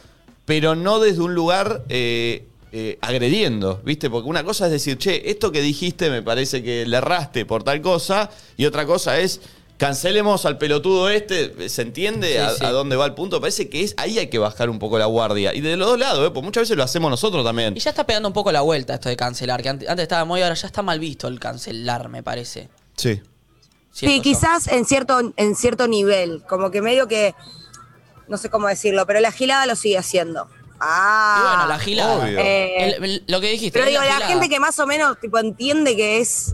Speaker 1: pero no desde un lugar eh, eh, agrediendo, ¿viste? Porque una cosa es decir, che, esto que dijiste me parece que le erraste por tal cosa, y otra cosa es. Cancelemos al pelotudo este, ¿se entiende
Speaker 2: Sí,
Speaker 1: a,
Speaker 2: sí.
Speaker 1: a dónde va el punto? Parece que es ahí hay que bajar un poco la guardia. Y de los dos lados, ¿eh? porque muchas veces lo hacemos nosotros también.
Speaker 2: Y ya está pegando un poco la vuelta esto de cancelar, que antes, antes estaba muy, ahora ya está mal visto el cancelar, me parece.
Speaker 1: Sí.
Speaker 2: Siento
Speaker 5: Sí,
Speaker 2: yo.
Speaker 5: quizás en cierto, en cierto nivel, como que medio que no sé cómo decirlo, pero la gilada lo sigue haciendo. Ah.
Speaker 2: Y bueno, la gilada.
Speaker 1: obvio.
Speaker 5: Eh,
Speaker 2: El- el- lo que dijiste.
Speaker 5: Pero
Speaker 2: es
Speaker 5: digo, la
Speaker 2: gilada.
Speaker 5: gente que más o menos tipo entiende que es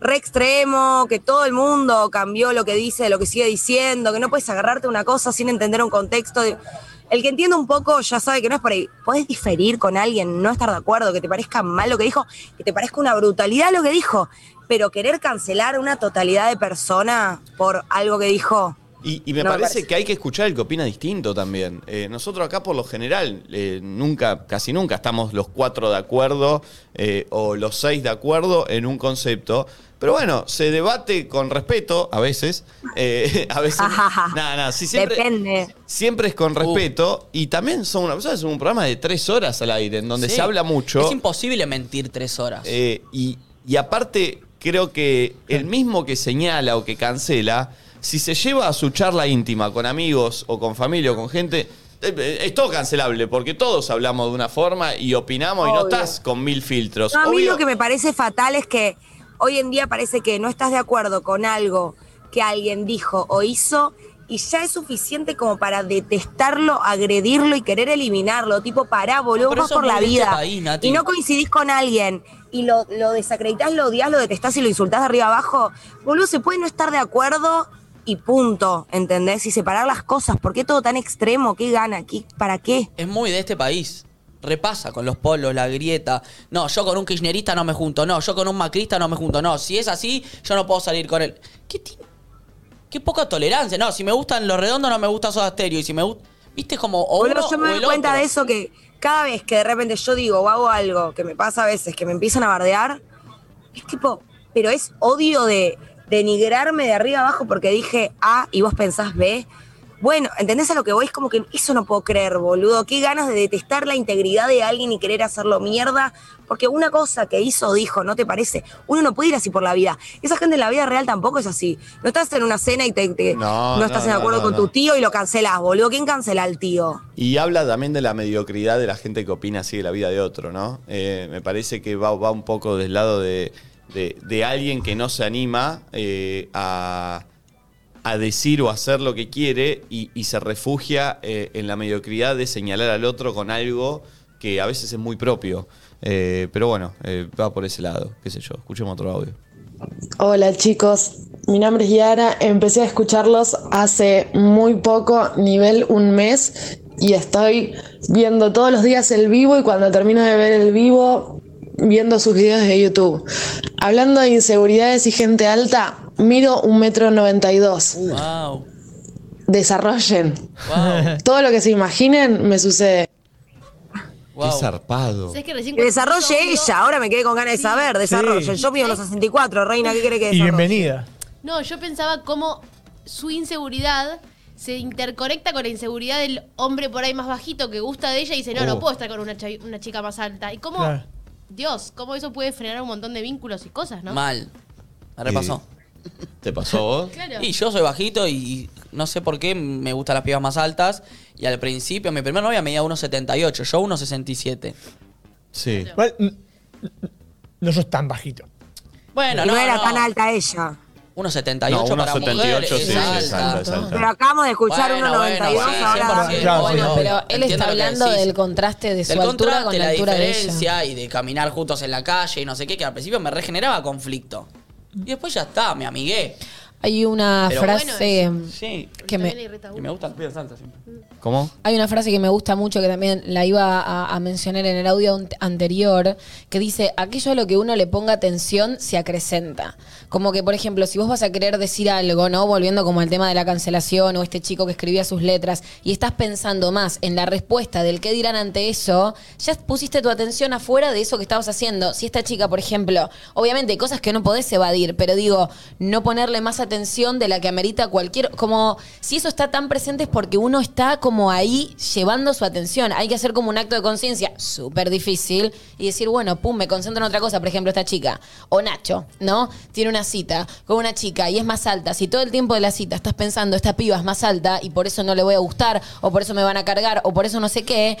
Speaker 5: re extremo, que todo el mundo cambió lo que dice, lo que sigue diciendo, que no puedes agarrarte a una cosa sin entender un contexto. El que entiende un poco ya sabe que no es por ahí. Puedes diferir con alguien, no estar de acuerdo, que te parezca mal lo que dijo, que te parezca una brutalidad lo que dijo, pero querer cancelar una totalidad de persona por algo que dijo.
Speaker 1: Y, y me
Speaker 5: No me
Speaker 1: parece,
Speaker 5: parece.
Speaker 1: que hay que escuchar el que opina distinto también. Eh, nosotros acá por lo general, eh, nunca, casi nunca estamos los cuatro de acuerdo eh, o los seis de acuerdo en un concepto. Pero bueno, se debate con respeto a veces. eh, a veces. nada, nada. sí, siempre,
Speaker 5: Depende.
Speaker 1: Siempre es
Speaker 2: Uh.
Speaker 1: con respeto. Y también son una, ¿sabes? un programa de tres horas al aire en donde
Speaker 2: Sí.
Speaker 1: se habla mucho.
Speaker 2: Es imposible mentir tres horas.
Speaker 1: Eh, y, y aparte, creo que el mismo que señala o que cancela, si se lleva a su charla íntima con amigos o con familia o con gente, eh, eh, es todo cancelable, porque todos hablamos de una forma y opinamos y no
Speaker 5: Obvio.
Speaker 1: estás con mil filtros.
Speaker 5: No, a mí
Speaker 1: Obvio-
Speaker 5: lo que me parece fatal es que hoy en día parece que no estás de acuerdo con algo que alguien dijo o hizo y ya es suficiente como para detestarlo, agredirlo y querer eliminarlo. Tipo, pará, boludo,
Speaker 2: Pero
Speaker 5: vos
Speaker 2: eso
Speaker 5: por
Speaker 2: es
Speaker 5: la
Speaker 2: muy de este
Speaker 5: vida.
Speaker 2: país, Nati.
Speaker 5: y no coincidís con alguien y lo, lo desacreditás, lo odias, lo detestás y lo insultás de arriba abajo. Boludo, se puede no estar de acuerdo y punto, ¿entendés? Y separar las cosas. ¿Por qué todo tan extremo? ¿Qué gana? ¿Qué, ¿Para qué?
Speaker 2: Es muy de este país. Repasa con los polos, la grieta. No, yo con un kirchnerista no me junto. No, yo con un macrista no me junto. No, si es así, yo no puedo salir con él. ¿Qué, ti- qué poca tolerancia? No, si me gustan los redondos, no me gusta Soda Stereo. Y si me gusta... ¿Viste como o
Speaker 5: Boludo,
Speaker 2: uno
Speaker 5: yo me
Speaker 2: o
Speaker 5: doy
Speaker 2: el
Speaker 5: cuenta
Speaker 2: otro?
Speaker 5: de eso que cada vez que de repente yo digo o hago algo que me pasa a veces, que me empiezan a bardear, es tipo, pero es odio de denigrarme de arriba abajo porque dije A y vos pensás B. Bueno, ¿entendés a lo que voy? Es como que eso no puedo creer, boludo. Qué ganas de detestar la integridad de alguien y querer hacerlo mierda. Porque una cosa que hizo o dijo, ¿no te parece? Uno no puede ir así por la vida. Esa gente en la vida real tampoco es así. No estás en una cena y te, te-
Speaker 1: No,
Speaker 5: no,
Speaker 1: no,
Speaker 5: estás en
Speaker 1: no,
Speaker 5: acuerdo
Speaker 1: no,
Speaker 5: con
Speaker 1: no.
Speaker 5: tu tío y lo cancelás, boludo. ¿Quién cancela al tío?
Speaker 1: Y habla también de la mediocridad de la gente que opina así de la vida de otro, ¿no? Eh, me parece que va, va un poco del lado de, de- de alguien que no se anima eh, a, a decir o hacer lo que quiere y, y se refugia eh, en la mediocridad de señalar al otro con algo que a veces es muy propio. Eh, pero bueno, eh, va por ese lado, qué sé yo. Escuchemos otro audio.
Speaker 10: Hola chicos, mi nombre es Yara, empecé a escucharlos hace muy poco, nivel un mes, y estoy viendo todos los días el vivo y cuando termino de ver el vivo, viendo sus videos de YouTube. Hablando de inseguridades y gente alta, miro un metro noventa y dos.
Speaker 2: Wow,
Speaker 10: Desarrollen.
Speaker 2: wow,
Speaker 10: Todo lo que se imaginen me sucede.
Speaker 2: wow.
Speaker 1: Qué zarpado.
Speaker 4: ¿Sabés que recién
Speaker 5: Que
Speaker 4: cuando
Speaker 5: desarrolle
Speaker 4: yo digo-
Speaker 5: ella, ahora me quedé con ganas de saber, desarrolle.
Speaker 4: Sí.
Speaker 5: Yo vivo en los 64, reina, ¿qué cree que
Speaker 6: Y
Speaker 5: desarrolle?
Speaker 6: bienvenida.
Speaker 4: No, yo pensaba cómo su inseguridad se interconecta con la inseguridad del hombre por ahí más bajito que gusta de ella y dice, no,
Speaker 1: Oh.
Speaker 4: no puedo estar con una, chi- una chica más alta. Y cómo,
Speaker 6: Claro.
Speaker 4: Dios, cómo eso puede frenar un montón de vínculos y cosas, ¿no?
Speaker 2: Mal. Me repasó.
Speaker 1: ¿Te pasó vos?
Speaker 4: Claro.
Speaker 2: Y yo soy bajito y no sé por qué me gustan las pibas más altas. Y al principio, mi primer novia medía 1,78, yo 1,67.
Speaker 1: Sí.
Speaker 6: Igual, mm, mm, no sos tan bajito.
Speaker 2: Bueno,
Speaker 5: Y
Speaker 2: no,
Speaker 5: no era
Speaker 2: no.
Speaker 5: tan alta ella.
Speaker 2: 1,78
Speaker 1: No,
Speaker 2: para
Speaker 1: 1,78,
Speaker 2: mujer
Speaker 1: sí, sí,
Speaker 2: es alta.
Speaker 1: es alta, es alta.
Speaker 5: Pero acabamos de escuchar
Speaker 2: Bueno,
Speaker 5: 1.92,
Speaker 2: bueno, sí,
Speaker 5: ahora...
Speaker 2: 100%.
Speaker 6: Claro,
Speaker 3: Bueno,
Speaker 6: sí,
Speaker 3: pero
Speaker 2: obvio.
Speaker 3: él
Speaker 2: Entiendo
Speaker 3: está
Speaker 2: lo que
Speaker 3: hablando
Speaker 2: decís.
Speaker 3: del contraste de su
Speaker 2: Del
Speaker 3: altura con
Speaker 2: contraste,
Speaker 3: la,
Speaker 2: la
Speaker 3: altura de ella.
Speaker 2: diferencia y de caminar juntos en la calle y no sé qué, que al principio me regeneraba conflicto. Y después ya está, me amigué.
Speaker 3: Hay una
Speaker 2: Pero
Speaker 3: frase
Speaker 2: Sí.
Speaker 3: que
Speaker 4: También
Speaker 3: me
Speaker 4: le irrita a
Speaker 2: Y
Speaker 4: uno.
Speaker 2: me gustan las pibas altas siempre.
Speaker 1: ¿Cómo?
Speaker 3: hay una frase que me gusta mucho que también la iba a, a mencionar en el audio ant- anterior que dice aquello a lo que uno le ponga atención se acrecenta. Como que por ejemplo si vos vas a querer decir algo, no volviendo como al tema de la cancelación o este chico que escribía sus letras y estás pensando más en la respuesta del qué dirán ante eso, ya pusiste tu atención afuera de eso que estabas haciendo. Si esta chica, por ejemplo, obviamente hay cosas que no podés evadir, pero digo, no ponerle más atención de la que amerita cualquier. Como si eso está tan presente es porque uno está como ahí llevando su atención. Hay que hacer como un acto de conciencia súper difícil y decir, bueno, pum, me concentro en otra cosa. Por ejemplo, esta chica o Nacho, ¿no? Tiene una cita con una chica y es más alta. Si todo el tiempo de la cita estás pensando, esta piba es más alta y por eso no le voy a gustar o por eso me van a cargar o por eso no sé qué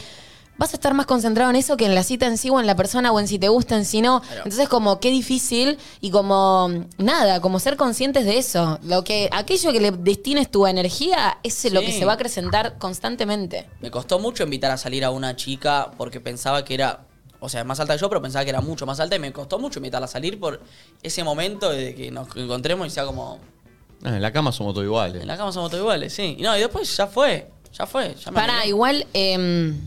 Speaker 3: vas a estar más concentrado en eso que en la cita en sí o en la persona o en si te gustan, si no. Entonces, como qué difícil y como nada, como ser conscientes de eso. Lo que, aquello que le destines tu energía es lo que
Speaker 2: Sí.
Speaker 3: se va a acrecentar constantemente.
Speaker 2: Me costó mucho invitar a salir a una chica porque pensaba que era, o sea, es más alta que yo, pero pensaba que era mucho más alta y me costó mucho invitarla a salir por ese momento de que nos encontremos y sea como,
Speaker 1: Ah, en la cama somos todos iguales.
Speaker 2: en la cama somos todos iguales, sí. Y no, y después ya fue, ya fue. Ya me
Speaker 3: Para,
Speaker 2: arreglé.
Speaker 3: igual. em,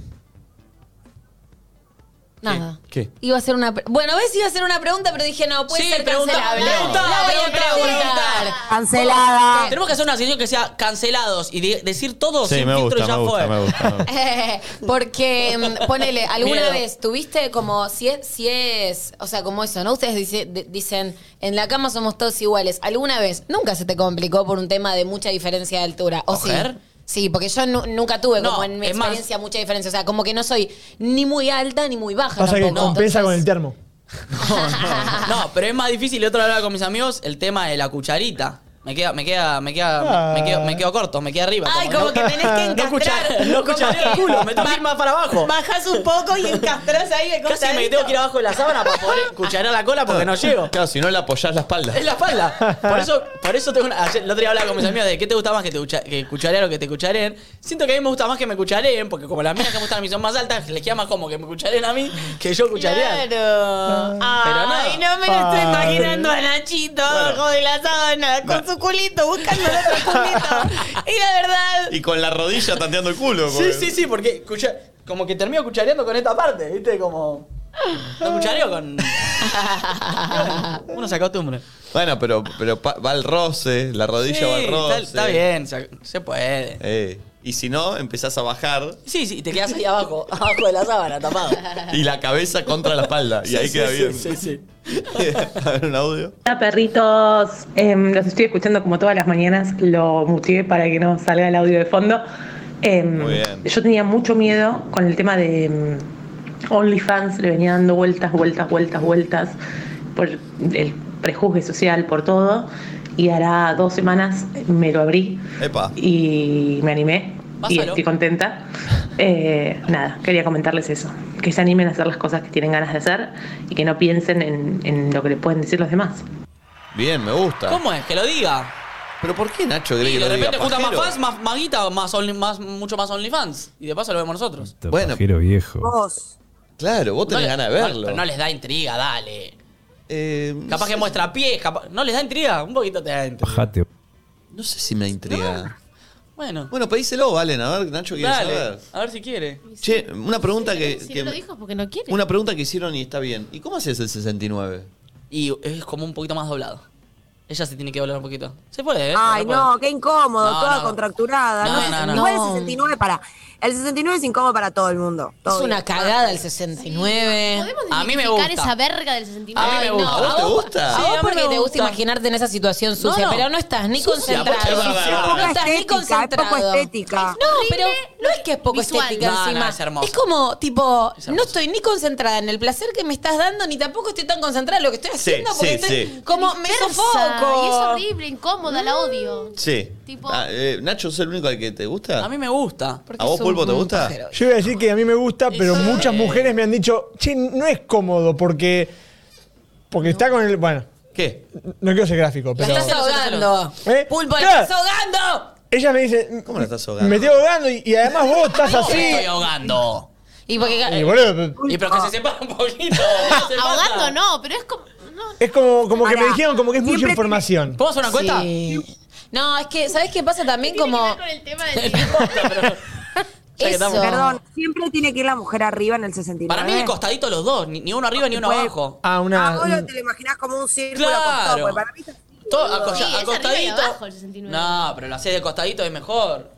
Speaker 3: nada.
Speaker 1: ¿Qué?
Speaker 3: Iba a hacer una. pre- Bueno, ves, iba a hacer una pregunta, pero dije, no, puede
Speaker 2: Sí,
Speaker 3: ser
Speaker 2: pregunta,
Speaker 3: cancelable.
Speaker 2: pregunta,
Speaker 3: La voy a
Speaker 2: pregunta,
Speaker 3: preguntar.
Speaker 2: pregunta.
Speaker 5: Cancelada.
Speaker 2: Tenemos que hacer una sesión que sea cancelados y de- decir todo
Speaker 1: Sí,
Speaker 2: sin
Speaker 1: me
Speaker 2: filtro
Speaker 1: gusta,
Speaker 2: y ya
Speaker 1: me gusta,
Speaker 2: fue.
Speaker 1: me gusta, me gusta.
Speaker 3: Eh, Porque, mm, ponele, alguna
Speaker 2: Miedo.
Speaker 3: vez tuviste como, si es, si es, o sea, como eso, ¿no? Ustedes dice- de- dicen, en la cama somos todos iguales. ¿Alguna vez nunca se te complicó por un tema de mucha diferencia de altura? ¿O sí?
Speaker 2: ¿Coger?
Speaker 3: Sí, porque yo nu- nunca tuve
Speaker 2: No,
Speaker 3: como en mi
Speaker 2: es más-
Speaker 3: experiencia mucha diferencia. O sea, como que no soy ni muy alta ni muy baja.
Speaker 6: Pasa que
Speaker 3: tampoco.
Speaker 6: compensa con el
Speaker 3: Entonces-
Speaker 6: termo.
Speaker 2: No, pero es más difícil. Y otra vez hablaba con mis amigos el tema de la cucharita. Me queda, me queda, me queda,
Speaker 6: Ah.
Speaker 2: me, quedo, me quedo corto, me queda arriba.
Speaker 3: Ay, como que tenés que
Speaker 2: No cuchara,
Speaker 3: encastrar.
Speaker 2: no cuchareo el culo, me tengo que ir más para abajo.
Speaker 3: Bajás un poco y encastrás ahí de
Speaker 2: Casi me tengo que ir abajo de la sábana para poder cucharear la cola porque no llego.
Speaker 1: Claro, si no le apoyás la espalda.
Speaker 2: Es la espalda. Por eso, por eso tengo una. Ayer, el otro día hablaba con mis amigos de qué te gusta más que te cucha- que cucharear o que te cuchareen. Siento que a mí me gusta más que me cuchareen, porque como las minas que me gustan a mí son más altas, les queda más como que me cuchareen a mí que yo cucharear.
Speaker 3: Claro.
Speaker 2: Ah, Pero no.
Speaker 3: Ay, no me lo estoy
Speaker 6: Ay.
Speaker 3: imaginando a Nachito abajo de la sábana con su culito buscando el otro culito. Y la verdad.
Speaker 1: Y con la rodilla tanteando el culo.
Speaker 2: Sí,
Speaker 1: porque-
Speaker 2: sí, sí, porque cucha- como que termino cuchareando con esta parte, ¿viste? Como. No cuchareo con. Uno se acostumbra.
Speaker 1: Bueno, pero, pero pa- va al roce, la rodilla
Speaker 2: Sí,
Speaker 1: va al
Speaker 2: está,
Speaker 1: roce.
Speaker 2: está bien, se, se puede.
Speaker 1: Eh, y si no, empezás a bajar
Speaker 2: Sí, sí, y te quedas ahí abajo, abajo de la sábana, tapado.
Speaker 1: y la cabeza contra la espalda. Y ahí
Speaker 2: Sí,
Speaker 1: queda
Speaker 2: sí,
Speaker 1: bien.
Speaker 2: Sí, sí.
Speaker 1: a ver un audio.
Speaker 11: Hola perritos, Em, los estoy escuchando como todas las mañanas, lo muteé para que no salga el audio de fondo. Em,
Speaker 1: Muy bien.
Speaker 11: Yo tenía mucho miedo con el tema de em, OnlyFans, le venía dando vueltas, vueltas, vueltas, vueltas, por el prejuzgue social, por todo, y hará dos semanas me lo abrí
Speaker 1: Epa.
Speaker 11: y me animé y
Speaker 2: Pásalo.
Speaker 11: estoy contenta. Eh, nada, quería comentarles eso, que se animen a hacer las cosas que tienen ganas de hacer y que no piensen en, en lo que le pueden decir los demás.
Speaker 1: Bien, me gusta.
Speaker 2: ¿Cómo es? Que lo diga.
Speaker 1: ¿Pero por qué Nacho Grey
Speaker 2: Y de
Speaker 1: lo diga?
Speaker 2: repente junta más
Speaker 1: ¿Pajero?
Speaker 2: fans, más, más guita, más only- más, mucho más OnlyFans. Y de paso lo vemos nosotros.
Speaker 1: Bueno.
Speaker 12: Pajero viejo.
Speaker 5: Vos.
Speaker 1: Claro, vos tenés
Speaker 2: le-
Speaker 1: ganas de verlo.
Speaker 2: pero no les da intriga, dale.
Speaker 1: Eh, no
Speaker 2: Capaz
Speaker 1: sé-
Speaker 2: que muestra pies, capaz. ¿No les da intriga? Un poquito te da intriga.
Speaker 12: Bajate.
Speaker 1: No sé si me intriga.
Speaker 2: Bueno,
Speaker 1: Bueno, pedíselo, Valen. A ver, Nacho, ¿quieres
Speaker 2: dale.
Speaker 1: saber?
Speaker 2: A ver si quiere.
Speaker 1: Che, una pregunta que...
Speaker 4: Si
Speaker 1: que-
Speaker 4: no lo dijo es porque no quiere.
Speaker 1: una pregunta que hicieron y está bien. ¿Y cómo haces el 69?
Speaker 2: Y es como un poquito más doblado. Ella se tiene que doblar un poquito. Se puede, ¿eh?
Speaker 5: Ay,
Speaker 2: Pero
Speaker 5: no, qué incómodo,
Speaker 2: No,
Speaker 5: toda
Speaker 2: no.
Speaker 5: contracturada.
Speaker 2: No,
Speaker 5: No,
Speaker 2: no, no.
Speaker 5: Igual
Speaker 3: No.
Speaker 5: el 69 para. El 69 es incómodo para todo el mundo. todo
Speaker 3: Es una
Speaker 5: bien.
Speaker 3: cagada el
Speaker 4: Sí,
Speaker 3: 69.
Speaker 4: ¿Podemos
Speaker 2: A mí me
Speaker 4: desmitificar
Speaker 2: gusta.
Speaker 4: esa verga del 69?
Speaker 2: A mí me
Speaker 3: Ay, no.
Speaker 2: gusta.
Speaker 1: ¿A vos te gusta?
Speaker 3: A
Speaker 2: Sí,
Speaker 3: vos
Speaker 2: a mí
Speaker 3: porque
Speaker 2: me
Speaker 3: te gusta
Speaker 2: gusta.
Speaker 3: imaginarte en esa situación sucia,
Speaker 2: No, no.
Speaker 3: pero no estás ni
Speaker 2: Sucia,
Speaker 1: pocha,
Speaker 3: concentrado.
Speaker 1: es verdad,
Speaker 3: No
Speaker 1: es
Speaker 3: estás ni
Speaker 5: Poca estética, es
Speaker 3: concentrado.
Speaker 5: poco estética.
Speaker 3: No, pero no es que es poco
Speaker 4: Visual.
Speaker 3: estética
Speaker 2: No, no,
Speaker 3: encima.
Speaker 2: es hermoso.
Speaker 3: como, tipo,
Speaker 2: Es
Speaker 3: no
Speaker 2: hermoso.
Speaker 3: estoy ni concentrada en el placer que me estás dando, ni tampoco estoy tan concentrada en lo que estoy haciendo,
Speaker 1: sí,
Speaker 3: porque estoy
Speaker 1: sí.
Speaker 3: como me
Speaker 4: Dispersa,
Speaker 3: sofoco.
Speaker 4: Y es horrible, incómoda, la odio.
Speaker 1: Sí.
Speaker 4: Tipo-
Speaker 1: Ah, eh, ¿Nacho es el único al que te gusta?
Speaker 2: A mí me gusta.
Speaker 1: ¿A vos, Pulpo, te gusta?
Speaker 6: Yo iba a decir que a mí me gusta, pero
Speaker 2: sí.
Speaker 6: muchas mujeres me han dicho, che, no es cómodo porque. Porque está con el. Bueno,
Speaker 1: ¿Qué?
Speaker 6: no quiero ser gráfico,
Speaker 3: La
Speaker 6: pero.
Speaker 3: estás ahogando.
Speaker 6: ¿Eh?
Speaker 3: Pulpo, la
Speaker 6: Claro.
Speaker 3: estás ahogando.
Speaker 6: Ella me dice.
Speaker 1: ¿Cómo la estás ahogando?
Speaker 6: Me estoy ahogando y, y además vos estás
Speaker 2: ¿Cómo me
Speaker 6: así.
Speaker 2: estoy ahogando?
Speaker 3: Y porque.
Speaker 6: Y, boludo,
Speaker 2: Y pero que se separa un poquito.
Speaker 7: então.
Speaker 4: Ahogando no, pero es como. No,
Speaker 6: es como, como que me
Speaker 5: Pará.
Speaker 6: dijeron como que es mucha
Speaker 5: Siempre-
Speaker 6: información.
Speaker 2: ¿Puedo hacer una encuesta?
Speaker 3: Sí. No, es que, ¿sabes qué pasa también?
Speaker 4: tiene que
Speaker 3: Como.
Speaker 4: ver con el tema
Speaker 2: No
Speaker 4: del
Speaker 2: importa, pero- que
Speaker 3: Eso.
Speaker 2: estamos-
Speaker 5: Perdón, siempre tiene que ir la mujer arriba en el 69.
Speaker 2: Para mí de costadito los dos, ni, ni uno arriba ni uno
Speaker 5: Puede-
Speaker 2: abajo.
Speaker 6: Ah,
Speaker 5: Ah,
Speaker 6: una.
Speaker 5: vos lo te lo imaginás como un círculo
Speaker 2: Claro.
Speaker 5: acostado, porque para mí está así,
Speaker 2: Todo
Speaker 5: boludo.
Speaker 2: acosta-
Speaker 4: Sí, es arriba y
Speaker 2: acostadito.
Speaker 4: abajo el 69.
Speaker 2: no, pero lo hacés de costadito es mejor.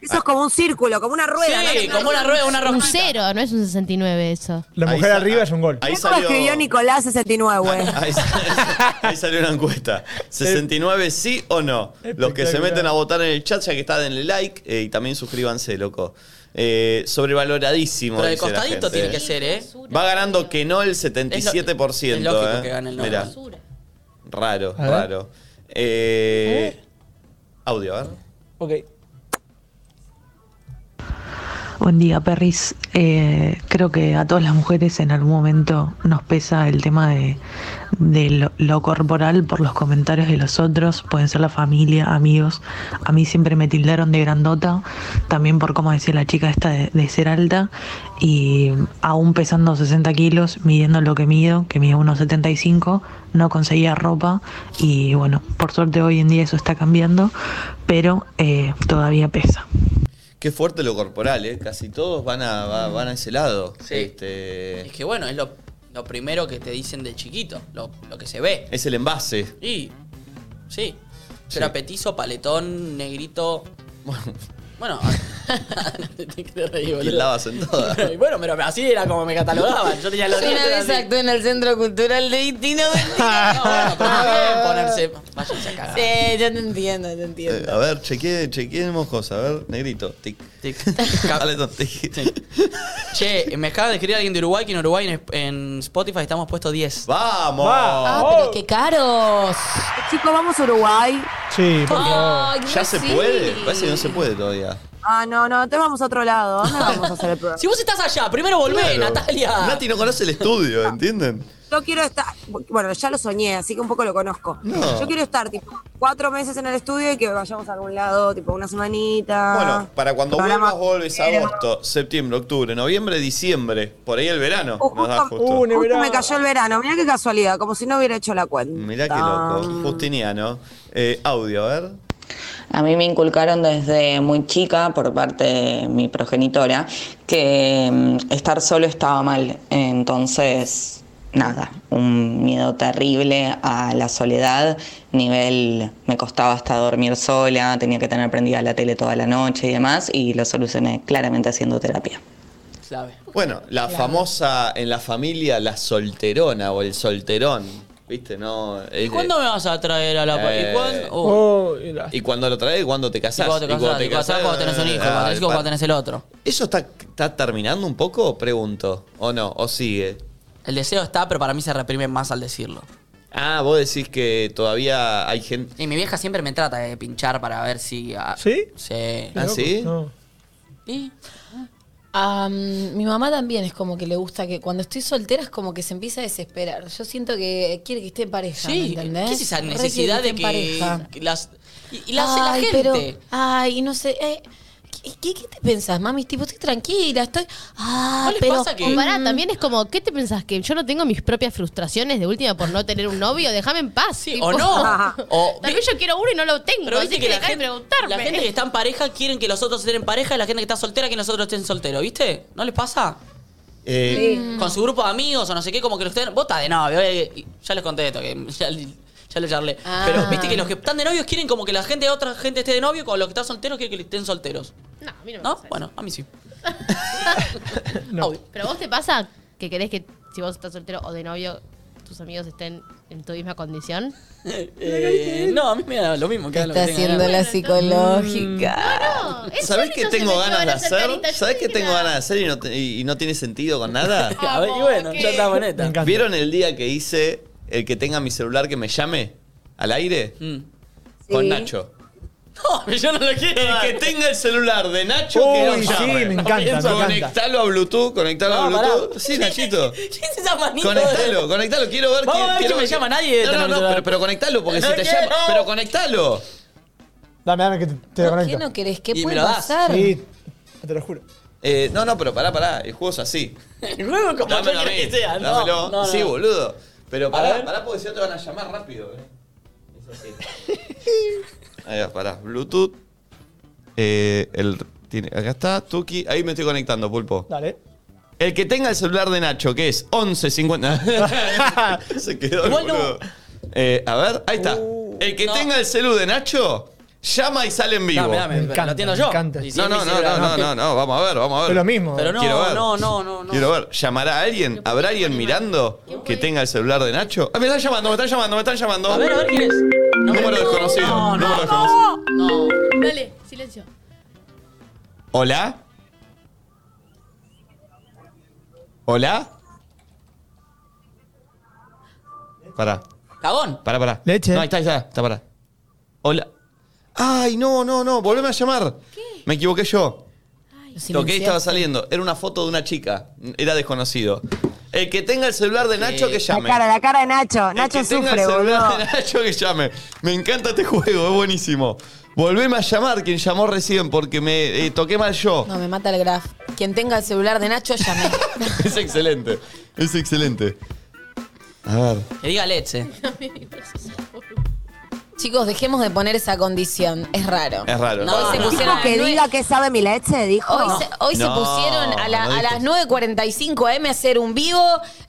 Speaker 5: Eso es como un círculo, como una rueda. ¿no?
Speaker 2: sí,
Speaker 5: No,
Speaker 2: como una rueda, una
Speaker 4: Un
Speaker 2: rosquita.
Speaker 4: cero, no es un 69 eso.
Speaker 6: La
Speaker 1: Ahí
Speaker 6: mujer
Speaker 1: sa-
Speaker 6: arriba es un gol.
Speaker 1: Ahí
Speaker 5: ¿Cómo
Speaker 1: salió,
Speaker 5: escribió Nicolás 69?
Speaker 1: Ahí, sa- ahí salió una encuesta. 69 sí o no. Los que se
Speaker 6: Espectacular.
Speaker 1: meten a votar en el chat, ya que está, denle like eh, y también suscríbanse, loco. Eh, sobrevaloradísimo.
Speaker 2: Pero de
Speaker 1: dice la
Speaker 2: costadito
Speaker 1: gente.
Speaker 2: tiene que ser, ¿eh?
Speaker 1: Va ganando que no el 77%.
Speaker 2: Es lógico
Speaker 1: eh.
Speaker 2: que gane el no.
Speaker 1: Mirá,
Speaker 4: Basura.
Speaker 1: raro,
Speaker 6: A ver. ¿Eh?
Speaker 1: raro. Eh, Audio, a ver.
Speaker 6: Ok.
Speaker 12: Buen día, Perris. Eh, creo que a todas las mujeres en algún momento nos pesa el tema de, de lo, lo corporal por los comentarios de los otros. Pueden ser la familia, amigos. A mí siempre me tildaron de grandota, también por, como decía la chica esta, de, de ser alta. Y aún pesando 60 kilos, midiendo lo que mido, que mido unos 75, no conseguía ropa. Y bueno, por suerte hoy en día eso está cambiando, pero eh, todavía pesa.
Speaker 1: Qué fuerte lo corporal, ¿eh? Casi todos van a, va- van a ese lado.
Speaker 2: Sí.
Speaker 1: Este,
Speaker 2: Es que bueno, es lo, lo primero que te dicen de chiquito, lo, lo que se ve.
Speaker 1: es el envase.
Speaker 2: Y. Sí. Yo era petizo, paletón, negrito. Bueno. te querés reír, boludo.
Speaker 1: Tildabas en todas.
Speaker 2: Y bueno, pero así era como me catalogaban. Yo tenía los
Speaker 3: Yo una
Speaker 2: dientes
Speaker 3: vez
Speaker 2: así.
Speaker 3: actué en el Centro Cultural de Itino. no, bueno,
Speaker 2: pero también ponerse. Váyanse a cagar.
Speaker 3: Sí, yo te entiendo, te
Speaker 1: Eh,
Speaker 3: entiendo.
Speaker 1: a ver, chequeemos chequeemos cosas. A ver, negrito. Tic.
Speaker 2: Tic.
Speaker 1: Paletón, tic.
Speaker 2: Che, me acaba de escribir alguien de Uruguay que en Uruguay en, en Spotify estamos puestos 10.
Speaker 1: ¡Vamos!
Speaker 3: Ah, pero qué caros.
Speaker 5: Chicos, vamos a Uruguay.
Speaker 6: Sí,
Speaker 3: por favor.
Speaker 1: ¿Ya se puede? Parece que no se puede todavía.
Speaker 5: Ah, no, no, te vamos a otro lado. ¿Dónde vamos a hacer el programa?
Speaker 2: Si vos estás allá, primero volvé,
Speaker 1: Claro.
Speaker 2: Natalia. Ah.
Speaker 1: Nati no conoce el estudio, ¿entienden?
Speaker 5: Yo quiero estar, bueno, ya lo soñé, así que un poco lo conozco.
Speaker 1: No.
Speaker 5: Yo quiero estar tipo cuatro meses en el estudio y que vayamos a algún lado, tipo una semanita.
Speaker 1: Bueno, para cuando
Speaker 5: Programa-
Speaker 1: vuelvas vuelves agosto, septiembre, octubre, noviembre, diciembre, por ahí el verano
Speaker 5: Uh,
Speaker 1: nos da
Speaker 5: justo-
Speaker 1: justo.
Speaker 5: Justo me cayó el verano, mirá qué casualidad, como si no hubiera hecho la cuenta. Ah.
Speaker 1: Mirá qué
Speaker 2: Ah.
Speaker 1: loco, Justiniano. Eh, audio, a ver.
Speaker 13: A mí me inculcaron desde muy chica, por parte de mi progenitora, que mm, estar solo estaba mal. Entonces, nada, un miedo terrible a la soledad. Nivel, me costaba hasta dormir sola, tenía que tener prendida la tele toda la noche y demás, y lo solucioné claramente haciendo terapia.
Speaker 1: Bueno, la famosa en la familia, la solterona o el solterón. ¿Viste? No. Eh,
Speaker 2: ¿Y cuándo me vas a traer a la pa- ¿Y cuándo? Oh.
Speaker 1: ¿Y cuando lo traes? ¿Cuándo te casás?
Speaker 2: Y cuando te casás, y cuando
Speaker 1: casás, Ah,
Speaker 2: casás, cuando tenés un hijo, cuando tenés
Speaker 1: ay,
Speaker 2: hijo, cuando
Speaker 1: pa-
Speaker 2: tenés el otro.
Speaker 1: ¿Eso está, está terminando un poco? Pregunto. ¿O no? ¿O sigue?
Speaker 2: El deseo está, pero para mí se reprime más al decirlo.
Speaker 1: Ah, vos decís que todavía hay gente.
Speaker 2: Y mi vieja siempre me trata de pinchar para ver si. ah,
Speaker 6: ¿Sí?
Speaker 2: Sí.
Speaker 1: ¿Ah, sí?
Speaker 2: Y-
Speaker 3: Am, mi mamá también es como que le gusta que cuando estoy soltera es como que se empieza a desesperar. Yo siento que quiere que esté en pareja. ¿me
Speaker 2: Sí,
Speaker 3: entendés?
Speaker 2: ¿qué es esa
Speaker 3: Re quiere
Speaker 2: necesidad
Speaker 3: esté
Speaker 2: de
Speaker 3: en
Speaker 2: que,
Speaker 3: pareja.
Speaker 2: que las y, y la hace la
Speaker 3: Ay,
Speaker 2: gente?
Speaker 3: pero- ay, no sé. eh, ¿qué, qué, qué te pensás, mami? Tipo, estoy tranquila, estoy. Ah,
Speaker 4: ¿Qué
Speaker 3: pero.
Speaker 4: que... Pará, también es como, ¿qué te pensás? ¿Que yo no tengo mis propias frustraciones de última por no tener un novio? Déjame en paz. tipo.
Speaker 2: o no. O-
Speaker 4: Tal vez yo quiero uno y no lo tengo,
Speaker 2: Pero
Speaker 4: así
Speaker 2: viste
Speaker 4: que,
Speaker 2: que la
Speaker 4: dejá de
Speaker 2: gente,
Speaker 4: preguntarme.
Speaker 2: la gente que está en pareja quieren que los otros estén en pareja y la gente que está soltera que nosotros estén solteros, ¿viste? ¿No les pasa? Mm.
Speaker 1: Eh,
Speaker 2: Con su grupo de amigos o no sé qué, como que los estén. Vos estás de novio, eh, y ya les conté esto, que ya, ya les charlé.
Speaker 3: Ah.
Speaker 2: Pero viste que los que están de novios quieren como que la gente, otra gente esté de novio, con los que están solteros quieren que estén solteros.
Speaker 4: No, a mí no me
Speaker 2: ¿No?
Speaker 4: pasa
Speaker 2: Bueno, a mí sí.
Speaker 4: eso. Pero vos te pasa que querés que si vos estás soltero o de novio, tus amigos estén en tu misma condición.
Speaker 2: Eh, no, a mí me da lo mismo. que hagan lo que Mm.
Speaker 3: Está
Speaker 2: tengan
Speaker 3: haciendo
Speaker 2: ganas.
Speaker 3: la psicológica.
Speaker 1: ¿Sabés qué tengo ganas de hacer? ¿Sabés qué tengo ganas de hacer y no, te- y- y no tiene sentido con nada?
Speaker 2: A ver, y bueno, ya está boneta.
Speaker 1: ¿Vieron el día que hice el que tenga mi celular que me llame al aire? Con Nacho.
Speaker 2: Mm. No, yo no lo quiero.
Speaker 1: El que tenga el celular de Nacho que lo
Speaker 6: Uy, sí,
Speaker 1: llame.
Speaker 6: me encanta, me encanta.
Speaker 1: Conectalo a Bluetooth, conectalo a
Speaker 2: No, pará.
Speaker 1: Bluetooth. Sí, Nachito.
Speaker 2: ¿Qué es esa manito?
Speaker 1: Conectalo, conectalo, quiero ver
Speaker 2: Vamos
Speaker 1: quién-
Speaker 2: a ver
Speaker 1: quiero
Speaker 2: que me llama nadie de
Speaker 1: No, no,
Speaker 2: tener
Speaker 1: no,
Speaker 2: celular.
Speaker 1: pero, pero conectalo porque
Speaker 2: No
Speaker 1: si te
Speaker 2: quiero.
Speaker 1: llama, pero conectalo.
Speaker 6: Dame, dame que te, te lo
Speaker 3: ¿Qué
Speaker 6: conecto.
Speaker 3: no querés? ¿Qué
Speaker 2: Y me
Speaker 3: puede
Speaker 2: lo das.
Speaker 3: pasar?
Speaker 6: Sí, te lo juro.
Speaker 1: Eh, no, no, pero pará, pará, el juego es así.
Speaker 2: El juego como yo
Speaker 1: Dámelo a
Speaker 2: quiero
Speaker 1: mí.
Speaker 2: que sea, ¿no?
Speaker 1: Dámelo.
Speaker 2: No, no.
Speaker 1: Sí, boludo. Pero
Speaker 2: A
Speaker 1: pará,
Speaker 2: ver.
Speaker 1: pará porque si no te van a llamar rápido. eh. Es así. Ahí va, pará. Bluetooth. Eh, el, tiene- acá está, Tuki. Ahí me estoy conectando, Pulpo.
Speaker 6: Dale.
Speaker 1: El que tenga el celular de Nacho, que es 1150. Se quedó. el
Speaker 2: Igual no. Uh,
Speaker 1: boludo. Eh, a ver, ahí está. el que
Speaker 2: No.
Speaker 1: tenga el celu de Nacho, llama y sale en vivo.
Speaker 2: Dame, dame, pero
Speaker 6: encanta,
Speaker 2: lo entiendo
Speaker 6: me
Speaker 2: yo.
Speaker 6: encanta.
Speaker 2: Y si
Speaker 1: No,
Speaker 2: es
Speaker 1: no,
Speaker 2: mi
Speaker 1: no, no,
Speaker 2: celular,
Speaker 1: no, no, no, vamos a ver, vamos a ver.
Speaker 6: Es lo mismo.
Speaker 2: Pero no,
Speaker 1: Quiero ver.
Speaker 2: no, no, no, no.
Speaker 1: Quiero ver, ¿llamará alguien? ¿Habrá alguien mirando que tenga el celular de Nacho? Ah, me están llamando, me están llamando, me están llamando.
Speaker 2: A ver, a ver quién es.
Speaker 1: Número desconocido.
Speaker 2: No, no,
Speaker 1: número desconocido.
Speaker 2: No.
Speaker 4: Dale, silencio.
Speaker 1: ¿Hola? ¿Hola? Pará,
Speaker 2: Cagón.
Speaker 1: pará, pará.
Speaker 6: Leche.
Speaker 1: No, ahí está, ahí está, está pará. Hola. Ay, no, no, no, volveme a llamar. Me equivoqué yo. Toqué y estaba saliendo. Era una foto de una chica. Era desconocido. El que tenga el celular de Eh, Nacho, que llame.
Speaker 5: La cara, la cara de Nacho.
Speaker 1: El
Speaker 5: Nacho
Speaker 1: que tenga
Speaker 5: sufre,
Speaker 1: el celular
Speaker 5: boludo.
Speaker 1: de Nacho, que llame. Me encanta este juego, es buenísimo. Volveme a llamar quien llamó recién porque me eh, toqué mal yo.
Speaker 3: No, me mata el graf. Quien tenga el celular de Nacho, llame.
Speaker 1: Es excelente. Es excelente. A ver.
Speaker 2: Que diga leche.
Speaker 3: Chicos, dejemos de poner esa condición. Es raro.
Speaker 1: Es raro.
Speaker 3: No, se pusieron
Speaker 5: Dijo que
Speaker 3: a las
Speaker 5: diga que sabe mi leche, dijo.
Speaker 3: Hoy, se, hoy se
Speaker 1: No,
Speaker 3: pusieron a, la-
Speaker 1: no
Speaker 3: a
Speaker 1: dijo.
Speaker 3: las 9.45 am a hacer un vivo.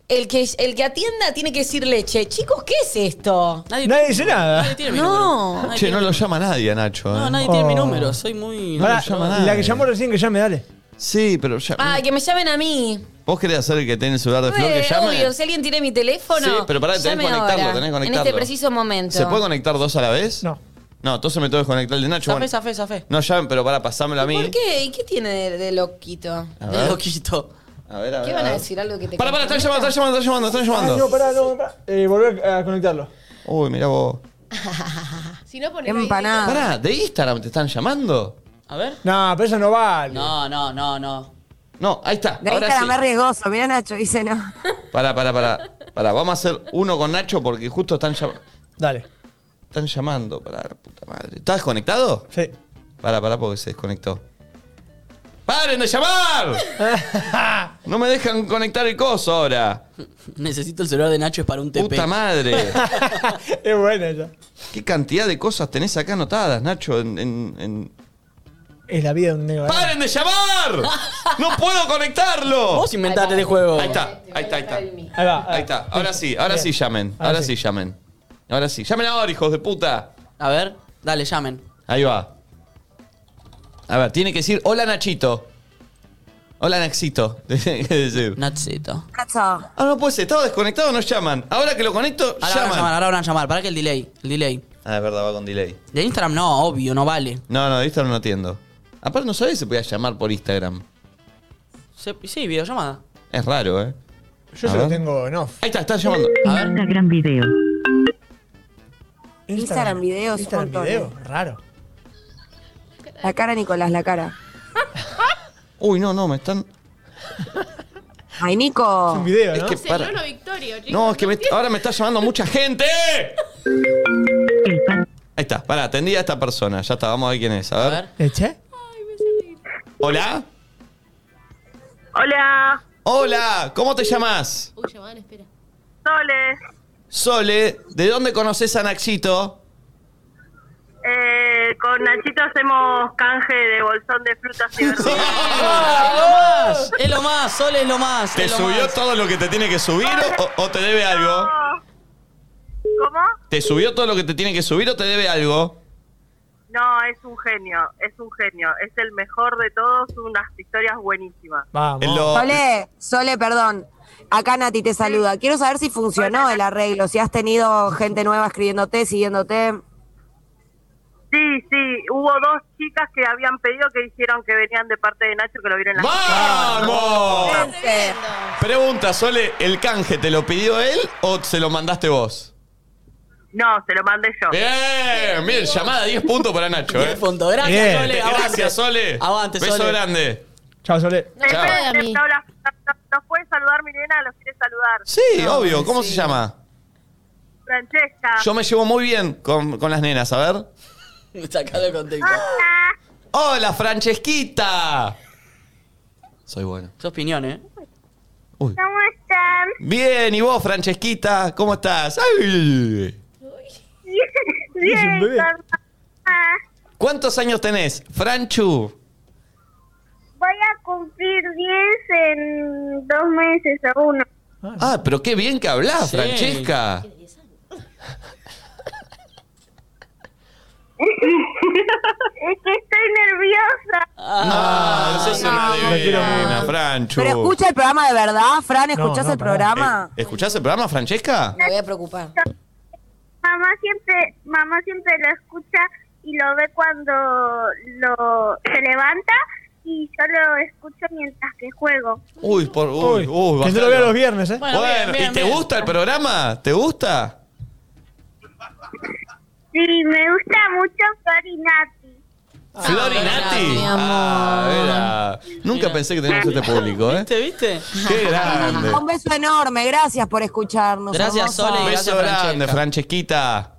Speaker 3: El que, el que atienda tiene que decir leche. Chicos, ¿qué es esto?
Speaker 2: Nadie,
Speaker 6: dice nada.
Speaker 2: tiene mi
Speaker 3: No.
Speaker 2: número.
Speaker 1: Che, no lo llama nadie a Nacho.
Speaker 2: No,
Speaker 1: eh.
Speaker 2: nadie tiene mi número. Soy muy.
Speaker 1: No lo
Speaker 6: Pará,
Speaker 1: llama
Speaker 6: la
Speaker 1: nadie.
Speaker 6: que llamó recién, que llame, dale.
Speaker 1: Sí, pero ya.
Speaker 3: Ah, que me llamen a mí.
Speaker 1: ¿Vos querés hacer el que tiene el celular de Flor que
Speaker 3: Eh,
Speaker 1: llame?
Speaker 3: obvio, si alguien tiene mi teléfono.
Speaker 1: Sí, pero pará, tenés que
Speaker 3: llame
Speaker 1: conectarlo,
Speaker 3: ahora,
Speaker 1: tenés que conectarlo.
Speaker 3: En este preciso momento.
Speaker 1: ¿Se puede conectar dos a la vez?
Speaker 6: No.
Speaker 1: No, entonces me tengo que conectar el de Nacho.
Speaker 2: Zafé,
Speaker 1: Bueno,
Speaker 2: zafé, zafé.
Speaker 1: no llamen, pero para pasármelo a mí.
Speaker 3: ¿Por qué? ¿Y qué tiene de, de loquito?
Speaker 1: A
Speaker 2: De
Speaker 1: ver,
Speaker 2: loquito.
Speaker 1: a ver, a ver.
Speaker 3: ¿Qué van a decir? ¿Algo que te
Speaker 1: Para, para, están llamando, están llamando, están llamando, están
Speaker 6: Ay, no,
Speaker 1: llamando.
Speaker 6: pará, no, pará. Eh, volver a conectarlo.
Speaker 1: Uy, mirá vos.
Speaker 4: Si no pones
Speaker 5: Empanada.
Speaker 1: Pará, ¿de Instagram te están llamando?
Speaker 2: A ver.
Speaker 6: No, Ah, pero eso no vale.
Speaker 2: No, no, no, no.
Speaker 1: No, ahí está.
Speaker 5: De
Speaker 1: Ahora
Speaker 5: Instagram
Speaker 1: sí.
Speaker 5: es riesgoso. Mira Nacho, dice no.
Speaker 1: Pará, pará, pará. Pará, vamos a hacer uno con Nacho porque justo están llamando.
Speaker 6: Dale.
Speaker 1: Están llamando, pará, la puta madre. ¿Estás conectado?
Speaker 6: Sí.
Speaker 1: Pará, pará, porque se desconectó. ¡Paren de llamar!
Speaker 6: ¡Ah!
Speaker 1: No me dejan conectar el coso ahora.
Speaker 2: Necesito el celular de Nacho, es para un TP.
Speaker 1: Puta madre.
Speaker 6: es buena esa.
Speaker 1: ¿Qué cantidad de cosas tenés acá anotadas, Nacho? En, en- en-
Speaker 6: Es la vida de un ¿eh? negro.
Speaker 1: ¡Paren de llamar! ¡No puedo conectarlo!
Speaker 2: Vos inventaste el juego.
Speaker 1: Ahí está, ahí está, ahí está.
Speaker 6: Ahí va.
Speaker 1: Ahí está, ahora sí, ahora sí llamen.
Speaker 6: Ahora
Speaker 1: Ahora
Speaker 6: sí.
Speaker 1: sí llamen. Ahora sí. Llamen ahora, hijos de puta.
Speaker 2: A ver, dale, llamen.
Speaker 1: Ahí va. A ver, tiene que decir hola Nachito. Hola Naxito. Tiene que decir.
Speaker 2: Nachito.
Speaker 5: Nacho.
Speaker 1: Ah, no puede ser, estaba desconectado, no llaman. Ahora que lo conecto,
Speaker 2: Ahora van a llamar,
Speaker 1: llaman.
Speaker 2: ahora van a llamar. ¿Para que el delay? El delay.
Speaker 1: Ah, es verdad, va con delay.
Speaker 2: De Instagram no, obvio, no vale.
Speaker 1: No, no, de Instagram no atiendo. Aparte, no sabés si se podía llamar por Instagram.
Speaker 2: Se- sí, videollamada.
Speaker 1: Es raro, ¿eh?
Speaker 6: Yo
Speaker 1: A
Speaker 6: se lo
Speaker 1: ver.
Speaker 6: tengo en off.
Speaker 1: Ahí está, está llamando.
Speaker 2: A ver.
Speaker 14: Instagram video.
Speaker 5: Instagram videos,
Speaker 6: Instagram
Speaker 5: un
Speaker 6: video,
Speaker 5: montón.
Speaker 6: raro.
Speaker 5: La cara, Nicolás, la cara.
Speaker 1: Uy, no, no, me están.
Speaker 5: Ay, Nico.
Speaker 6: Un video,
Speaker 1: Es
Speaker 6: ¿no?
Speaker 1: que para-
Speaker 4: Celolo Victorio, chicos.
Speaker 1: No, es que me- ahora me está llamando mucha gente. Ahí está, pará, atendí a esta persona. Ya está, vamos a ver quién es. A
Speaker 2: A
Speaker 1: ver.
Speaker 2: ver.
Speaker 6: ¿Eche?
Speaker 1: Hola.
Speaker 15: Hola,
Speaker 1: Hola, ¿cómo te llamas?
Speaker 4: Uy, llamaban, espera.
Speaker 15: Sole,
Speaker 1: Sole, ¿de dónde conoces a Naxito?
Speaker 15: eh, con Nachito hacemos canje de bolsón de frutas y verduras.
Speaker 2: Es lo más, Sol es lo más.
Speaker 1: ¿Te
Speaker 2: es lo
Speaker 1: subió
Speaker 2: más.
Speaker 1: todo lo que te tiene que subir o, o te debe algo?
Speaker 15: ¿Cómo?
Speaker 1: ¿Te subió todo lo que te tiene que subir o te debe algo?
Speaker 15: No, es un genio, es un genio, es el mejor de todos, unas historias buenísimas.
Speaker 6: Vamos.
Speaker 1: Lo-
Speaker 5: Sole, Sole, perdón. Acá Nati te saluda. Quiero saber si funcionó el arreglo, si has tenido gente nueva escribiéndote, siguiéndote.
Speaker 15: Sí, sí, hubo dos chicas que habían pedido que dijeron que venían de parte de Nacho que lo vieron en la
Speaker 1: ¡Vamos!
Speaker 5: Gente.
Speaker 1: Pregunta, Sole, ¿el canje te lo pidió él o se lo mandaste vos?
Speaker 15: No, se lo mandé yo.
Speaker 1: Bien, bien, llamada 10 puntos para Nacho,
Speaker 2: Bien,
Speaker 1: eh.
Speaker 2: fondo. Gracias,
Speaker 6: Bien.
Speaker 2: Sole. Avante.
Speaker 1: Gracias, Sole.
Speaker 2: Avante,
Speaker 1: Beso
Speaker 2: Sole.
Speaker 1: grande.
Speaker 6: Chao, Sole.
Speaker 4: No me
Speaker 1: Chao.
Speaker 4: jode a mí.
Speaker 15: Hola, ¿Nos puede saludar, Milena? ¿Los quiere saludar?
Speaker 1: Sí, obvio. ¿Cómo se llama?
Speaker 15: Francesca.
Speaker 1: Yo me llevo muy bien con, con las nenas, a ver.
Speaker 2: Sacado el contexto.
Speaker 15: Hola.
Speaker 1: ¡Hola, Francesquita! Soy bueno.
Speaker 2: Sos piñón, ¿eh?
Speaker 15: ¿Cómo están?
Speaker 1: Bien, ¿y vos, Francesquita? ¿Cómo estás? ¡Ay!
Speaker 15: Bien,
Speaker 6: Es un bebé.
Speaker 15: con mamá.
Speaker 1: ¿Cuántos años tenés? Franchu.
Speaker 15: Voy a cumplir 10 en dos meses o uno.
Speaker 1: Ah, pero qué bien que hablás,
Speaker 2: Sí.
Speaker 1: Francesca.
Speaker 15: Es que estoy nerviosa.
Speaker 4: Ah.
Speaker 1: No, no seas Ah, una
Speaker 6: no,
Speaker 1: divina,
Speaker 6: no.
Speaker 1: Franchu.
Speaker 5: Pero escucha el programa de verdad, Fran,
Speaker 6: No,
Speaker 5: ¿escuchás
Speaker 6: no,
Speaker 5: el
Speaker 6: pará.
Speaker 5: programa?
Speaker 1: Eh, ¿Escuchás el programa, Francesca?
Speaker 3: Me voy a preocupar.
Speaker 15: Mamá siempre, mamá siempre lo escucha y lo ve cuando lo se levanta y yo lo escucho mientras que juego.
Speaker 1: Uy, por
Speaker 6: Uy,
Speaker 1: uy, uy,
Speaker 6: que yo
Speaker 1: bajalo.
Speaker 6: lo veo los viernes, ¿eh?
Speaker 2: Bueno,
Speaker 1: Bueno,
Speaker 2: bien,
Speaker 1: ¿y
Speaker 2: bien,
Speaker 1: te
Speaker 2: bien.
Speaker 1: gusta el programa? ¿Te gusta?
Speaker 15: Sí, me gusta mucho Flor y Nati.
Speaker 1: Eh, Florinati.
Speaker 3: mi amor.
Speaker 1: Ah, mira. Nunca pensé que teníamos este público, ¿eh?
Speaker 2: ¿Viste, viste?
Speaker 1: Qué grande.
Speaker 5: Un beso enorme, gracias por escucharnos. hermosa.
Speaker 1: Un beso grande, Francesquita.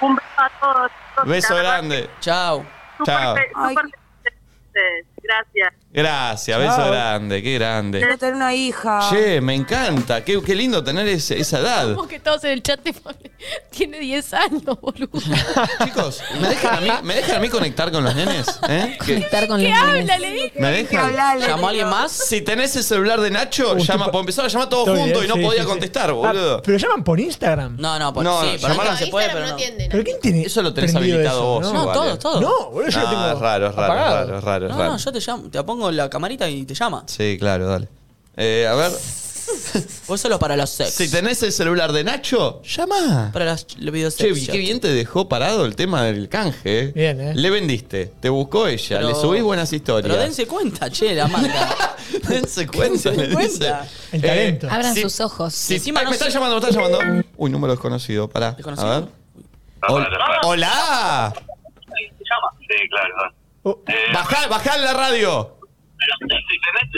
Speaker 16: Un beso a todos. chicos.
Speaker 1: Beso
Speaker 16: La verdad
Speaker 1: grande.
Speaker 2: Chao.
Speaker 16: que súper
Speaker 1: Chao.
Speaker 16: fe- súper felices. Gracias.
Speaker 1: Gracias, beso
Speaker 5: Chao.
Speaker 1: grande, qué grande.
Speaker 5: Quiero tener una hija.
Speaker 1: Che, me encanta. Qué, qué lindo tener ese- esa edad.
Speaker 4: Como que todos en el chat te ponen, tiene 10 años, boludo.
Speaker 1: Chicos, ¿me dejan, a mí, ¿me dejan a mí conectar con los nenes? ¿Eh? ¿Qué-
Speaker 4: ¿Qué habla, le dije?
Speaker 1: ¿Me dejan?
Speaker 2: ¿Llamó alguien más?
Speaker 1: Si tenés el celular de Nacho, llama. Porque empezaba a llamar todos
Speaker 6: Estoy
Speaker 1: juntos
Speaker 6: bien,
Speaker 1: y no
Speaker 6: sí,
Speaker 1: podía
Speaker 6: sí, sí.
Speaker 1: contestar,
Speaker 6: Ah,
Speaker 1: boludo.
Speaker 6: pero llaman por Instagram.
Speaker 2: No, no, por,
Speaker 1: No,
Speaker 2: sí,
Speaker 1: llamar-
Speaker 2: por Instagram se puede, pero no.
Speaker 1: ¿Pero quién tiene? Eso lo tenés
Speaker 6: prendido
Speaker 1: habilitado
Speaker 6: eso,
Speaker 1: vos.
Speaker 6: no? No,
Speaker 1: igual,
Speaker 2: todos,
Speaker 1: ¿eh?
Speaker 2: todos. No, boludo, yo lo
Speaker 1: Ah,
Speaker 2: tengo
Speaker 1: es raro, es raro,
Speaker 2: apagado.
Speaker 1: es raro, es raro, es
Speaker 2: No,
Speaker 1: raro.
Speaker 2: no, yo te llamo, te pongo la camarita y te llama.
Speaker 1: Sí, claro, dale. Eh, a ver.
Speaker 2: Vos solo para los sex.
Speaker 1: Si tenés el celular de Nacho, llama.
Speaker 2: Para los, los videos
Speaker 1: Che,
Speaker 2: sex shop.
Speaker 1: qué bien te dejó parado el tema del canje. eh.
Speaker 2: Bien, eh.
Speaker 1: Le vendiste, te buscó ella,
Speaker 2: Pero-
Speaker 1: le subís buenas historias.
Speaker 2: Pero dense cuenta, che, la manda.
Speaker 1: dense cuenta, le
Speaker 2: dense
Speaker 1: dice.
Speaker 2: cuenta.
Speaker 1: El talento.
Speaker 3: Abran sus ojos.
Speaker 1: Sí, ay, me están llamando, me están llamando. Uy, número desconocido, pará. A ver.
Speaker 17: Ah,
Speaker 1: Hol- ¡Hola! Oh,
Speaker 17: Sí, claro. Eh,
Speaker 1: Bajá, bajá la radio.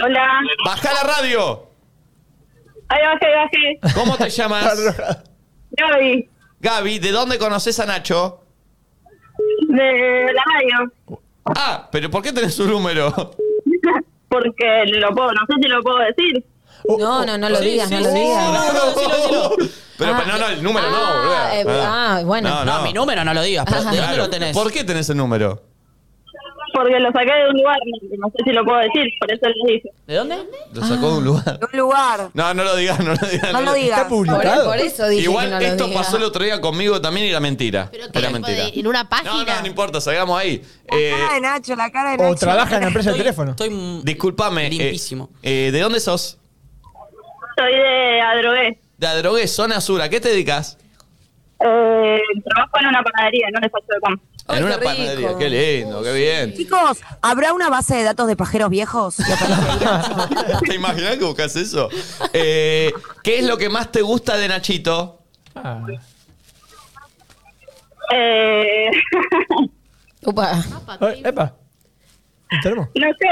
Speaker 16: Hola.
Speaker 1: Bajá la radio.
Speaker 16: Ahí va, ahí va, ahí va.
Speaker 1: ¿Cómo te llamas?
Speaker 16: Gaby,
Speaker 1: Gaby, ¿de dónde conoces a Nacho?
Speaker 16: de la radio.
Speaker 1: Ah, pero ¿por qué tenés su número?
Speaker 16: Porque lo puedo, no sé si lo puedo decir.
Speaker 3: No, no, no lo
Speaker 16: Sí,
Speaker 3: digas,
Speaker 16: sí,
Speaker 3: no lo
Speaker 16: sí,
Speaker 3: digas.
Speaker 2: Ah,
Speaker 1: Pero no, no, el número no, boludo.
Speaker 3: eh, ah, bueno.
Speaker 2: No, mi número no lo digas, pero ¿de dónde
Speaker 1: Ah. Claro.
Speaker 2: lo tenés?
Speaker 1: ¿Por qué tenés el número?
Speaker 16: Porque lo saqué de un lugar, no- no sé si lo puedo decir, por eso lo dije.
Speaker 2: ¿De dónde?
Speaker 1: Lo sacó
Speaker 2: Ah.
Speaker 1: de un lugar.
Speaker 5: Un lugar.
Speaker 1: No, no lo digas, Ah, no lo digas.
Speaker 5: No lo digas. Está
Speaker 3: publicado. Por- por eso dije
Speaker 1: Igual
Speaker 3: que no lo
Speaker 1: esto
Speaker 3: diga.
Speaker 1: pasó el otro día conmigo también y era mentira. era mentira.
Speaker 4: En una
Speaker 1: No,
Speaker 4: página.
Speaker 1: no, no importa, salgamos ahí. Eh,
Speaker 5: La cara de Nacho, la cara de
Speaker 1: O
Speaker 5: Nacho.
Speaker 1: trabaja en la empresa de
Speaker 5: Estoy-
Speaker 1: teléfono.
Speaker 2: Estoy
Speaker 1: Disculpame. eh, eh, ¿De dónde sos?
Speaker 16: Soy
Speaker 5: Eh,
Speaker 16: de Adrogué.
Speaker 1: De Adrogué, zona sur. ¿A qué te dedicas?
Speaker 16: Eh, trabajo en una panadería, en un despacho de pan.
Speaker 1: en una
Speaker 5: rico.
Speaker 1: panadería. Qué lindo, qué bien.
Speaker 5: Chicos, ¿habrá una base de datos de pajeros viejos?
Speaker 1: ¿Te imaginas que buscas eso? Eh, ¿Qué es lo que más te gusta de Nachito? Ah.
Speaker 16: Eh,
Speaker 3: Upa.
Speaker 6: Epa. Entremos.
Speaker 16: no sé,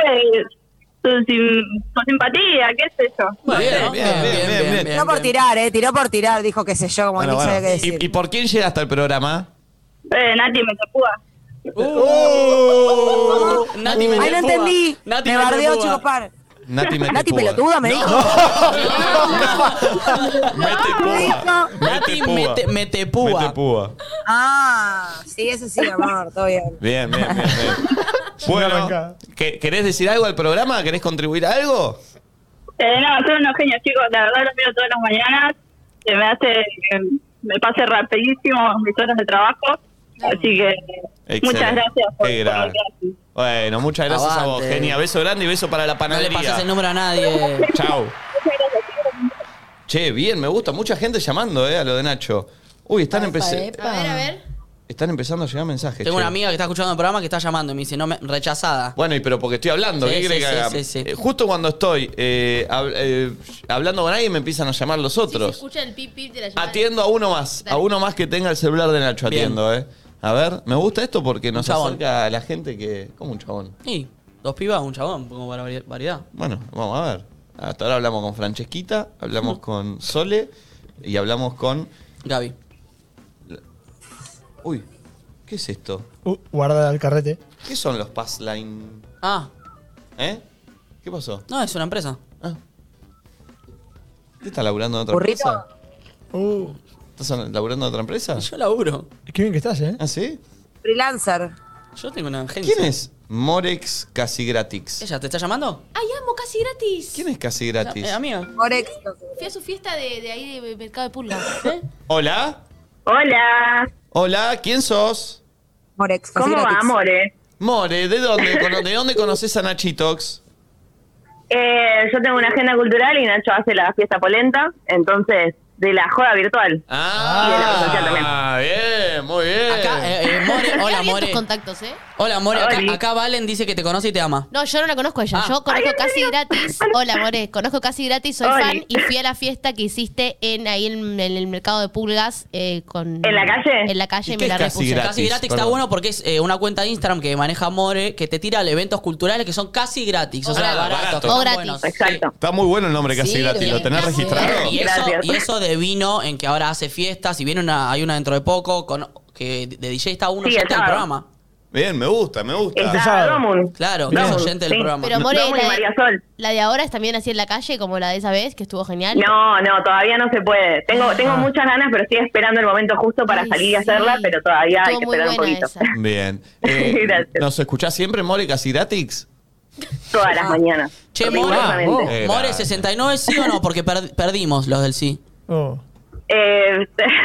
Speaker 16: su, sim- su simpatía, qué sé yo.
Speaker 1: Bien, bien, bien, bien. bien,
Speaker 5: Tiró por tirar, eh, tiró por tirar, dijo qué sé yo, como
Speaker 1: Bueno,
Speaker 5: él
Speaker 1: bueno.
Speaker 5: sabe qué decir.
Speaker 1: ¿Y, y por quién llegaste al programa?
Speaker 16: Eh, Nati me tocúa.
Speaker 4: Uh.
Speaker 1: Uh.
Speaker 2: Nati me
Speaker 5: Ay, no
Speaker 2: tepúa.
Speaker 5: entendí.
Speaker 2: Nati
Speaker 5: me
Speaker 2: me
Speaker 5: bardeó
Speaker 2: tepúa.
Speaker 5: Chocopar.
Speaker 1: Nati me
Speaker 5: Nati pelotuda me dijo. Me dijo.
Speaker 2: Nati mete, mete púa.
Speaker 1: Mete púa.
Speaker 5: Ah, sí, eso sí, amor, todo bien.
Speaker 1: Bien, bien, bien. bien. Bueno, ¿que- ¿querés decir algo al programa? ¿Querés contribuir a algo?
Speaker 16: Eh, no, son unos genios, chicos. La verdad, los miro todas las mañanas. Se me hace, eh, me pase rapidísimo mis horas de trabajo. Así que muchas
Speaker 1: Excelente.
Speaker 16: gracias por, por
Speaker 1: Qué
Speaker 16: lo
Speaker 1: grande.
Speaker 16: que hacen.
Speaker 1: Bueno, muchas gracias a vos,
Speaker 2: Aguante.
Speaker 1: Genia. Beso grande y beso para la
Speaker 2: No le
Speaker 1: panadería.
Speaker 2: pases el número a nadie.
Speaker 1: Chau. Che, bien, me gusta. Mucha gente llamando, eh, a lo de Nacho. Uy, están, empece-
Speaker 2: Ah.
Speaker 4: A ver, a ver.
Speaker 1: están empezando a llegar mensajes.
Speaker 2: Tengo
Speaker 1: che.
Speaker 2: una amiga que está escuchando el programa que está llamando y me dice, no, me, rechazada.
Speaker 1: Bueno, y pero porque estoy hablando,
Speaker 2: Sí,
Speaker 1: ¿qué
Speaker 2: sí,
Speaker 1: crees
Speaker 2: sí,
Speaker 1: que haga?
Speaker 2: sí, sí.
Speaker 1: Eh, Justo cuando estoy eh, hab- eh, hablando con alguien me empiezan a llamar los otros.
Speaker 4: Escucha el pip pip de la llamada.
Speaker 1: Atiendo a uno más, a uno más que tenga el celular de Nacho,
Speaker 2: Bien.
Speaker 1: atiendo, eh. A ver, me gusta esto porque nos
Speaker 2: chabón.
Speaker 1: acerca a la gente que. como un chabón.
Speaker 2: Sí, dos pibas, un chabón, como para vari- variedad.
Speaker 1: Bueno, vamos a ver. Hasta ahora hablamos con Francesquita, hablamos con Sole y hablamos con.
Speaker 2: Gaby.
Speaker 1: Uy, ¿qué es esto?
Speaker 6: Uh, guarda el carrete.
Speaker 1: ¿Qué son los pass line?
Speaker 2: Ah,
Speaker 1: ¿Eh? ¿Qué pasó?
Speaker 2: no, es una empresa.
Speaker 1: ¿Usted está laburando en otra
Speaker 6: ¿Burrito?
Speaker 1: empresa? ¿Estás laburando en otra empresa?
Speaker 2: Yo laburo.
Speaker 6: Qué bien que estás, ¿eh?
Speaker 1: ¿Ah, sí?
Speaker 5: Freelancer.
Speaker 2: Yo tengo una agencia.
Speaker 1: ¿Quién es Morex Casigratix?
Speaker 2: ¿Ella te está llamando?
Speaker 4: Ay, amo, casi gratis.
Speaker 1: ¿Quién es Casigratix?
Speaker 2: Eh, amiga.
Speaker 5: Morex.
Speaker 4: Fui a su fiesta de, de ahí de Mercado de Pulga.
Speaker 1: ¿Hola?
Speaker 16: Hola.
Speaker 1: Hola, ¿quién sos?
Speaker 5: Morex.
Speaker 16: ¿Cómo va, More?
Speaker 1: More, ¿de dónde, cono- ¿de dónde conoces a Nachitox?
Speaker 16: Eh, yo tengo una agenda cultural y Nacho hace la fiesta polenta. Entonces,
Speaker 15: de la joda virtual. Y de la presencial también.
Speaker 1: Ah, bien, muy bien.
Speaker 2: Acá, eh, eh, More,
Speaker 4: Mirá
Speaker 2: hola,
Speaker 4: bien
Speaker 2: More.
Speaker 4: tus contactos, ¿eh?
Speaker 2: Hola, More. Acá,
Speaker 4: Oli.
Speaker 2: acá Valen dice que te conoce y te ama.
Speaker 4: No, yo no la conozco a ella. Yo conozco casi gratis. Hola, More. Conozco casi gratis, soy
Speaker 15: Oli.
Speaker 4: fan y fui a la fiesta que hiciste en ahí en, en el mercado de pulgas. eh, con,
Speaker 15: ¿En la calle?
Speaker 4: En la calle
Speaker 15: ¿Y
Speaker 4: y
Speaker 15: qué
Speaker 4: me la
Speaker 15: es Casi
Speaker 4: repuse.
Speaker 15: Gratis?
Speaker 2: Casi gratis está
Speaker 15: Perdón.
Speaker 2: bueno porque es eh, una cuenta de Instagram que maneja More que te tira eventos culturales que son casi gratis. O sea,
Speaker 1: Ah,
Speaker 2: baratos.
Speaker 1: barato.
Speaker 2: están
Speaker 1: O gratis.
Speaker 2: buenos.
Speaker 1: Está muy bueno el nombre casi
Speaker 2: Sí,
Speaker 1: gratis. ¿Lo
Speaker 2: bien,
Speaker 1: tenés
Speaker 2: casi
Speaker 1: registrado?
Speaker 2: gratis. Y eso, y eso devino en que ahora hace fiestas y viene una, hay una dentro de poco con, que de DJ está uno
Speaker 15: Sí, el
Speaker 2: oyente del
Speaker 15: sábado.
Speaker 2: programa.
Speaker 1: Bien, me gusta, me gusta.
Speaker 15: Está Domun.
Speaker 2: Claro, que
Speaker 1: Bien.
Speaker 2: es oyente del programa.
Speaker 4: Pero More,
Speaker 15: Domun y
Speaker 4: la,
Speaker 15: María
Speaker 4: de, la de ahora es también así en la calle, como la de esa vez, que estuvo genial. Ah.
Speaker 15: No, no, todavía no se puede. Tengo tengo muchas ganas, pero estoy esperando el momento justo para salir y hacerla, pero todavía hay
Speaker 4: Estuvo
Speaker 15: que
Speaker 4: muy
Speaker 15: esperar un
Speaker 4: buena
Speaker 15: poquito.
Speaker 1: Bien. Eh,
Speaker 15: Gracias.
Speaker 1: ¿Nos escuchás siempre, More, casi gratis?
Speaker 15: Todas
Speaker 4: Ah.
Speaker 15: las mañanas.
Speaker 2: Che, More,
Speaker 1: Perfectamente.
Speaker 2: More 69 sí o no, porque per- perdimos los del sí.
Speaker 15: Eh,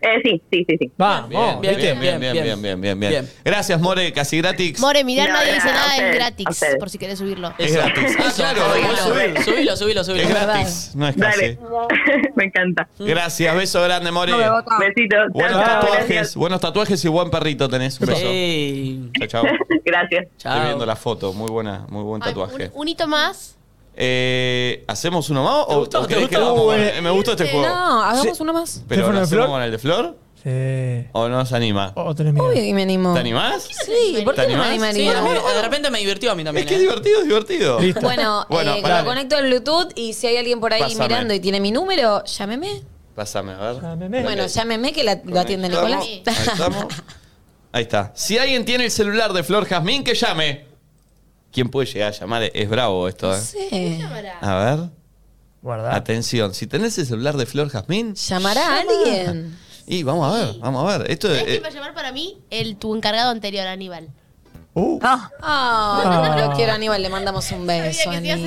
Speaker 15: eh, sí, sí, sí, sí.
Speaker 1: Bien, bien,
Speaker 2: Oh, bien,
Speaker 1: bien, bien, bien, bien, bien, bien, bien. Gracias, More, casi gratis.
Speaker 4: More, mirá,
Speaker 15: No,
Speaker 4: nadie
Speaker 15: no,
Speaker 4: dice
Speaker 15: a
Speaker 4: nada, es
Speaker 15: ustedes,
Speaker 4: gratis,
Speaker 1: a ustedes.
Speaker 4: por si querés subirlo.
Speaker 1: Es gratis. Ah, claro,
Speaker 2: subilo,
Speaker 1: subilo.
Speaker 2: subilo, subilo, subilo.
Speaker 1: Es gratis, no es casi.
Speaker 15: Me encanta.
Speaker 1: Gracias, beso grande, More.
Speaker 15: Besitos.
Speaker 1: Buenos
Speaker 15: Chao, chao,
Speaker 1: tatuajes, buenos tatuajes y buen perrito tenés. Un beso. Chao, chao.
Speaker 15: Gracias.
Speaker 1: Estoy viendo la foto, muy buena, muy buen tatuaje.
Speaker 4: Un hito más.
Speaker 1: Eh, ¿Hacemos uno más o,
Speaker 2: gustó?
Speaker 1: o
Speaker 2: ¿Te
Speaker 1: querés que
Speaker 2: gustó?
Speaker 1: hagamos?
Speaker 2: Uh,
Speaker 1: Eh, Me gustó este juego.
Speaker 3: No, hagamos uno más.
Speaker 1: ¿Pero
Speaker 6: ¿Teléfono
Speaker 1: lo
Speaker 6: de
Speaker 1: hacemos
Speaker 6: flor?
Speaker 1: con el de Flor?
Speaker 6: Sí.
Speaker 1: ¿O no se anima?
Speaker 6: O tenés miedo.
Speaker 3: Obvio que me animo.
Speaker 1: ¿Te animás?
Speaker 3: Sí, ¿por
Speaker 1: ¿Te
Speaker 3: qué no me
Speaker 1: animás?
Speaker 3: animaría?
Speaker 1: Sí, a mí-
Speaker 2: De repente me divirtió a mí también.
Speaker 1: Es que es divertido, es divertido.
Speaker 3: ¿eh? Bueno, eh,
Speaker 1: pará.
Speaker 3: lo conecto al Bluetooth y si hay alguien por ahí
Speaker 1: Pásame.
Speaker 3: mirando y tiene mi número, llámeme.
Speaker 1: Pásame, a ver.
Speaker 3: Bueno,
Speaker 1: Dale.
Speaker 3: llámeme que la, lo atiende Nicolás.
Speaker 1: Conectamos, conectamos. Ahí está. Si alguien tiene el celular de Flor Jazmín, que llame. ¿Quién puede llegar a llamar? Es bravo esto, ¿eh?
Speaker 3: Sí.
Speaker 1: A ver. Atención, si tenés el celular de Flor Jazmín.
Speaker 3: ¿Llamará a alguien? Este
Speaker 1: Y vamos a ver, vamos a ver. Esto
Speaker 4: ¿Sabés quién
Speaker 1: es. eh,
Speaker 4: va a llamar para mí? El, tu encargado anterior, Aníbal.
Speaker 1: uh.
Speaker 3: Ah,
Speaker 1: Ah.
Speaker 3: lo quiero, Aníbal. Le mandamos un beso, Aníbal.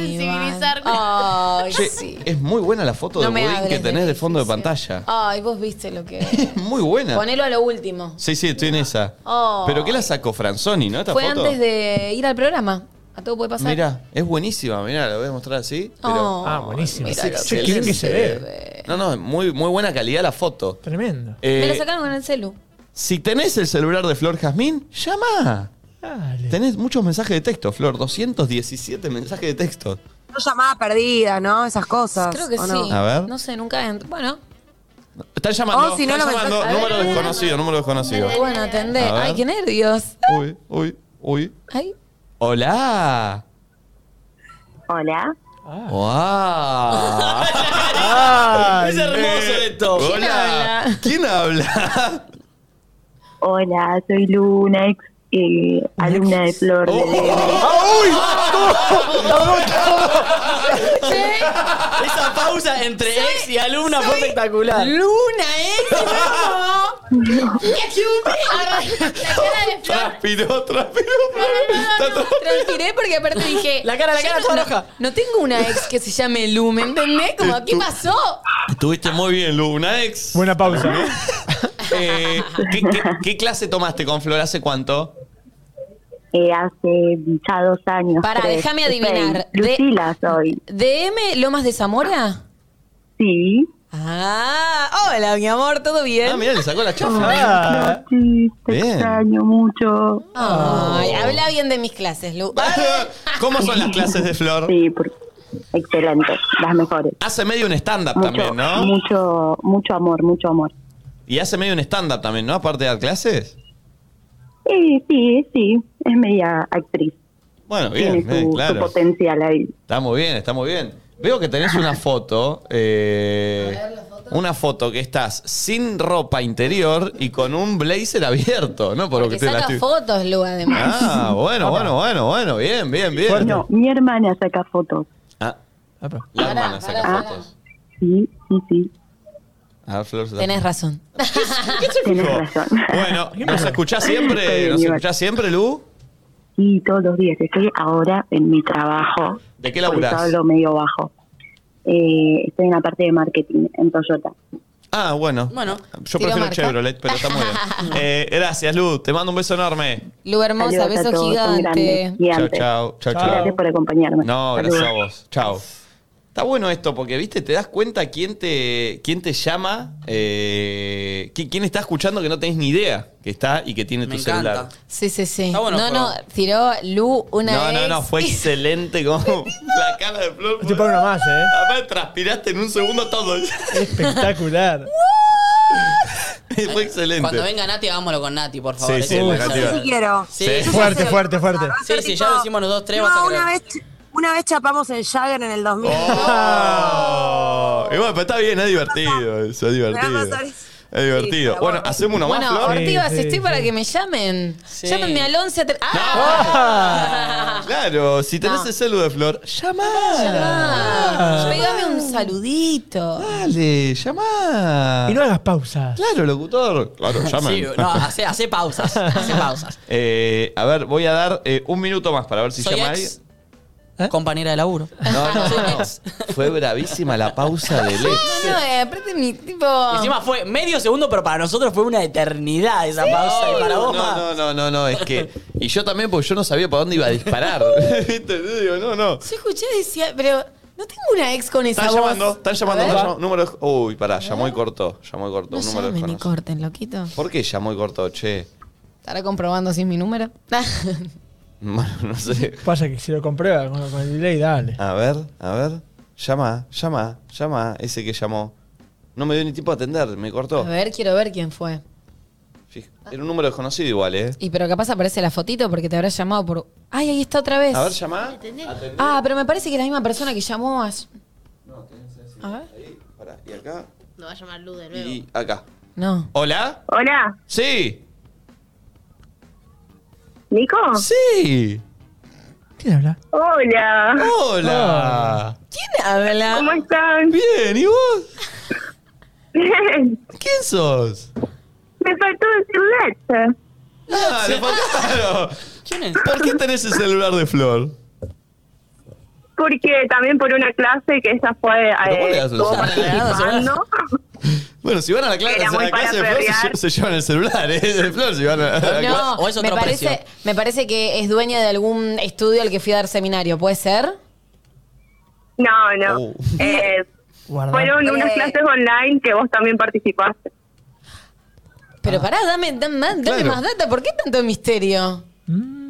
Speaker 3: Ay,
Speaker 1: Che,
Speaker 3: sí.
Speaker 1: es muy buena la foto
Speaker 3: No
Speaker 1: de
Speaker 3: me
Speaker 1: Budín
Speaker 3: hables
Speaker 1: que
Speaker 3: de
Speaker 1: tenés de fondo de pantalla.
Speaker 3: Ay, vos viste lo que...
Speaker 1: Muy buena.
Speaker 3: Ponelo a lo último.
Speaker 1: Sí, sí, estoy en esa.
Speaker 3: Oh.
Speaker 1: ¿Pero qué la sacó Franzoni, no? Esta
Speaker 3: Fue
Speaker 1: foto.
Speaker 3: antes de ir al programa. A todo puede pasar.
Speaker 1: Mira, es buenísima, mira, la voy a mostrar así. Pero,
Speaker 3: Oh,
Speaker 6: Ah, buenísima.
Speaker 1: Es
Speaker 6: mirá lo
Speaker 1: excelente.
Speaker 6: que Che, qué bien que se ve.
Speaker 1: No, no, muy, muy buena calidad la foto.
Speaker 6: Tremendo.
Speaker 1: Eh,
Speaker 3: Me lo sacaron con el celu.
Speaker 1: si tenés el celular de Flor Jazmín, llama.
Speaker 6: Ah.
Speaker 1: Tenés muchos mensajes de texto, Flor, 217 mensajes de texto.
Speaker 5: No llamada perdida, ¿no? Esas cosas.
Speaker 3: Creo que
Speaker 5: ¿o
Speaker 3: sí.
Speaker 5: no?
Speaker 1: A ver.
Speaker 3: No sé, nunca... ent- Bueno,
Speaker 1: Están llamando,
Speaker 3: Oh, si no,
Speaker 1: están
Speaker 3: lo
Speaker 1: llamando.
Speaker 3: mensajes-
Speaker 1: número
Speaker 3: a ver.
Speaker 1: desconocido, número desconocido.
Speaker 3: bueno, atendé.
Speaker 1: A ver.
Speaker 3: Ay, qué nervios.
Speaker 1: Uy, uy, uy.
Speaker 3: Ay.
Speaker 1: Hola.
Speaker 15: Hola.
Speaker 6: Ah.
Speaker 1: Wow.
Speaker 15: Ay,
Speaker 1: es hermoso
Speaker 15: me-
Speaker 1: esto.
Speaker 15: ¿Quién
Speaker 1: Hola.
Speaker 15: habla?
Speaker 1: ¿Quién habla?
Speaker 15: Hola, soy Luna, ex eh, alumna de Flor. de Lema.
Speaker 4: Oh,
Speaker 2: Esa pausa entre ex y alumna fue espectacular.
Speaker 3: Luna, ¿eh?
Speaker 1: Transpiró, transpiró.
Speaker 3: Transpiré porque aparte dije.
Speaker 2: La cara, la
Speaker 3: yo
Speaker 2: cara,
Speaker 3: no-
Speaker 2: toda
Speaker 3: no,
Speaker 2: roja.
Speaker 3: No tengo una ex que se llame Lu, ¿me entendés? Como, ¿qué pasó?
Speaker 1: Estuviste muy bien, Luna, ex. Buena pausa. ¿qué, qué, qué clase tomaste con Flor? ¿Hace cuánto?
Speaker 15: Eh, hace ya dos años.
Speaker 3: Pará,
Speaker 15: tres,
Speaker 3: déjame
Speaker 15: seis.
Speaker 3: adivinar. De-
Speaker 15: Lucila soy.
Speaker 3: ¿DM Lomas de Zamora?
Speaker 15: Sí.
Speaker 3: Ah, hola, mi amor, ¿todo bien?
Speaker 1: Ah, mirá, le sacó la chafa.
Speaker 15: Hola, Florci, te
Speaker 1: Bien.
Speaker 15: extraño mucho.
Speaker 3: Ay, habla bien de mis clases, Lu.
Speaker 1: ¿Cómo son las clases de Flor?
Speaker 15: Sí, por- excelente, las mejores.
Speaker 1: Hace medio un stand-up
Speaker 15: Mucho,
Speaker 1: también, ¿no?
Speaker 15: mucho, mucho amor, mucho amor.
Speaker 1: Y hace medio un stand-up también, ¿no? Aparte de dar clases.
Speaker 15: Sí, sí, sí, es media actriz.
Speaker 1: Bueno, Ah, bien,
Speaker 15: Tiene su,
Speaker 1: bien,
Speaker 15: su
Speaker 1: claro.
Speaker 15: potencial ahí.
Speaker 1: Está muy bien, está muy bien. Veo que tenés una foto, eh, una foto que estás sin ropa interior y con un blazer abierto, ¿no? Por lo
Speaker 3: Que
Speaker 1: te la
Speaker 3: saca
Speaker 1: estoy-
Speaker 3: fotos, Lu, además.
Speaker 1: Ah, bueno, bueno, bueno, bueno, bien, bien, bien.
Speaker 15: No, mi hermana saca fotos.
Speaker 1: Ah, la hermana saca
Speaker 3: pará,
Speaker 1: fotos.
Speaker 15: Sí, sí, sí.
Speaker 1: A ver, Flor, se la-
Speaker 3: Tenés razón.
Speaker 15: Tenés razón.
Speaker 1: Bueno, ¿nos escuchás
Speaker 15: Estoy
Speaker 1: siempre?
Speaker 15: bien,
Speaker 1: ¿Nos
Speaker 15: Iván.
Speaker 1: escuchás siempre, Lu?
Speaker 15: Sí, todos los días. Estoy ahora en mi trabajo.
Speaker 1: ¿De qué
Speaker 15: Por
Speaker 1: laburás?
Speaker 15: eso hablo medio bajo. Eh, estoy en la parte de marketing en Toyota.
Speaker 1: Ah, bueno.
Speaker 2: Bueno,
Speaker 1: Yo
Speaker 3: tiro
Speaker 1: prefiero
Speaker 3: marca.
Speaker 1: Chevrolet, pero está muy bien. Eh, gracias, Lu. Te mando un beso enorme.
Speaker 3: Lu hermosa,
Speaker 15: Saludos a
Speaker 3: beso
Speaker 15: todos, son
Speaker 3: gigante.
Speaker 15: grandes,
Speaker 1: Chao,
Speaker 15: gigantes.
Speaker 1: chao, chao, chao.
Speaker 15: Gracias por acompañarme.
Speaker 1: No, gracias a
Speaker 15: Saludos.
Speaker 1: vos. Chao. Está bueno esto porque, viste, te das cuenta quién te, quién te llama, eh, qui- quién está escuchando que no tenés ni idea que está y que tiene tu celular.
Speaker 3: Sí, sí, sí.
Speaker 1: Está bueno el
Speaker 3: no, no, tiró Lu una
Speaker 1: no,
Speaker 3: vez.
Speaker 1: no, no, fue excelente como Ah, la cara de Flor. Te
Speaker 6: una más, ¿eh?
Speaker 1: Además, transpiraste en un segundo todo.
Speaker 6: Espectacular.
Speaker 1: fue excelente.
Speaker 2: Eh, Cuando venga Nati, hagámoslo con Nati, por favor.
Speaker 1: Sí, sí, la Nati va. Yo sí quiero.
Speaker 2: Sí,
Speaker 1: Sí.
Speaker 2: sí,
Speaker 6: Fuerte, fuerte, fuerte.
Speaker 2: sí, sí, ya lo hicimos los dos, tres.
Speaker 5: No,
Speaker 2: vas a
Speaker 5: una
Speaker 2: creer.
Speaker 5: vez, una vez chapamos el Jagger en el 2000.
Speaker 1: Oh. Y bueno, pero está bien, es divertido. Eso es divertido.
Speaker 5: Me va a pasar.
Speaker 1: Es divertido. bueno, hacemos uno más,
Speaker 3: Bueno,
Speaker 1: Flor.
Speaker 3: Ortivas, estoy para que me llamen. Llámenme al 11 a tre- ¡Ah!
Speaker 1: Claro, si tenés el celu de Flor, llama.
Speaker 3: Llamá. Pegame un saludito.
Speaker 1: Dale, llama.
Speaker 6: Y no hagas pausas.
Speaker 1: Claro, locutor. Claro, llama.
Speaker 2: Sí, no, hace, hace pausas. Hace pausas.
Speaker 1: Eh, a ver, voy a dar eh, un minuto más para ver si
Speaker 2: Soy
Speaker 1: llama
Speaker 2: ex. Compañera de laburo.
Speaker 1: No, no, no. Fue bravísima la pausa del ex.
Speaker 3: No, eh, aparte mi tipo.
Speaker 2: Y Encima fue medio segundo, pero para nosotros fue una eternidad esa pausa. Y para
Speaker 1: No,
Speaker 2: vos, más.
Speaker 1: no, no, no, no, es que. Y yo también, porque yo no sabía para dónde iba a disparar. ¿Viste? Yo digo, no, no.
Speaker 3: Yo escuché decía, pero no tengo una ex con esa
Speaker 1: Están
Speaker 3: voz.
Speaker 1: llamando, están llamando,
Speaker 3: A ver.
Speaker 1: están llamando. Número de- Uy, pará, llamó y cortó. Llamó y cortó.
Speaker 3: No
Speaker 1: un número
Speaker 3: llamen ni
Speaker 1: desconocido.
Speaker 3: corten, loquito.
Speaker 1: ¿Por qué llamó y cortó, che?
Speaker 3: ¿Estará comprobando si es mi número?
Speaker 1: Bueno, no sé.
Speaker 6: Pasa que si lo comprueba con, con el delay, dale.
Speaker 1: A ver, a ver. Llama, llama, llama. Ese que llamó. No me dio ni tiempo a atender, me
Speaker 3: A
Speaker 1: cortó.
Speaker 3: ver, quiero ver quién fue.
Speaker 1: Fij- Era un número desconocido igual, ¿eh?
Speaker 3: Y pero capaz aparece la fotito porque te habrás llamado por. Ay, ahí está otra vez.
Speaker 1: A ver, llamá. Atendé.
Speaker 3: Ah, pero me parece que es la misma persona que llamó a. A ver.
Speaker 1: Pará, y acá.
Speaker 4: No va a llamar Lu de nuevo.
Speaker 1: Y acá.
Speaker 3: No.
Speaker 1: ¿Hola?
Speaker 15: Hola,
Speaker 1: Sí.
Speaker 15: ¿Nico?
Speaker 1: Sí.
Speaker 6: ¿Quién habla? Oh.
Speaker 15: Hola.
Speaker 6: Ah.
Speaker 1: Hola.
Speaker 3: ¿Quién habla?
Speaker 15: ¿Cómo están?
Speaker 1: Bien, ¿y vos?
Speaker 15: Bien.
Speaker 1: ¿Quién sos?
Speaker 15: Me faltó decir leche.
Speaker 1: Ah, le faltaron.
Speaker 2: ¿Quién es?
Speaker 1: ¿Por qué tenés el celular de Flor?
Speaker 15: Porque también por una clase que ella fue eh,
Speaker 1: ¿Pero cómo le das un
Speaker 15: estuvo
Speaker 3: Eh,
Speaker 1: celular?
Speaker 15: participando.
Speaker 1: Bueno, si van a la clase,
Speaker 15: Era
Speaker 1: a
Speaker 15: muy
Speaker 1: la clase de
Speaker 15: para
Speaker 1: Flor, se,
Speaker 15: perrear.
Speaker 1: lle- se llevan el celular, ¿eh? De Flor, si van a la
Speaker 3: No,
Speaker 1: clase.
Speaker 3: me, parece, me parece que es dueña de algún estudio al que fui a dar seminario, ¿puede ser?
Speaker 15: No, no.
Speaker 1: Oh.
Speaker 15: Eh, fueron unas
Speaker 3: Eh.
Speaker 15: clases online que vos también participaste.
Speaker 1: Ah.
Speaker 3: Pero pará, dame, dame más- dame
Speaker 15: Claro.
Speaker 3: más data, ¿por qué tanto misterio?
Speaker 15: Mm.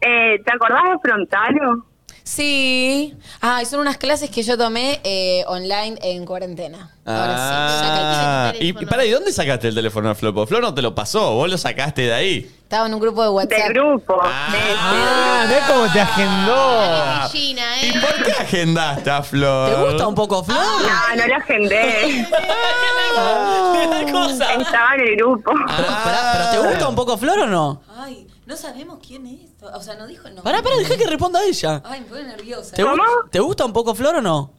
Speaker 15: Eh, ¿Te acordás de Frontalo?
Speaker 3: Sí. Ah, y son unas clases que yo tomé eh, online en cuarentena.
Speaker 1: Ah,
Speaker 3: saca el
Speaker 1: y, y para, ¿y dónde sacaste el teléfono de Flor? Porque Flor no te lo pasó, vos lo sacaste de ahí.
Speaker 3: Estaba en un grupo de WhatsApp.
Speaker 15: grupo.
Speaker 6: Ah, ve cómo te agendó.
Speaker 4: China,
Speaker 3: eh.
Speaker 1: ¿Y por qué agendaste a Flor? Ah, Ah, ¿Te gusta un
Speaker 2: poco Flor?
Speaker 15: No, no la agendé.
Speaker 2: Ah.
Speaker 15: Estaba en el grupo.
Speaker 2: Pará, Ah, ¿Pero te gusta un poco Flor o no?
Speaker 3: Ay, no sabemos quién es. O sea, no dijo el nombre.
Speaker 2: Pará, pará, dejá que responda ella.
Speaker 3: Ay, me pone nerviosa.
Speaker 2: ¿Te, gu- ¿Te gusta un poco Flor o no?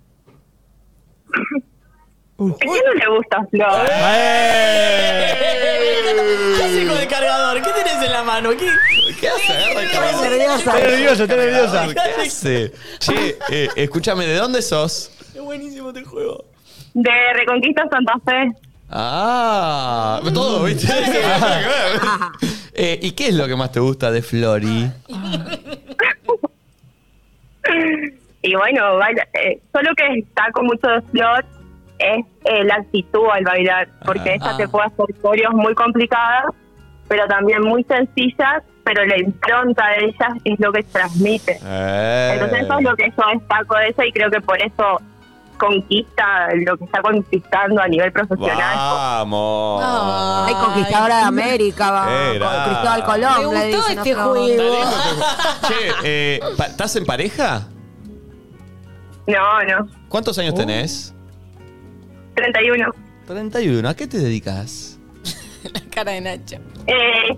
Speaker 15: ¿A quién no le gusta Flor?
Speaker 1: Eh.
Speaker 2: ¿Qué haces con el cargador? ¿Qué tenés en la mano? ¿Qué,
Speaker 1: ¿Qué haces? Agarra el
Speaker 6: Está
Speaker 1: cargador.
Speaker 6: nerviosa. Está nerviosa, está nerviosa.
Speaker 1: ¿Qué hace? Che, eh, escúchame, ¿de dónde sos?
Speaker 2: Es buenísimo este juego.
Speaker 15: De Reconquista Santa Fe.
Speaker 1: Ah, todo, ¿viste? Ah, Eh, ¿Y qué es lo que más te gusta de Flori?
Speaker 15: Y bueno, baila, eh, solo que destaco mucho de Flor es eh, la actitud al bailar, porque ella
Speaker 2: Ah.
Speaker 15: te puede hacer coreos muy complicadas, pero también muy sencillas, pero la impronta de ellas es lo que transmite. Entonces eso es lo que yo destaco de ella y creo que por eso conquista lo que está conquistando a nivel profesional.
Speaker 1: Vamos. Ah.
Speaker 5: Ay, conquistadora de América, va.
Speaker 1: Qué grande.
Speaker 5: Cristóbal Colón.
Speaker 3: Me
Speaker 5: le
Speaker 3: gustó
Speaker 5: dicen
Speaker 3: este
Speaker 5: acá.
Speaker 3: juego.
Speaker 1: Che, eh, pa- ¿estás en pareja?
Speaker 15: No, no.
Speaker 1: ¿Cuántos años tenés?
Speaker 15: 31.
Speaker 1: 31. Uh. ¿A qué te dedicas?
Speaker 3: Cara de Nacho.
Speaker 15: Eh,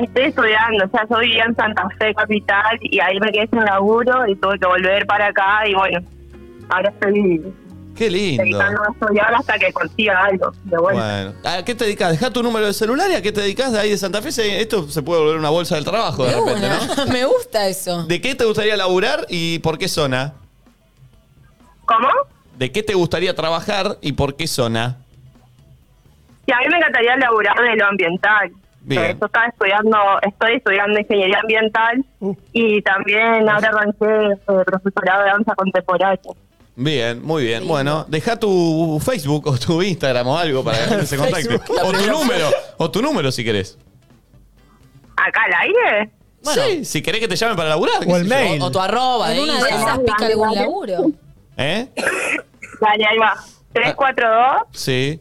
Speaker 15: estoy estudiando, o sea, yo vivía en Santa Fe, capital, y ahí me quedé sin laburo y tuve que volver para acá y bueno, ahora estoy
Speaker 1: Qué lindo.
Speaker 15: dedicando a estudiar hasta que consiga algo. Pero bueno,
Speaker 1: Bueno, ¿a qué te dedicas? Deja tu número de celular y a qué te dedicas de ahí de Santa Fe. Se- Esto se puede volver una bolsa del trabajo de repente, ¿no?
Speaker 3: me gusta eso.
Speaker 1: ¿De qué te gustaría laburar y por qué zona?
Speaker 15: ¿Cómo?
Speaker 1: ¿De qué te gustaría trabajar y por qué zona?
Speaker 15: Y a mí me encantaría laburar de lo ambiental.
Speaker 1: Bien.
Speaker 15: Yo estaba estudiando, estoy estudiando ingeniería ambiental
Speaker 3: Uh.
Speaker 15: y también ahora arranqué eh, profesorado de danza contemporánea.
Speaker 1: Bien, muy bien. Bueno, deja tu Facebook o tu Instagram o algo para que la gente se contacte.
Speaker 15: Facebook, la
Speaker 1: O tu
Speaker 15: primera
Speaker 1: número, o tu número si querés.
Speaker 15: ¿Acá al aire?
Speaker 1: sí, si querés que te llamen para laburar. qué sé yo.
Speaker 2: arroba
Speaker 3: En una de esas pica algún laburo.
Speaker 1: ¿Eh?
Speaker 15: Dale, ahí
Speaker 1: Ah.
Speaker 15: va. 342
Speaker 1: Sí,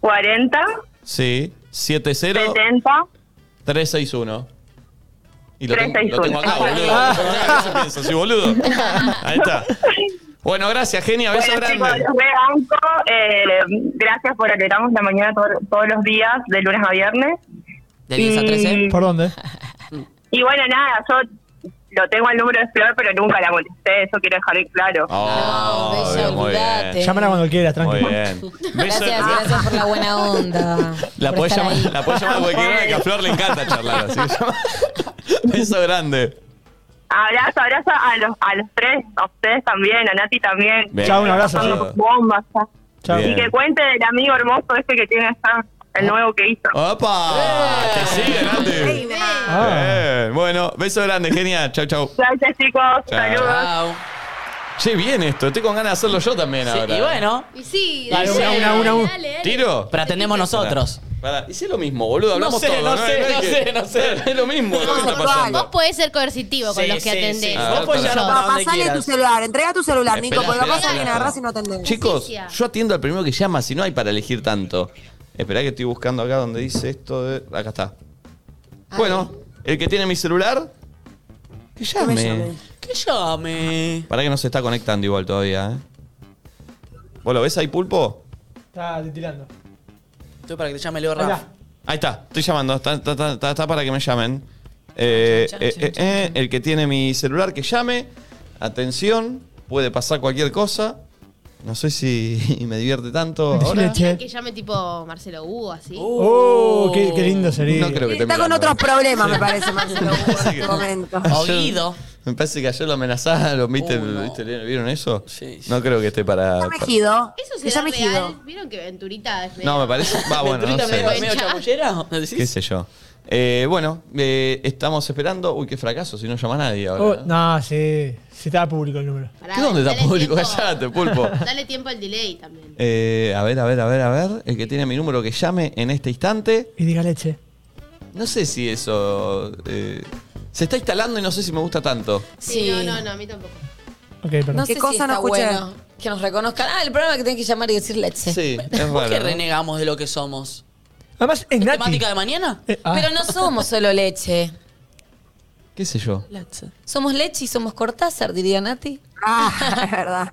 Speaker 15: 40
Speaker 1: sí. 70
Speaker 15: 70
Speaker 1: 361. Y lo, tengo,
Speaker 15: 361.
Speaker 1: lo tengo acá, boludo.
Speaker 15: Ah.
Speaker 1: Lo tengo acá, ¿Qué se piensa? Sí, boludo. Ahí está. Bueno, gracias, genia. Beso
Speaker 15: Bueno, chicos,
Speaker 1: grande.
Speaker 15: los rebanco. Eh, gracias por alegrarnos la mañana to- todos los días, de lunes a viernes. Y-
Speaker 6: ¿Por dónde?
Speaker 15: Y bueno, nada, yo lo tengo al número de Flor, pero nunca la molesté, eso quiero dejar en claro.
Speaker 1: Oh, bien, muy bien.
Speaker 6: Llámala cuando quieras, tranquilo.
Speaker 1: Muy bien.
Speaker 3: Gracias, gracias por la buena onda.
Speaker 1: La
Speaker 3: por
Speaker 1: podés
Speaker 3: estar
Speaker 1: llamar,
Speaker 3: ahí.
Speaker 1: la podés llamar a cualquier hora que a Flor le encanta charlar así. Beso grande.
Speaker 15: Abrazo, abrazo a los, a los tres, a ustedes también, a Nati también.
Speaker 1: Bien. Chao, un abrazo.
Speaker 15: Pasando por bombas, ya.
Speaker 1: Chao.
Speaker 15: Y que cuente del amigo hermoso ese que tiene allá, el
Speaker 1: Ah.
Speaker 15: nuevo que hizo.
Speaker 1: ¡Opa! Te sigue, Nati. Bien. Bueno, beso grande, genia. Chau, chau.
Speaker 15: Gracias, chicos.
Speaker 1: Chao.
Speaker 15: Saludos.
Speaker 1: Che, bien esto. Estoy con ganas de hacerlo yo también ahora.
Speaker 2: y bueno.
Speaker 4: Y sí,
Speaker 1: Dale,
Speaker 4: dale,
Speaker 1: una, una,
Speaker 4: dale,
Speaker 1: una, una.
Speaker 4: dale, dale.
Speaker 1: ¿Tiro?
Speaker 2: Pero atendemos nosotros.
Speaker 1: Pará, hice lo mismo, boludo. Hablamos
Speaker 2: No sé,
Speaker 1: todo.
Speaker 2: no sé,
Speaker 1: es
Speaker 2: no
Speaker 1: que-
Speaker 2: sé, no sé.
Speaker 1: Es lo mismo lo que está
Speaker 4: Vos
Speaker 1: pasando.
Speaker 4: podés ser coercitivo con
Speaker 1: Sí,
Speaker 4: los que
Speaker 1: sí,
Speaker 4: atendés.
Speaker 1: sí.
Speaker 4: Vos
Speaker 1: Vos
Speaker 4: podés
Speaker 1: podés
Speaker 4: llamar.
Speaker 1: llamar.
Speaker 5: Papá,
Speaker 1: Donde
Speaker 5: sale
Speaker 1: quieras.
Speaker 5: tu celular, entrega tu celular, Nico,
Speaker 1: Esperá,
Speaker 5: porque papá
Speaker 1: esperá,
Speaker 5: alguien
Speaker 1: esperá.
Speaker 5: agarrás y no atendés.
Speaker 1: Chicos, yo atiendo al primero que llama, si no hay para elegir tanto. Esperá que estoy buscando acá donde dice esto de. Acá está. Bueno, el que tiene mi celular. Que llame.
Speaker 2: Que llame.
Speaker 1: Pará que no se está conectando igual todavía, ¿eh? ¿Vos lo ves ahí, pulpo?
Speaker 6: Está titilando.
Speaker 2: Estoy para que te llame Leo Rafa.
Speaker 1: Ahí está, estoy llamando. Está, está- está- está- está para que me llamen. Eh, eh, eh, eh, el que tiene mi celular que llame. Atención, puede pasar cualquier cosa. No sé si me divierte tanto ahora.
Speaker 4: Que llame tipo Marcelo Hugo, así.
Speaker 1: Uh.
Speaker 6: Oh, qué, qué lindo sería.
Speaker 1: No creo que
Speaker 5: Está
Speaker 1: termine
Speaker 5: con
Speaker 1: la
Speaker 5: otros problemas,
Speaker 1: Sí.
Speaker 5: me parece, Marcelo, Hugo, en este momento.
Speaker 1: Ayer- Me parece que ayer lo amenazaron, ¿viste? ¿Viste? ¿Vieron eso? No creo que esté para. para-
Speaker 5: Gido.
Speaker 4: Eso se
Speaker 5: Que llame
Speaker 4: llama
Speaker 5: Gido.
Speaker 4: ¿Vieron que Venturita es
Speaker 1: No, me parece. Va, bueno, no sé.
Speaker 2: chapullera?
Speaker 1: ¿Qué sé yo? Eh, bueno, eh, estamos esperando. Uy, qué fracaso si no llama nadie ahora.
Speaker 6: Oh, no, sí. Sí, estaba público el número.
Speaker 1: ¿Qué dónde está público? Cállate, pulpo.
Speaker 4: Dale tiempo al delay también.
Speaker 1: Eh, a ver, a ver, a ver, a ver. El que tiene mi número que llame en este instante.
Speaker 6: Y diga leche.
Speaker 1: No sé si eso. eh, se está instalando y no sé si me gusta tanto.
Speaker 4: Sí. No, no, no, a mí tampoco.
Speaker 6: Ok, perdón.
Speaker 3: No
Speaker 5: ¿Qué
Speaker 3: sé
Speaker 5: cosa
Speaker 3: si
Speaker 5: no
Speaker 3: está
Speaker 5: escuché?
Speaker 3: bueno que nos reconozcan. Ah, el programa que tenés que llamar y decir leche.
Speaker 1: Sí, es
Speaker 2: ¿Por qué
Speaker 1: raro. ¿no?
Speaker 2: renegamos de lo que somos?
Speaker 6: Además, es Nati.
Speaker 2: ¿Temática de mañana?
Speaker 5: Eh, ah.
Speaker 3: Pero no somos solo leche.
Speaker 1: ¿Qué sé yo?
Speaker 3: Somos leche y somos Cortázar, diría Nati.
Speaker 5: Ah, es verdad.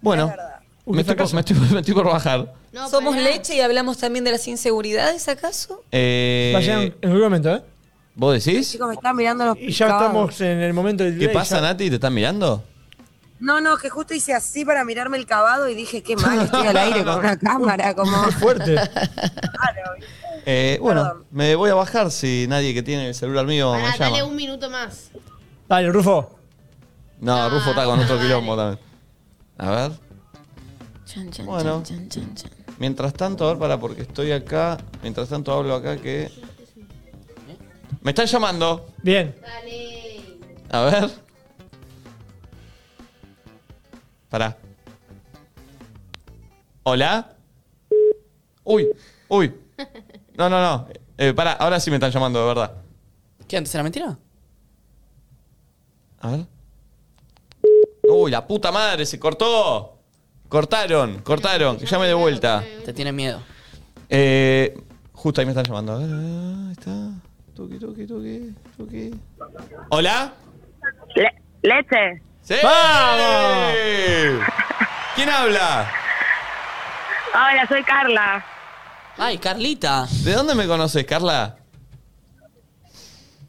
Speaker 1: Bueno, me estoy, por, me, estoy, me estoy por bajar.
Speaker 3: somos leche y hablamos también de las inseguridades, ¿acaso?
Speaker 1: Eh,
Speaker 6: Vayan en algún momento, ¿eh?
Speaker 1: ¿Vos decís?
Speaker 5: Chicos, me están mirando los
Speaker 6: Y ya
Speaker 5: picados.
Speaker 6: estamos en el momento del
Speaker 1: ¿Qué
Speaker 6: delay,
Speaker 1: pasa,
Speaker 6: ya.
Speaker 1: Nati? ¿Te están mirando?
Speaker 5: No, no, que justo hice así para mirarme el cavado y dije, qué mal, estoy al aire con una cámara, como...
Speaker 6: fuerte.
Speaker 1: Eh, bueno, me voy a bajar si nadie que tiene el celular mío
Speaker 4: Pará,
Speaker 1: me
Speaker 4: dale
Speaker 1: llama.
Speaker 4: un minuto más.
Speaker 6: Dale, Rufo.
Speaker 1: No, Rufo está con otro quilombo también. A ver. Bueno. Mientras tanto, a ver, para, porque estoy acá. Mientras tanto hablo acá que. Me están llamando.
Speaker 6: Bien.
Speaker 1: A ver. Pará. ¿Hola? Uy, uy. No, no, no. Eh, pará, ahora sí me están llamando, de verdad.
Speaker 2: ¿Qué antes era mentira?
Speaker 1: A ver. Uy, la puta madre, se cortó. Cortaron, cortaron. Que llame de vuelta.
Speaker 2: Te tiene miedo.
Speaker 1: Eh, justo ahí me están llamando. A ver, a ver, ahí está. Toque, toque, toque, toque. ¿Hola?
Speaker 15: leche.
Speaker 1: ¡Sí! ¡Vamos! ¿Quién habla?
Speaker 15: Hola, soy Carla.
Speaker 2: Ay, Carlita.
Speaker 1: ¿De dónde me conoces, Carla?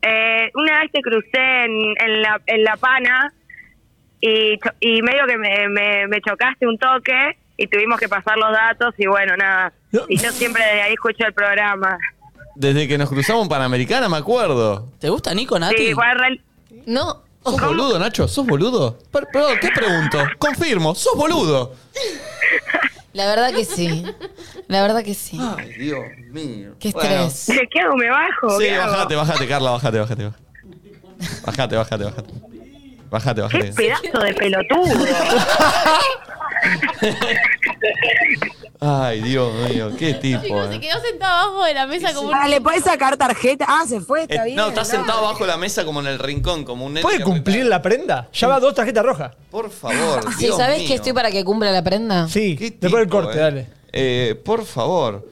Speaker 15: Eh, una vez te crucé en, en la, en La Pana y, cho- y medio que me, me- me chocaste un toque y tuvimos que pasar los datos y bueno, nada. Y yo siempre de ahí escucho el programa.
Speaker 1: Desde que nos cruzamos en Panamericana, me acuerdo.
Speaker 2: ¿Te gusta Nico, Nati?
Speaker 15: Sí, fue re-
Speaker 3: No.
Speaker 1: ¿Sos boludo, Nacho? ¿Sos boludo? Per- perdón, ¿qué pregunto? Confirmo, sos boludo.
Speaker 3: La verdad que sí. La verdad que sí.
Speaker 18: Ay, Dios mío.
Speaker 3: Qué
Speaker 18: Bueno.
Speaker 3: estrés.
Speaker 15: ¿Qué hago? ¿Me bajo?
Speaker 1: Sí,
Speaker 15: ¿Qué hago?
Speaker 1: bájate, bájate, Carla, bájate, bájate. bájate. Bájate, bájate, bájate. Bájate,
Speaker 15: Qué
Speaker 1: bájate.
Speaker 15: pedazo de pelotudo.
Speaker 1: Ay, Dios mío, qué tipo.
Speaker 4: Se
Speaker 1: eh.
Speaker 4: quedó sentado abajo de la mesa como un.
Speaker 5: Ah, ¿Le puedes sacar tarjeta? Ah, se fue, está
Speaker 1: Eh,
Speaker 5: bien.
Speaker 1: no, está sentado bajo la mesa como en el rincón, como un nene.
Speaker 6: ¿Puede
Speaker 1: que-
Speaker 6: cumplir la prenda? Ya va dos tarjetas rojas.
Speaker 1: Por favor,
Speaker 3: Ah, Sí,
Speaker 1: Dios
Speaker 3: ¿sabés
Speaker 1: mío.
Speaker 3: que estoy para que cumpla la prenda?
Speaker 6: Sí,
Speaker 1: tipo,
Speaker 6: después del corte,
Speaker 1: eh.
Speaker 6: dale.
Speaker 1: Eh, por favor,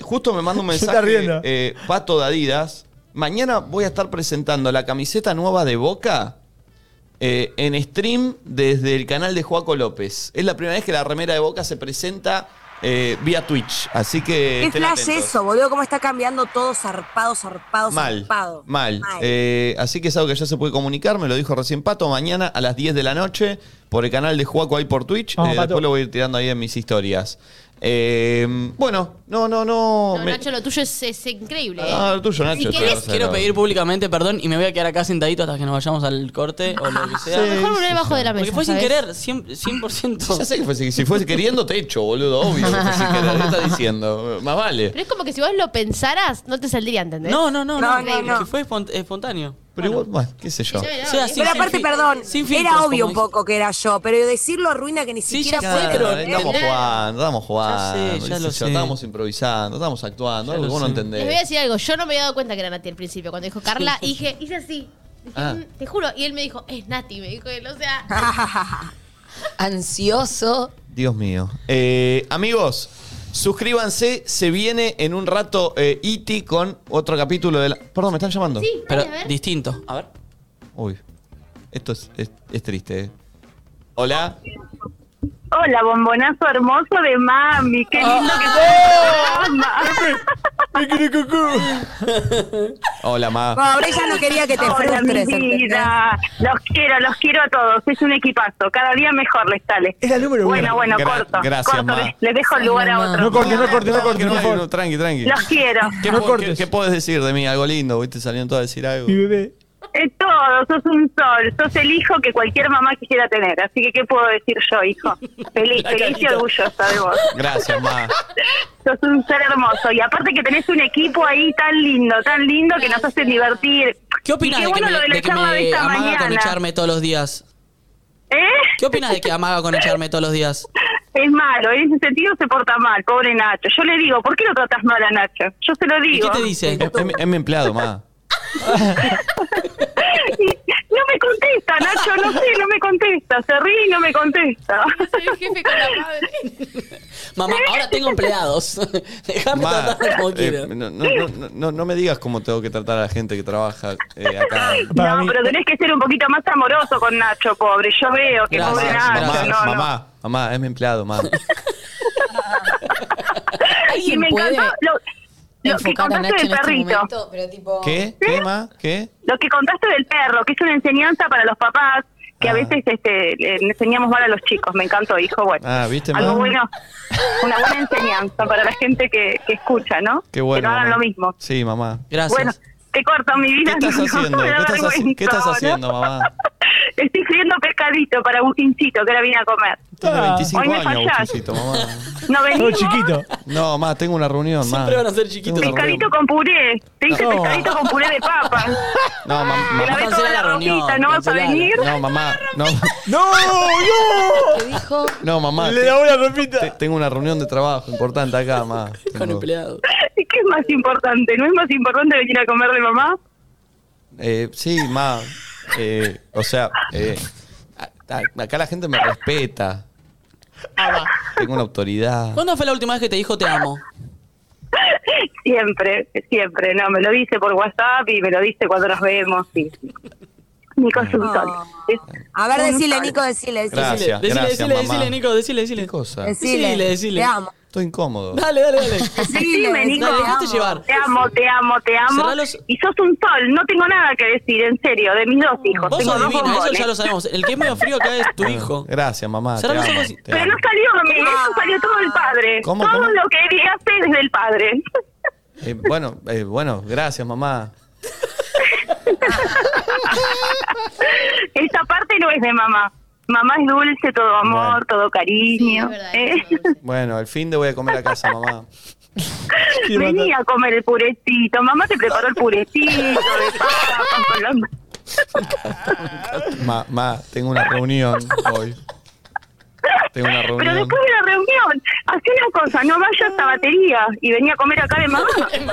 Speaker 1: justo me manda un
Speaker 6: Se está
Speaker 1: mensaje
Speaker 6: riendo.
Speaker 1: eh, Pato de Adidas. Mañana voy a estar presentando la camiseta nueva de Boca eh, en stream desde el canal de Joaco López. Es la primera vez que la remera de Boca se presenta eh, vía Twitch, así que...
Speaker 5: ¿Qué
Speaker 1: estén
Speaker 5: flash
Speaker 1: atentos.
Speaker 5: eso, boludo? ¿Cómo está cambiando todo zarpado, zarpado,
Speaker 1: Mal,
Speaker 5: zarpado?
Speaker 1: mal. Eh, así que es algo que ya se puede comunicar, me lo dijo recién Pato, mañana a las 10 de la noche por el canal de Juaco ahí por Twitch.
Speaker 6: Vamos,
Speaker 1: Eh,
Speaker 6: Pato.
Speaker 1: después lo voy a ir tirando ahí en mis historias. Eh, bueno, no, no, no.
Speaker 4: No,
Speaker 1: me-
Speaker 4: Nacho, lo tuyo es, es increíble. eh.
Speaker 1: Ah, lo tuyo, Nacho,
Speaker 4: Si
Speaker 1: te
Speaker 4: querés-
Speaker 1: vas a hacer
Speaker 4: quiero
Speaker 1: algo.
Speaker 2: pedir públicamente perdón y me voy a quedar acá sentadito hasta que nos vayamos al corte o lo que sea.
Speaker 4: A lo mejor volver bajo de la mesa.
Speaker 2: Porque fue sin
Speaker 4: ¿sabes?
Speaker 2: querer, 100%. 100%.
Speaker 1: Ya sé que fue- si fuese queriendo, te echo, boludo, obvio. que fue sin querer, ¿Qué estás diciendo? Más vale.
Speaker 4: Pero es como que si vos lo pensaras, no te saldría, ¿entendés?
Speaker 2: No, no, no, no,
Speaker 4: Increíble.
Speaker 2: que fue espont- espontáneo.
Speaker 1: Pero igual, bueno, qué sé yo.
Speaker 2: O sea, Ah, sin-
Speaker 5: pero
Speaker 2: sin
Speaker 5: aparte,
Speaker 2: fi-
Speaker 5: perdón,
Speaker 2: sin
Speaker 5: era
Speaker 2: filtros,
Speaker 5: obvio un
Speaker 2: como
Speaker 5: poco que era yo, pero decirlo arruina que ni siquiera
Speaker 1: Claro,
Speaker 5: fue.
Speaker 1: estamos jugando, estamos jugando.
Speaker 2: sé, ya
Speaker 1: qué
Speaker 2: lo
Speaker 1: sé yo,
Speaker 2: sé.
Speaker 1: Estábamos improvisando, estábamos actuando, algo que vos no
Speaker 4: Les voy a
Speaker 1: entendés.
Speaker 4: decir algo, yo no me había dado cuenta que era Nati al principio. Cuando dijo Carla, dije, hice así. Dije,
Speaker 1: Ah.
Speaker 4: "Mm, Te juro. Y él me dijo, es Nati, me dijo él. O sea,
Speaker 3: Ansioso.
Speaker 1: Dios mío. Eh, amigos, suscríbanse. Se viene en un rato eh, Iti con otro capítulo de la. Perdón, me están llamando.
Speaker 4: Sí,
Speaker 2: Pero distinto. A ver.
Speaker 1: Uy. Esto es, es- es triste, eh. Hola.
Speaker 15: Hola, bombonazo hermoso de mami. Qué
Speaker 5: Ah.
Speaker 15: lindo que
Speaker 1: Hola, ma.
Speaker 5: No, ahora ella no quería que te
Speaker 15: Hola, mi
Speaker 5: frustres,
Speaker 15: vida. Los quiero, los quiero a todos. Es un equipazo. Cada día mejor les sale.
Speaker 6: Es la número uno.
Speaker 15: Bueno, bueno,
Speaker 1: Gra-
Speaker 15: corto.
Speaker 1: gracias,
Speaker 15: corto.
Speaker 1: ma.
Speaker 15: Les, les dejo el lugar a otros.
Speaker 6: No cortes, no cortes, no cortes,
Speaker 1: No,
Speaker 6: por
Speaker 1: no,
Speaker 6: favor.
Speaker 1: no, tranqui, tranqui.
Speaker 15: Los quiero.
Speaker 1: ¿Qué, po- qué, qué podés decir de mí? Algo lindo, ¿viste? Salieron todos a decir algo.
Speaker 6: bebé.
Speaker 15: Es todo. Sos un sol. Sos el hijo que cualquier mamá quisiera tener. Así que, ¿qué puedo decir yo, hijo? Feliz, feliz y orgullosa de vos.
Speaker 1: Gracias, ma.
Speaker 15: Sos un ser hermoso. Y aparte que tenés un equipo ahí tan lindo, tan lindo que nos hace divertir.
Speaker 2: ¿Qué opinas
Speaker 15: Y
Speaker 2: de que
Speaker 15: bueno
Speaker 2: me,
Speaker 15: lo de la
Speaker 2: de que
Speaker 15: charla
Speaker 2: me
Speaker 15: de esta
Speaker 2: amaga
Speaker 15: mañana.
Speaker 2: con echarme todos los días?
Speaker 15: ¿Eh?
Speaker 2: ¿Qué opinas de que amaga con echarme todos los días?
Speaker 15: Es malo, en ese sentido se porta mal, pobre Nacho. Yo le digo, ¿por qué lo tratas mal a Nacho? Yo se lo
Speaker 2: ¿Y
Speaker 15: digo.
Speaker 2: qué te dice?
Speaker 1: Es, es mi- es mi empleado, ma.
Speaker 15: No me contesta, Nacho, no sé, no me contesta. Se ríe y no me contesta.
Speaker 4: soy el jefe con la madre.
Speaker 2: Mamá, ahora tengo empleados. Déjame
Speaker 1: Ma,
Speaker 2: tratar como
Speaker 1: eh,
Speaker 2: quiera.
Speaker 1: no, no, no, no- no me digas cómo tengo que tratar a la gente que trabaja eh, acá.
Speaker 15: no, pero tenés que ser un poquito más amoroso con Nacho, pobre. Yo veo que
Speaker 1: Gracias,
Speaker 15: pobre Nacho,
Speaker 1: mamá,
Speaker 15: no, no.
Speaker 1: mamá, mamá, es mi empleado, mamá.
Speaker 15: Y me encantó lo, lo que
Speaker 3: enfocar a
Speaker 15: contaste
Speaker 3: Nacho
Speaker 15: del
Speaker 3: en este
Speaker 15: perrito.
Speaker 3: momento, pero tipo...
Speaker 15: ¿Eh?
Speaker 1: ¿Qué? ¿Qué, ma? ¿Qué?
Speaker 15: Lo que contaste del perro, que es una enseñanza para los papás, que
Speaker 1: Ah.
Speaker 15: a veces este, le enseñamos mal a los chicos. Me encantó, hijo. Bueno,
Speaker 1: Ah, ¿viste,
Speaker 15: algo
Speaker 1: ma?
Speaker 15: bueno, una buena enseñanza para la gente que, que escucha, ¿no?
Speaker 1: Qué bueno.
Speaker 15: que no hagan
Speaker 1: mamá.
Speaker 15: lo mismo.
Speaker 1: Sí, mamá.
Speaker 15: Bueno, te corto mi
Speaker 1: ¿Qué
Speaker 15: vida.
Speaker 1: estás
Speaker 15: no, no,
Speaker 1: haciendo?
Speaker 15: me
Speaker 1: ¿Qué
Speaker 15: da
Speaker 1: estás, haci-
Speaker 15: vergüenza,
Speaker 1: qué estás
Speaker 15: ¿no?
Speaker 1: haciendo, mamá?
Speaker 15: Estoy friendo pescadito para Bustincito, que ahora vine a comer.
Speaker 1: Tiene 25
Speaker 15: Hoy me
Speaker 1: años,
Speaker 15: fallás.
Speaker 1: Agustíncito, mamá.
Speaker 15: No venimos.
Speaker 1: No, ma, tengo una reunión, ma.
Speaker 2: Siempre van a ser chiquitos.
Speaker 1: Tengo una reunión.
Speaker 15: Pescadito con puré. Te hice
Speaker 1: No.
Speaker 15: pescadito con puré de papa.
Speaker 1: No, ma-
Speaker 15: Te
Speaker 1: mamá.
Speaker 15: lavé toda la ropita, ¿no vas a venir?
Speaker 1: No, mamá. No,
Speaker 6: ¡No! ¡No!
Speaker 3: ¿Qué dijo?
Speaker 1: no mamá.
Speaker 6: Le
Speaker 1: te-
Speaker 6: damos la ropita.
Speaker 1: te- Tengo una reunión de trabajo importante acá, ma.
Speaker 2: Con
Speaker 1: Tengo-
Speaker 2: empleados.
Speaker 15: ¿Y ¿Qué es más importante? ¿No es más importante venir a comer de mamá?
Speaker 1: Eh, sí, ma. Eh, o sea, eh, a- a- acá la gente me respeta. Tengo una autoridad.
Speaker 2: ¿Cuándo fue la última vez que te dijo te amo?
Speaker 15: Siempre, siempre. No, me lo dice por WhatsApp y me lo dice cuando nos vemos. Y... Nico es un sol. Es
Speaker 5: A ver,
Speaker 15: un
Speaker 5: decile,
Speaker 15: sol.
Speaker 5: Nico, decile. decile.
Speaker 1: Gracias,
Speaker 2: decile,
Speaker 1: gracias,
Speaker 2: decile,
Speaker 1: mamá.
Speaker 2: decile, Nico, decile, decile.
Speaker 1: ¿Qué cosa?
Speaker 5: Decile,
Speaker 2: Decile, decile.
Speaker 5: Te amo.
Speaker 1: Estoy incómodo.
Speaker 2: Dale, dale, dale.
Speaker 5: Decile,
Speaker 15: Decime, Nico.
Speaker 2: Dale, dejate
Speaker 5: amo.
Speaker 2: llevar.
Speaker 15: Te amo, te amo, te amo.
Speaker 2: Cerrá los-
Speaker 15: Y sos un sol, no tengo nada que decir, en serio, de mis dos hijos.
Speaker 2: Vos
Speaker 15: tengo
Speaker 2: sos
Speaker 15: dos
Speaker 2: divina, eso
Speaker 15: bombones.
Speaker 2: ya lo sabemos. El que es medio frío acá es tu hijo.
Speaker 1: Gracias, mamá.
Speaker 2: Cerrá
Speaker 1: te
Speaker 2: los
Speaker 1: amo,
Speaker 2: ojos y-
Speaker 1: te
Speaker 15: Pero
Speaker 1: amo.
Speaker 15: no salió lo mío, eso salió todo el padre.
Speaker 1: ¿Cómo,
Speaker 15: todo
Speaker 1: cómo?
Speaker 15: lo que hace es del padre.
Speaker 1: Eh, bueno, eh, bueno, gracias, mamá.
Speaker 15: Esta parte no es de mamá. Mamá es dulce, todo amor, todo cariño. ¿eh?
Speaker 1: Bueno, el fin de voy a comer a casa, mamá.
Speaker 15: Vení a comer el purecito. Mamá te preparó el purecito de papa con colom-
Speaker 1: Ma, ma, tengo una reunión hoy. Tengo una
Speaker 15: Pero
Speaker 1: reunión.
Speaker 15: después de la reunión, hacé una cosa, no vayas a batería y vení a comer acá de mamá.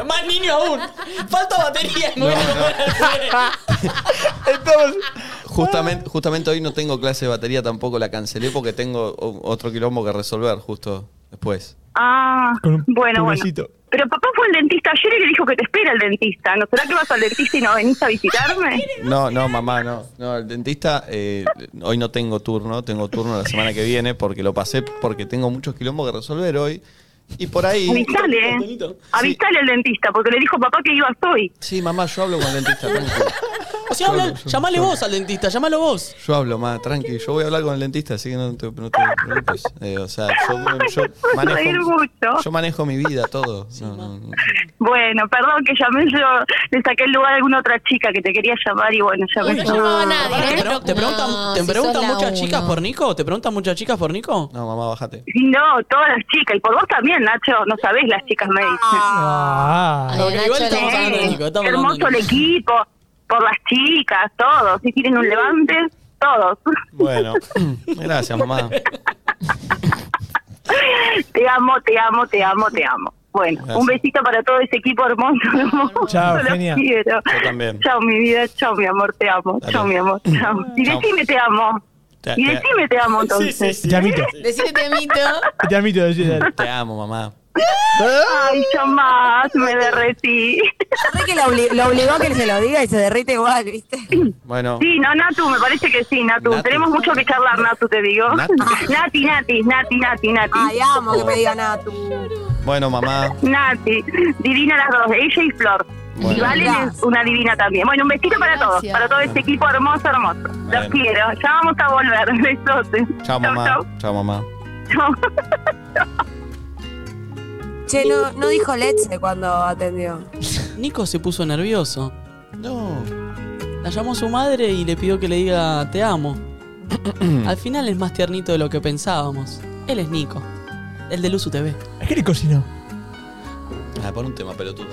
Speaker 2: Más niño aún. Falta batería. me voy a comer
Speaker 1: Justamente, justamente hoy no tengo clase de batería tampoco, la cancelé porque tengo o- otro quilombo que resolver justo después.
Speaker 15: Ah, bueno, bueno.
Speaker 1: purecito.
Speaker 15: Pero papá fue al dentista ayer y le dijo que te espera el dentista. ¿No será que vas al dentista y no venís a visitarme?
Speaker 1: No, no, mamá, no. No, el dentista, eh, hoy no tengo turno, tengo turno la semana que viene porque lo pasé porque tengo muchos quilombos que resolver hoy. Y por ahí.
Speaker 15: Avisale, eh. Avisale al dentista, porque le dijo papá que ibas hoy.
Speaker 1: Sí, mamá, yo hablo con el dentista. tranqui.
Speaker 2: O sea, habla- llamale vos al dentista, llámalo vos.
Speaker 1: Yo hablo, más tranqui. Yo voy a hablar con el dentista, así que no te, no te preocupes. Eh, o sea, yo, yo
Speaker 15: reír
Speaker 1: manejo,
Speaker 15: mucho.
Speaker 1: yo manejo mi vida, todo. No, no, no.
Speaker 15: Bueno, perdón que llamé yo, le saqué el lugar a alguna otra chica que te quería llamar y bueno, llamé yo.
Speaker 2: Aparte, te, pre- te preguntan, te
Speaker 15: ¿eh? Ah, si
Speaker 2: preguntan
Speaker 15: sos la
Speaker 2: muchas
Speaker 15: uno.
Speaker 2: chicas por Nico. ¿Te preguntan muchas chicas por Nico?
Speaker 1: No, mamá, bájate.
Speaker 15: No, todas las chicas, y por vos también, Nacho, no sabés, las chicas me dicen. Ah.
Speaker 2: igual estamos hablando de Nico, estamos hablando de
Speaker 15: hermoso el equipo, por las chicas, todos, si quieren un levante, todos.
Speaker 1: Bueno, gracias, mamá.
Speaker 15: Te amo, te amo, te amo, te amo. Bueno,
Speaker 1: Gracias.
Speaker 15: un besito para todo ese equipo hermoso. hermoso.
Speaker 1: Chao,
Speaker 15: Los
Speaker 1: Eugenia.
Speaker 15: quiero.
Speaker 1: Yo también.
Speaker 15: Chao, mi vida. Chao, mi amor. Te amo.
Speaker 1: Dale.
Speaker 15: Chao, mi amor. Chao. Y
Speaker 1: Chao.
Speaker 15: decime te amo.
Speaker 1: Te-
Speaker 15: Y
Speaker 1: te-
Speaker 15: decime te amo, entonces.
Speaker 6: Te admito.
Speaker 3: Decídete a mí,
Speaker 6: Te admito. decirle.
Speaker 1: Te amo, mamá.
Speaker 15: Ay, yo más, me derretí.
Speaker 5: Sé que la, obli- la obligó a que se lo diga y se derrite igual, ¿viste?
Speaker 1: Bueno,
Speaker 15: Sí, no, Natu, me parece que sí, Natu.
Speaker 1: Natu.
Speaker 15: Tenemos mucho que charlar, Natu, te digo.
Speaker 1: Natu.
Speaker 15: Nati, Nati, Nati, Nati, Nati.
Speaker 5: Ay, amo que me diga Natu.
Speaker 1: bueno, mamá.
Speaker 15: Nati, divina las dos, ella y Flor.
Speaker 1: Bueno.
Speaker 15: Y Valen es una divina también. Bueno, un besito para todos, para todo este equipo hermoso, hermoso. Los
Speaker 1: Bueno.
Speaker 15: quiero, ya vamos a volver. Besotes.
Speaker 1: Chao, mamá.
Speaker 15: Chau,
Speaker 1: Chao, mamá.
Speaker 15: chau.
Speaker 5: Che, no, no dijo leche cuando atendió.
Speaker 2: Nico se puso nervioso.
Speaker 1: No.
Speaker 2: La llamó su madre y le pidió que le diga te amo. Al final es más tiernito de lo que pensábamos. Él es Nico, el de Luzu TV.
Speaker 6: ¿A qué le cocinó?
Speaker 1: Ah, por un tema pelotudo.